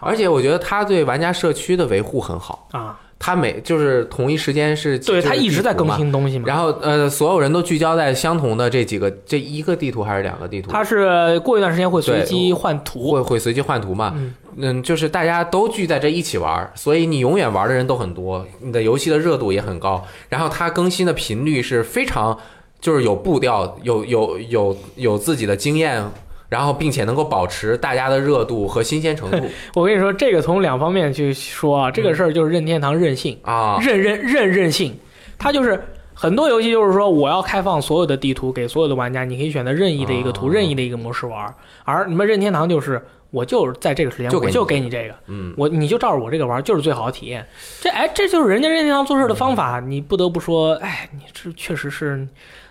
Speaker 3: 而且我觉得他对玩家社区的维护很好，
Speaker 2: 啊。
Speaker 3: 他每就是同一时间是
Speaker 2: 对，
Speaker 3: 就是
Speaker 2: 它一直在
Speaker 3: 地图
Speaker 2: 更
Speaker 3: 嘛。
Speaker 2: 新东西嘛。
Speaker 3: 然后呃，所有人都聚焦在相同的这几个这一个地图还是两个地图？
Speaker 2: 它是过一段时间会随
Speaker 3: 对
Speaker 2: 机换图，
Speaker 3: 会会随机换图嘛？
Speaker 2: 嗯
Speaker 3: 就是大家都聚在这一起玩儿，所以你永远玩的人都很多，你的游戏的热度也很高，然后它更新的频率是非常就是有步调，有有有有自己的经验。然后，并且能够保持大家的热度和新鲜程度
Speaker 2: 我跟你说，这个从两方面去说啊，
Speaker 3: 嗯
Speaker 2: 这个事儿就是任天堂任性，
Speaker 3: 啊，
Speaker 2: 任任任任性，它就是。很多游戏就是说，我要开放所有的地图给所有的玩家，你可以选择任意的一个图、
Speaker 3: 哦
Speaker 2: 任意的一个模式玩儿。而你们任天堂就是，我就是在这个时间，
Speaker 3: 就给
Speaker 2: 我
Speaker 3: 你
Speaker 2: 就给你这个，
Speaker 3: 嗯，
Speaker 2: 我你就照着我这个玩儿，就是最好的体验。这哎，这就是人家任天堂做事的方法，你不得不说，哎，你这确实是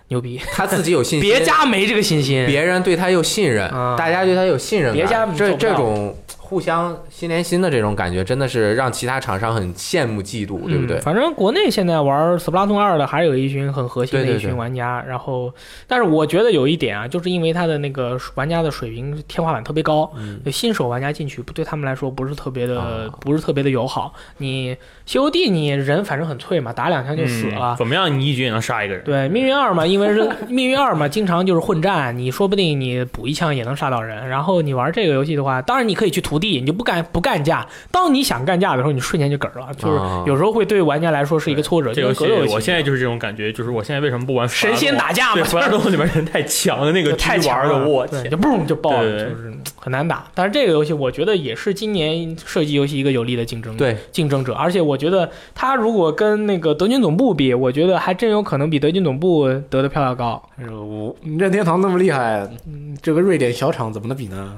Speaker 2: 牛 逼。
Speaker 3: 他自己有信心，
Speaker 2: 别家没这个信心，
Speaker 3: 别人对他又信任，
Speaker 2: 啊
Speaker 3: 大家对他有信任感，
Speaker 2: 别家做
Speaker 3: 这
Speaker 2: 不到
Speaker 3: 这种互相心连心的这种感觉，真的是让其他厂商很羡慕嫉妒，对不对
Speaker 2: 嗯？反正国内现在玩《Splatoon 二》的还有一群很核心的
Speaker 3: 对对
Speaker 2: 一群
Speaker 3: 对
Speaker 2: 玩家，然后，但是我觉得有一点啊，就是因为它的那个玩家的水平天花板特别高，就新手玩家进去不对他们来说不是特别的、
Speaker 3: 嗯啊
Speaker 2: 不是特别的友好。你 COD 你人反正很脆嘛，打两枪就死了。啊
Speaker 5: 嗯怎么样？你一局也能杀一个人。
Speaker 2: 对命运二嘛，因为 是命运二嘛，经常就是混战，你说不定你补一枪也能杀到人。然后你玩这个游戏的话，当然你可以去涂地，你就不干不干架。当你想干架的时候，你瞬间就嗝儿了，就是
Speaker 3: 啊
Speaker 2: 有时候会对玩家来说是一个挫折。
Speaker 5: 这
Speaker 2: 就
Speaker 5: 游
Speaker 2: 跟
Speaker 5: 戏
Speaker 2: 格斗游戏啊
Speaker 5: 我现在就是这种感觉，就是我现在为什么不玩
Speaker 2: 神仙打架
Speaker 5: 对，
Speaker 2: 嘛，
Speaker 5: 弗兰东里面人太强了，那个
Speaker 2: 就太
Speaker 5: 狙
Speaker 2: 强
Speaker 5: 玩
Speaker 2: 了，
Speaker 5: 的我
Speaker 2: 对
Speaker 5: 天，
Speaker 2: 就嘣就爆
Speaker 5: 对
Speaker 2: 了，
Speaker 5: 对对
Speaker 2: 就是很难打。但是这个游戏我觉得也是今年射击游戏一个有力的竞争
Speaker 3: 对，
Speaker 2: 竞争者，而且我觉得他如果跟那个德军总部比，我觉得还真有可能比德军总部得的票要高。
Speaker 4: 我任天堂那么厉害，嗯这个瑞典小厂怎么能比呢？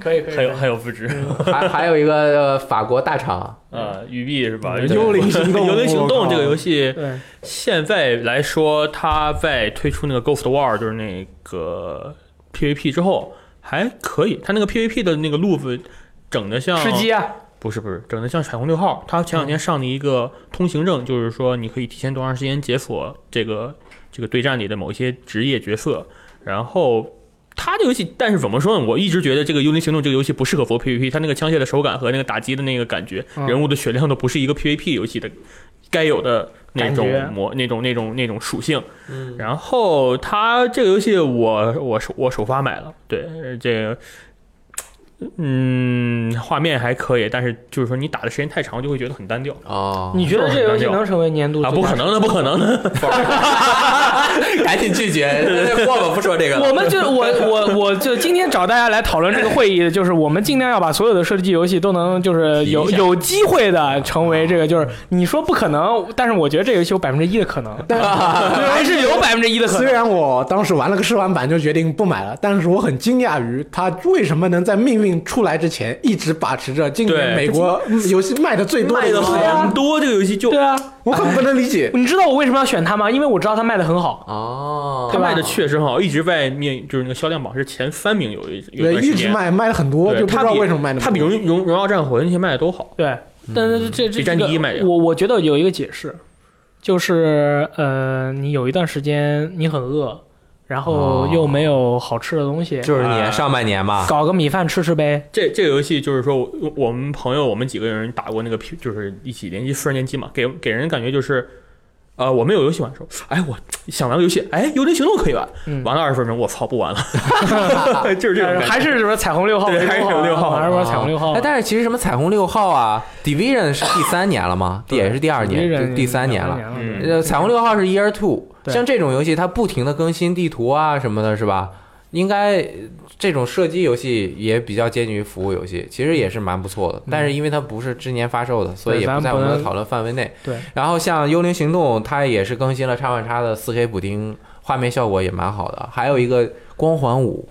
Speaker 2: 可以可以
Speaker 5: 很有很有肤质。
Speaker 3: 还 还有一个呃法国大厂，
Speaker 5: 呃，育碧是吧？
Speaker 4: 嗯幽灵行 动
Speaker 5: 幽灵行
Speaker 4: 我
Speaker 5: 动
Speaker 4: 靠
Speaker 5: 这个游戏
Speaker 2: 对，
Speaker 5: 现在来说，它在推出那个 Ghost War，就是那个 PVP 之后还可以，它那个 PVP 的那个路子整的像
Speaker 2: 吃鸡啊，
Speaker 5: 不是不是，整的像彩虹六号。它前两天上了一个通行证，就是说你可以提前多长时间解锁这个这个对战里的某一些职业角色，然后它这游戏，但是怎么说呢？我一直觉得这个《幽灵行动》这个游戏不适合 for PVP，它那个枪械的手感和那个打击的那个感觉，
Speaker 2: 嗯
Speaker 5: 人物的血量都不是一个 PVP 游戏的该有的那种
Speaker 2: 感觉嗯
Speaker 5: 模、那种、那种、那种属性。然后它这个游戏我，我首我首发买了，对呃这个。嗯，画面还可以，但是就是说你打的时间太长，就会觉得很单调
Speaker 3: 哦，
Speaker 2: 你觉得这个游戏能成为年度
Speaker 5: 啊！
Speaker 2: 最
Speaker 5: 不
Speaker 2: 佳
Speaker 5: 可能的，不可能的！
Speaker 3: 赶紧拒绝，霍总不说这个
Speaker 2: 我
Speaker 3: 了。
Speaker 2: 们就我我我就今天找大家来讨论这个会议的，就是我们尽量要把所有的射击游戏都能就是有
Speaker 3: 提一下
Speaker 2: 有机会的成为这个，就是你说不可能，但是我觉得这个游戏有百分之一的可能， 还是有百分之一的可
Speaker 4: 虽
Speaker 2: 能。
Speaker 4: 然我当时玩了个试玩版就决定不买了，但是我很惊讶于它为什么能在命运出来之前一直把持着今年
Speaker 5: 对
Speaker 4: 美国嗯游戏卖的最多
Speaker 5: 卖
Speaker 4: 一
Speaker 5: 的
Speaker 4: 个游戏
Speaker 5: 很多，这个游戏就
Speaker 2: 对啊，
Speaker 4: 我很不能理解。
Speaker 2: 你知道我为什么要选它吗？因为我知道它卖的很好。
Speaker 3: 哦，
Speaker 5: 它卖的确实很好，一直外面就是那个销量榜是前三名有一有一
Speaker 4: 对，
Speaker 5: 段
Speaker 4: 一
Speaker 5: 时
Speaker 4: 直
Speaker 5: 间，
Speaker 4: 卖卖了很多，
Speaker 5: 对
Speaker 4: 就不知
Speaker 5: 它
Speaker 4: 道
Speaker 5: 比
Speaker 4: 为什么卖那么多。
Speaker 5: 它比荣荣荣耀战魂那些卖的都好。
Speaker 2: 对，
Speaker 3: 嗯
Speaker 2: 但是这这
Speaker 5: 比战
Speaker 2: 这
Speaker 5: 地一卖
Speaker 2: 个
Speaker 5: 的
Speaker 2: 我我觉得有一个解释，就是呃，你有一段时间你很饿，然后
Speaker 3: 哦
Speaker 2: 又没有好吃的东西，
Speaker 3: 就是啊年上半年嘛，
Speaker 2: 搞个米饭吃吃呗。
Speaker 5: 这这个游戏就是说，我我们朋友我们几个人打过那个 P，就是一起联机四人联机嘛，给给人感觉就是，呃，我没有游戏玩的时候，哎，我想玩个游戏，哎，《幽灵行动》可以玩，
Speaker 2: 嗯
Speaker 5: 玩了二十分钟，我操，不玩了，就是这种感觉。
Speaker 2: 还是什么彩虹六号
Speaker 5: 对
Speaker 2: 围攻啊，
Speaker 5: 还是有六号
Speaker 2: 还是玩彩虹六号
Speaker 3: 哎，。但是其实什么彩虹六号啊，Division 是第三年了吗？
Speaker 5: 对
Speaker 3: 也是第二
Speaker 2: 敌人
Speaker 3: 年，第三年了。
Speaker 5: 嗯
Speaker 2: 对
Speaker 3: 呃，彩虹六号是 Year Two，
Speaker 2: 对
Speaker 3: 像这种游戏它不停的更新地图啊什么的，是吧？应该呃这种射击游戏也比较接近于服务游戏，其实也是蛮不错
Speaker 2: 嗯
Speaker 3: 的。但是因为它不是之年发售的，所以也不在我们的讨论范围内。
Speaker 2: 对，
Speaker 3: 然后像《幽灵行动》，它也是更新了叉万叉的四 K 补丁，画面效果也蛮好的。还有一个《光环五》，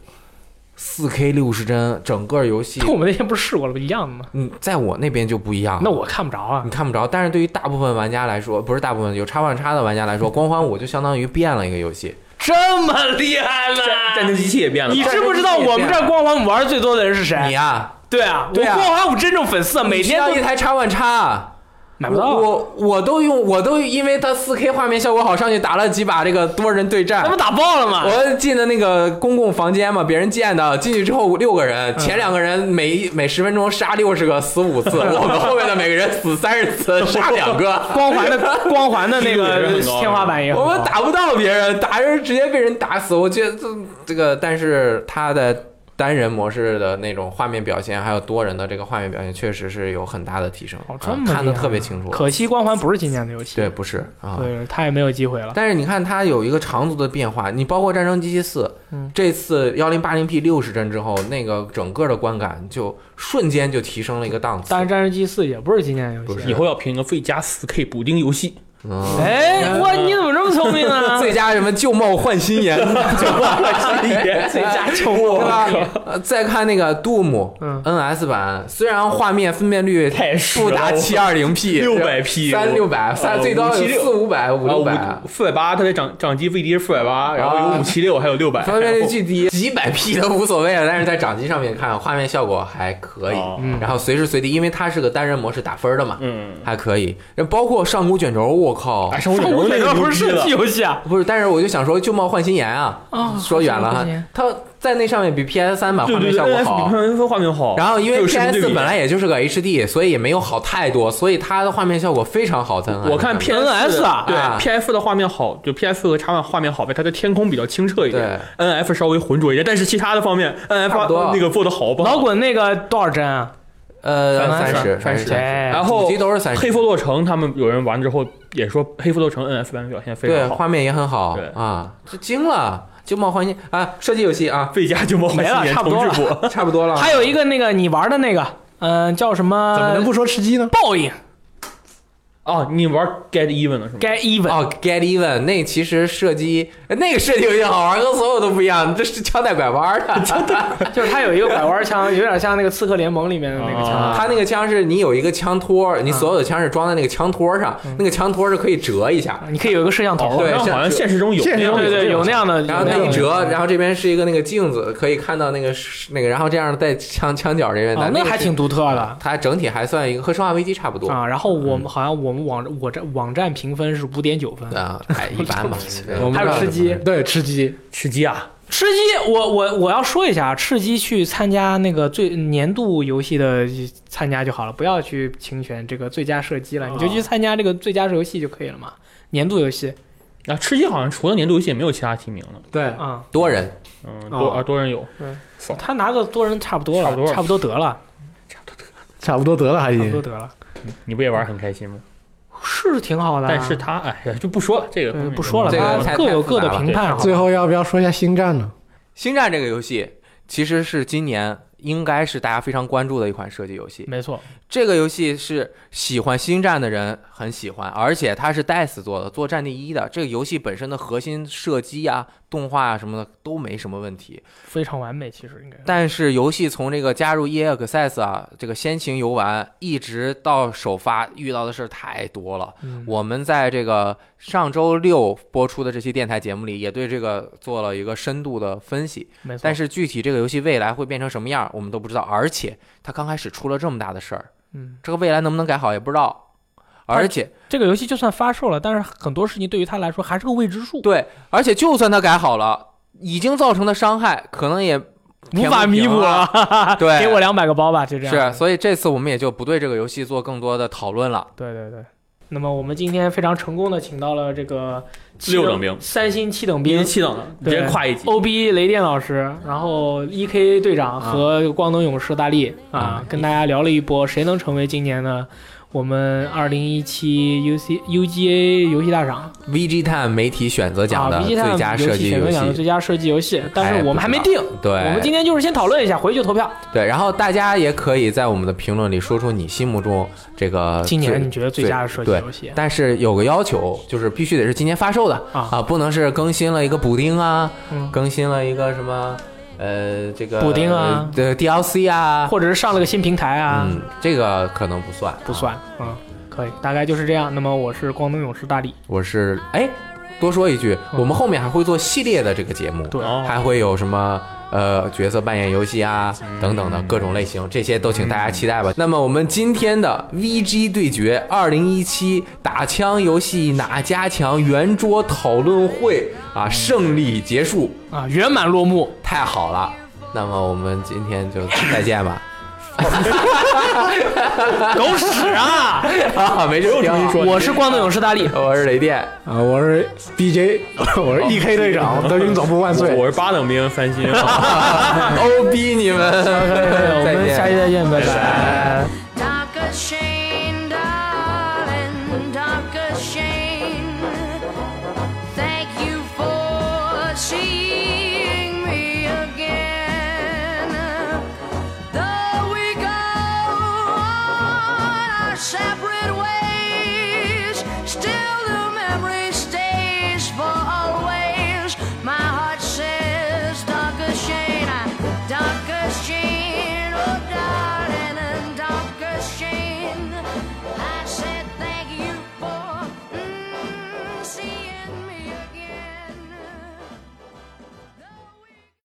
Speaker 3: 四 K 六十帧，整个游戏
Speaker 2: 但我们那天不是试过了，不一样的吗？
Speaker 3: 嗯，在我那边就不一样。
Speaker 2: 那我看不着啊
Speaker 3: 你。看不着，但是对于大部分玩家来说，不是大部分有叉万叉的玩家来说，《光环五》就相当于变了一个游戏。
Speaker 2: 这么厉害了
Speaker 5: 战争机器也变了，
Speaker 2: 你知不知道我们这儿光环五玩的最多的人是
Speaker 3: 你
Speaker 2: 谁？
Speaker 3: 呀、
Speaker 2: 对啊，我
Speaker 3: 对啊
Speaker 2: 光环五真正粉丝，啊，每天
Speaker 3: 需要
Speaker 2: 都
Speaker 3: 一台叉万叉，
Speaker 2: 买不到。啊
Speaker 3: 我我我都用，我都因为它四 K 画面效果好，上去打了几把这个多人对
Speaker 2: 那不
Speaker 3: 战。
Speaker 2: 打爆了吗？
Speaker 3: 我进的那个公共房间嘛，别人建的，进去之后六个
Speaker 2: 嗯
Speaker 3: 人，前两个人每每十分钟杀六十个，死五 次，我们后面的每个人死三十次，杀两个。
Speaker 2: 光环的光环的那
Speaker 5: 这个
Speaker 2: 个
Speaker 5: 也是很高的
Speaker 2: 天花板也很
Speaker 3: 我们
Speaker 2: 高。
Speaker 3: 打不到别人，打人直接被人打死。我觉得这这个，但是他的单人模式的那种画面表现，还有多人的这个画面表现，确实是有很大的提升，
Speaker 2: 哦
Speaker 3: 啊
Speaker 2: 这么厉害
Speaker 3: 看得特别清楚。
Speaker 2: 可惜光环不是今年的游戏，
Speaker 3: 对，不是啊。
Speaker 2: 对，他也没有机会了。
Speaker 3: 但是你看，它有一个长足的变化。你包括《战争机器四》
Speaker 2: 嗯
Speaker 3: 这次幺零八零 P 六十帧之后，那个整个的观感就瞬间就提升了一个档次。
Speaker 2: 但是《战士 G 四》也不是今年的游
Speaker 3: 不
Speaker 2: 戏
Speaker 3: 是
Speaker 5: 以。后要评一个最佳4 K 补丁游 戏，
Speaker 3: 嗯，
Speaker 2: 哎，哇，你怎么这么聪明啊？
Speaker 3: 最佳什么旧貌换新颜，旧貌换新颜，
Speaker 5: 啊
Speaker 3: 最佳旧貌对吧？呃再看那个 Doom
Speaker 2: 嗯
Speaker 3: NS 版，虽然画面分辨率
Speaker 5: 太实了
Speaker 3: 不达七二零 P，
Speaker 5: 600p
Speaker 3: 三六百，三
Speaker 5: 呃
Speaker 3: 最高有
Speaker 5: 576
Speaker 3: 四五百、五六百，啊
Speaker 5: 四百八，它的掌掌机最低是四百八，然后有五七六，还有六百，
Speaker 3: 分辨率巨低，几百 P 都无所谓了。但是在掌机上面看，画面效果还可以
Speaker 5: 哦。
Speaker 3: 然后随时随地，因为它是个单人模式打分的嘛，
Speaker 5: 嗯，
Speaker 3: 还可以。然后包括上古卷轴，我靠
Speaker 5: 哎，，上
Speaker 2: 上古
Speaker 5: 古
Speaker 2: 卷
Speaker 5: 卷
Speaker 2: 轴
Speaker 5: 轴
Speaker 2: 不是射
Speaker 5: 了
Speaker 2: 击，游戏啊？
Speaker 3: 不是，但是我就想说旧貌换新颜啊。
Speaker 5: 哦
Speaker 2: 啊
Speaker 3: 说远了哈，它在那上面比 PS 三版画
Speaker 5: 对对
Speaker 3: 面
Speaker 5: 对
Speaker 3: 啊效果
Speaker 5: ，NS 比
Speaker 3: 好。
Speaker 5: PSN 画面好，
Speaker 3: 然后因为
Speaker 5: 有视频对
Speaker 3: PS
Speaker 5: 比
Speaker 3: 本来也就是个 HD，所以也没有好太多，所以它的画面效果非常好。在
Speaker 5: 我看 PS
Speaker 2: NS 啊
Speaker 5: 对
Speaker 3: 嗯啊
Speaker 5: PS 的画面好，就 PS 和 X 万画面好呗，它的天空比较清澈一点，NF 稍微浑浊一点，但是其他的方面
Speaker 3: 差不多
Speaker 5: ，NF 那个做的好不好？
Speaker 2: 老滚那个多少帧啊？
Speaker 3: 呃
Speaker 5: 三
Speaker 3: 十
Speaker 5: 十
Speaker 3: 三
Speaker 5: 三
Speaker 3: 十，
Speaker 2: 哎，
Speaker 5: 然后
Speaker 3: 主机都是三
Speaker 5: 黑
Speaker 3: 十，
Speaker 5: 佛洛城他们有人玩之后也说黑佛洛城 NF 版表现非
Speaker 3: 对，
Speaker 5: 常好，
Speaker 3: 画面也很好
Speaker 5: 对
Speaker 3: 啊，这惊了，旧貌换新啊，射击游戏啊，
Speaker 5: 费加就冒
Speaker 2: 没了
Speaker 5: 年
Speaker 2: 差不
Speaker 5: 重
Speaker 2: 多
Speaker 5: 置
Speaker 2: 了
Speaker 5: 播，
Speaker 3: 差不多了。
Speaker 2: 还有一个那个你玩的那个，嗯，叫什么？
Speaker 4: 怎么能不说吃鸡呢？
Speaker 2: 报应
Speaker 5: 哦，你玩 Get Even 了是吗？
Speaker 2: ？Get even。
Speaker 3: 哦，Get Even 那其实射击那个射击游戏好玩，跟所有都不一样，这是枪带拐弯啊 的。
Speaker 2: 啊就是它有一个拐弯枪，有点像那个《刺客联盟》里面的那个枪。
Speaker 5: 啊
Speaker 3: 它那个枪是你有一个枪托，你所有的枪是装在那个枪托上，
Speaker 5: 嗯
Speaker 3: 那个枪托是可以折一下，
Speaker 2: 你可以有一个摄像头。
Speaker 5: 好
Speaker 3: 对
Speaker 5: 像哦好像现实中有，
Speaker 4: 现实中
Speaker 2: 对对，有那样的。
Speaker 3: 然后它一折，然后这边是一个那个镜子，可以看到那个是那个，然后这样在枪枪角这边
Speaker 2: 啊
Speaker 3: 的，，
Speaker 2: 那
Speaker 3: 个
Speaker 2: 还
Speaker 3: 是
Speaker 2: 挺独特的。
Speaker 3: 它整体还算一个和《生化危机》差不多嗯
Speaker 2: 啊，然后我们好像我们网我这网站评分是五点九分，
Speaker 3: 啊，还一般吧。对
Speaker 4: 我们
Speaker 2: 还有吃鸡，
Speaker 4: 对，吃鸡
Speaker 5: 吃鸡啊，
Speaker 2: 吃鸡，我我我要说一下啊，吃鸡去参加那个最年度游戏的参加就好了，不要去评选这个最佳射
Speaker 5: 哦
Speaker 2: 击了，你就去参加这个最佳游戏就可以了嘛。年度游戏
Speaker 5: 啊，吃鸡好像除了年度游戏也没有其他提名了。
Speaker 4: 对，
Speaker 2: 啊，
Speaker 3: 多人
Speaker 5: 嗯，多
Speaker 4: 哦
Speaker 5: 啊多人有，
Speaker 2: 他拿个多人差不多了，
Speaker 5: 差不多了嗯
Speaker 2: 得了，
Speaker 4: 差不多得了，
Speaker 3: 哎
Speaker 4: 还已
Speaker 2: 差不多
Speaker 4: 经。
Speaker 2: 得了，
Speaker 5: 你不也玩得很开心吗？
Speaker 2: 是挺好的啊。
Speaker 5: 但是他哎呀就不说了，这个
Speaker 2: 呃对不说了，
Speaker 3: 这个
Speaker 2: 大
Speaker 3: 太
Speaker 2: 家各有各的
Speaker 3: 太复杂了
Speaker 2: 评判好吧。
Speaker 4: 最后要不要说一下星战呢？
Speaker 3: 星战这个游戏其实是今年应该是大家非常关注的一款射击游戏。
Speaker 5: 没错，
Speaker 3: 这个游戏是喜欢星战的人很喜欢，而且它是 DICE 做的，做战地一的。这个游戏本身的核心射击啊、动画啊什么的都没什么问题。
Speaker 2: 非常完美，其实应该。
Speaker 3: 但是游戏从这个加入 EA Access 啊，这个先行游玩，一直到首发，遇到的事儿太多了。
Speaker 2: 嗯
Speaker 3: 我们在这个上周六播出的这期电台节目里，也对这个做了一个深度的分析。
Speaker 2: 没错，
Speaker 3: 但是具体这个游戏未来会变成什么样，我们都不知道。而且它刚开始出了这么大的事儿，
Speaker 2: 嗯，
Speaker 3: 这个未来能不能改好也不知道。
Speaker 2: 它
Speaker 3: 而且
Speaker 2: 这个游戏就算发售了，但是很多事情对于他来说还是个未知数，
Speaker 3: 对，而且就算它改好了，已经造成的伤害可能也
Speaker 2: 无法弥补
Speaker 3: 了。
Speaker 2: 了。
Speaker 3: 对，
Speaker 2: 给我两百个包吧，就这样。
Speaker 3: 是，啊所以这次我们也就不对这个游戏做更多的讨论了。
Speaker 2: 对对对。那么我们今天非常成功的请到了这个七
Speaker 5: 六等兵
Speaker 2: 三星七等兵、
Speaker 5: 气等了，直
Speaker 2: 对
Speaker 5: 接跨一级。
Speaker 2: OB 雷电老师，然后 EK 队长和光能勇士大力啊跟大家聊了一波，谁能成为今年的我们二零一七 UC UGA 游戏大赏
Speaker 3: VG Time 媒体选择奖
Speaker 2: 啊
Speaker 3: 的
Speaker 2: ，B G
Speaker 3: 最佳射击
Speaker 2: 选
Speaker 3: 游
Speaker 2: 择奖的
Speaker 3: 戏，
Speaker 2: 最佳射击游戏，哎但是我们还没定，我们
Speaker 3: 对
Speaker 2: 今天就是先讨论一下，回去投票。
Speaker 3: 对，然后大家也可以在我们的评论里说出你心目中这个
Speaker 2: 今年
Speaker 3: 最
Speaker 2: 你觉得呃最佳的射击游戏？
Speaker 3: 但是有个要求，就是必须得是今年发售的
Speaker 2: 啊
Speaker 3: 不能是更新了一个补丁啊，
Speaker 2: 嗯
Speaker 3: 更新了一个什么呃这个
Speaker 2: 补丁啊
Speaker 3: 对 DLC 啊，
Speaker 2: 或者是上了个新平台啊？
Speaker 3: 嗯，这个可能不算，啊
Speaker 2: 不算，嗯，可以，大概就是这样。那么我是光能勇士大力，
Speaker 3: 我是哎，多说一句，
Speaker 2: 嗯
Speaker 3: 我们后面还会做系列的这个节目，
Speaker 2: 对
Speaker 5: 哦，
Speaker 3: 还会有什么呃角色扮演游戏啊等等的各种类型，这些都请大家期待吧。那么我们今天的 VG 对决二零一七打枪游戏哪家强圆桌讨论会啊胜利结束，
Speaker 2: 啊，圆满落幕。
Speaker 3: 太好了。那么我们今天就再见 吧。
Speaker 2: 狗屎啊！
Speaker 3: 啊，没事，挺好。
Speaker 2: 我是光能勇士大力，
Speaker 3: 我是雷 电，
Speaker 4: 啊，我是 BJ，我是 EK 队长，德云总部万岁！
Speaker 5: 我是八等兵三 星。
Speaker 3: 欧逼你们，
Speaker 2: 我
Speaker 3: 再
Speaker 2: 们
Speaker 3: 见
Speaker 2: 下期。再见，拜拜。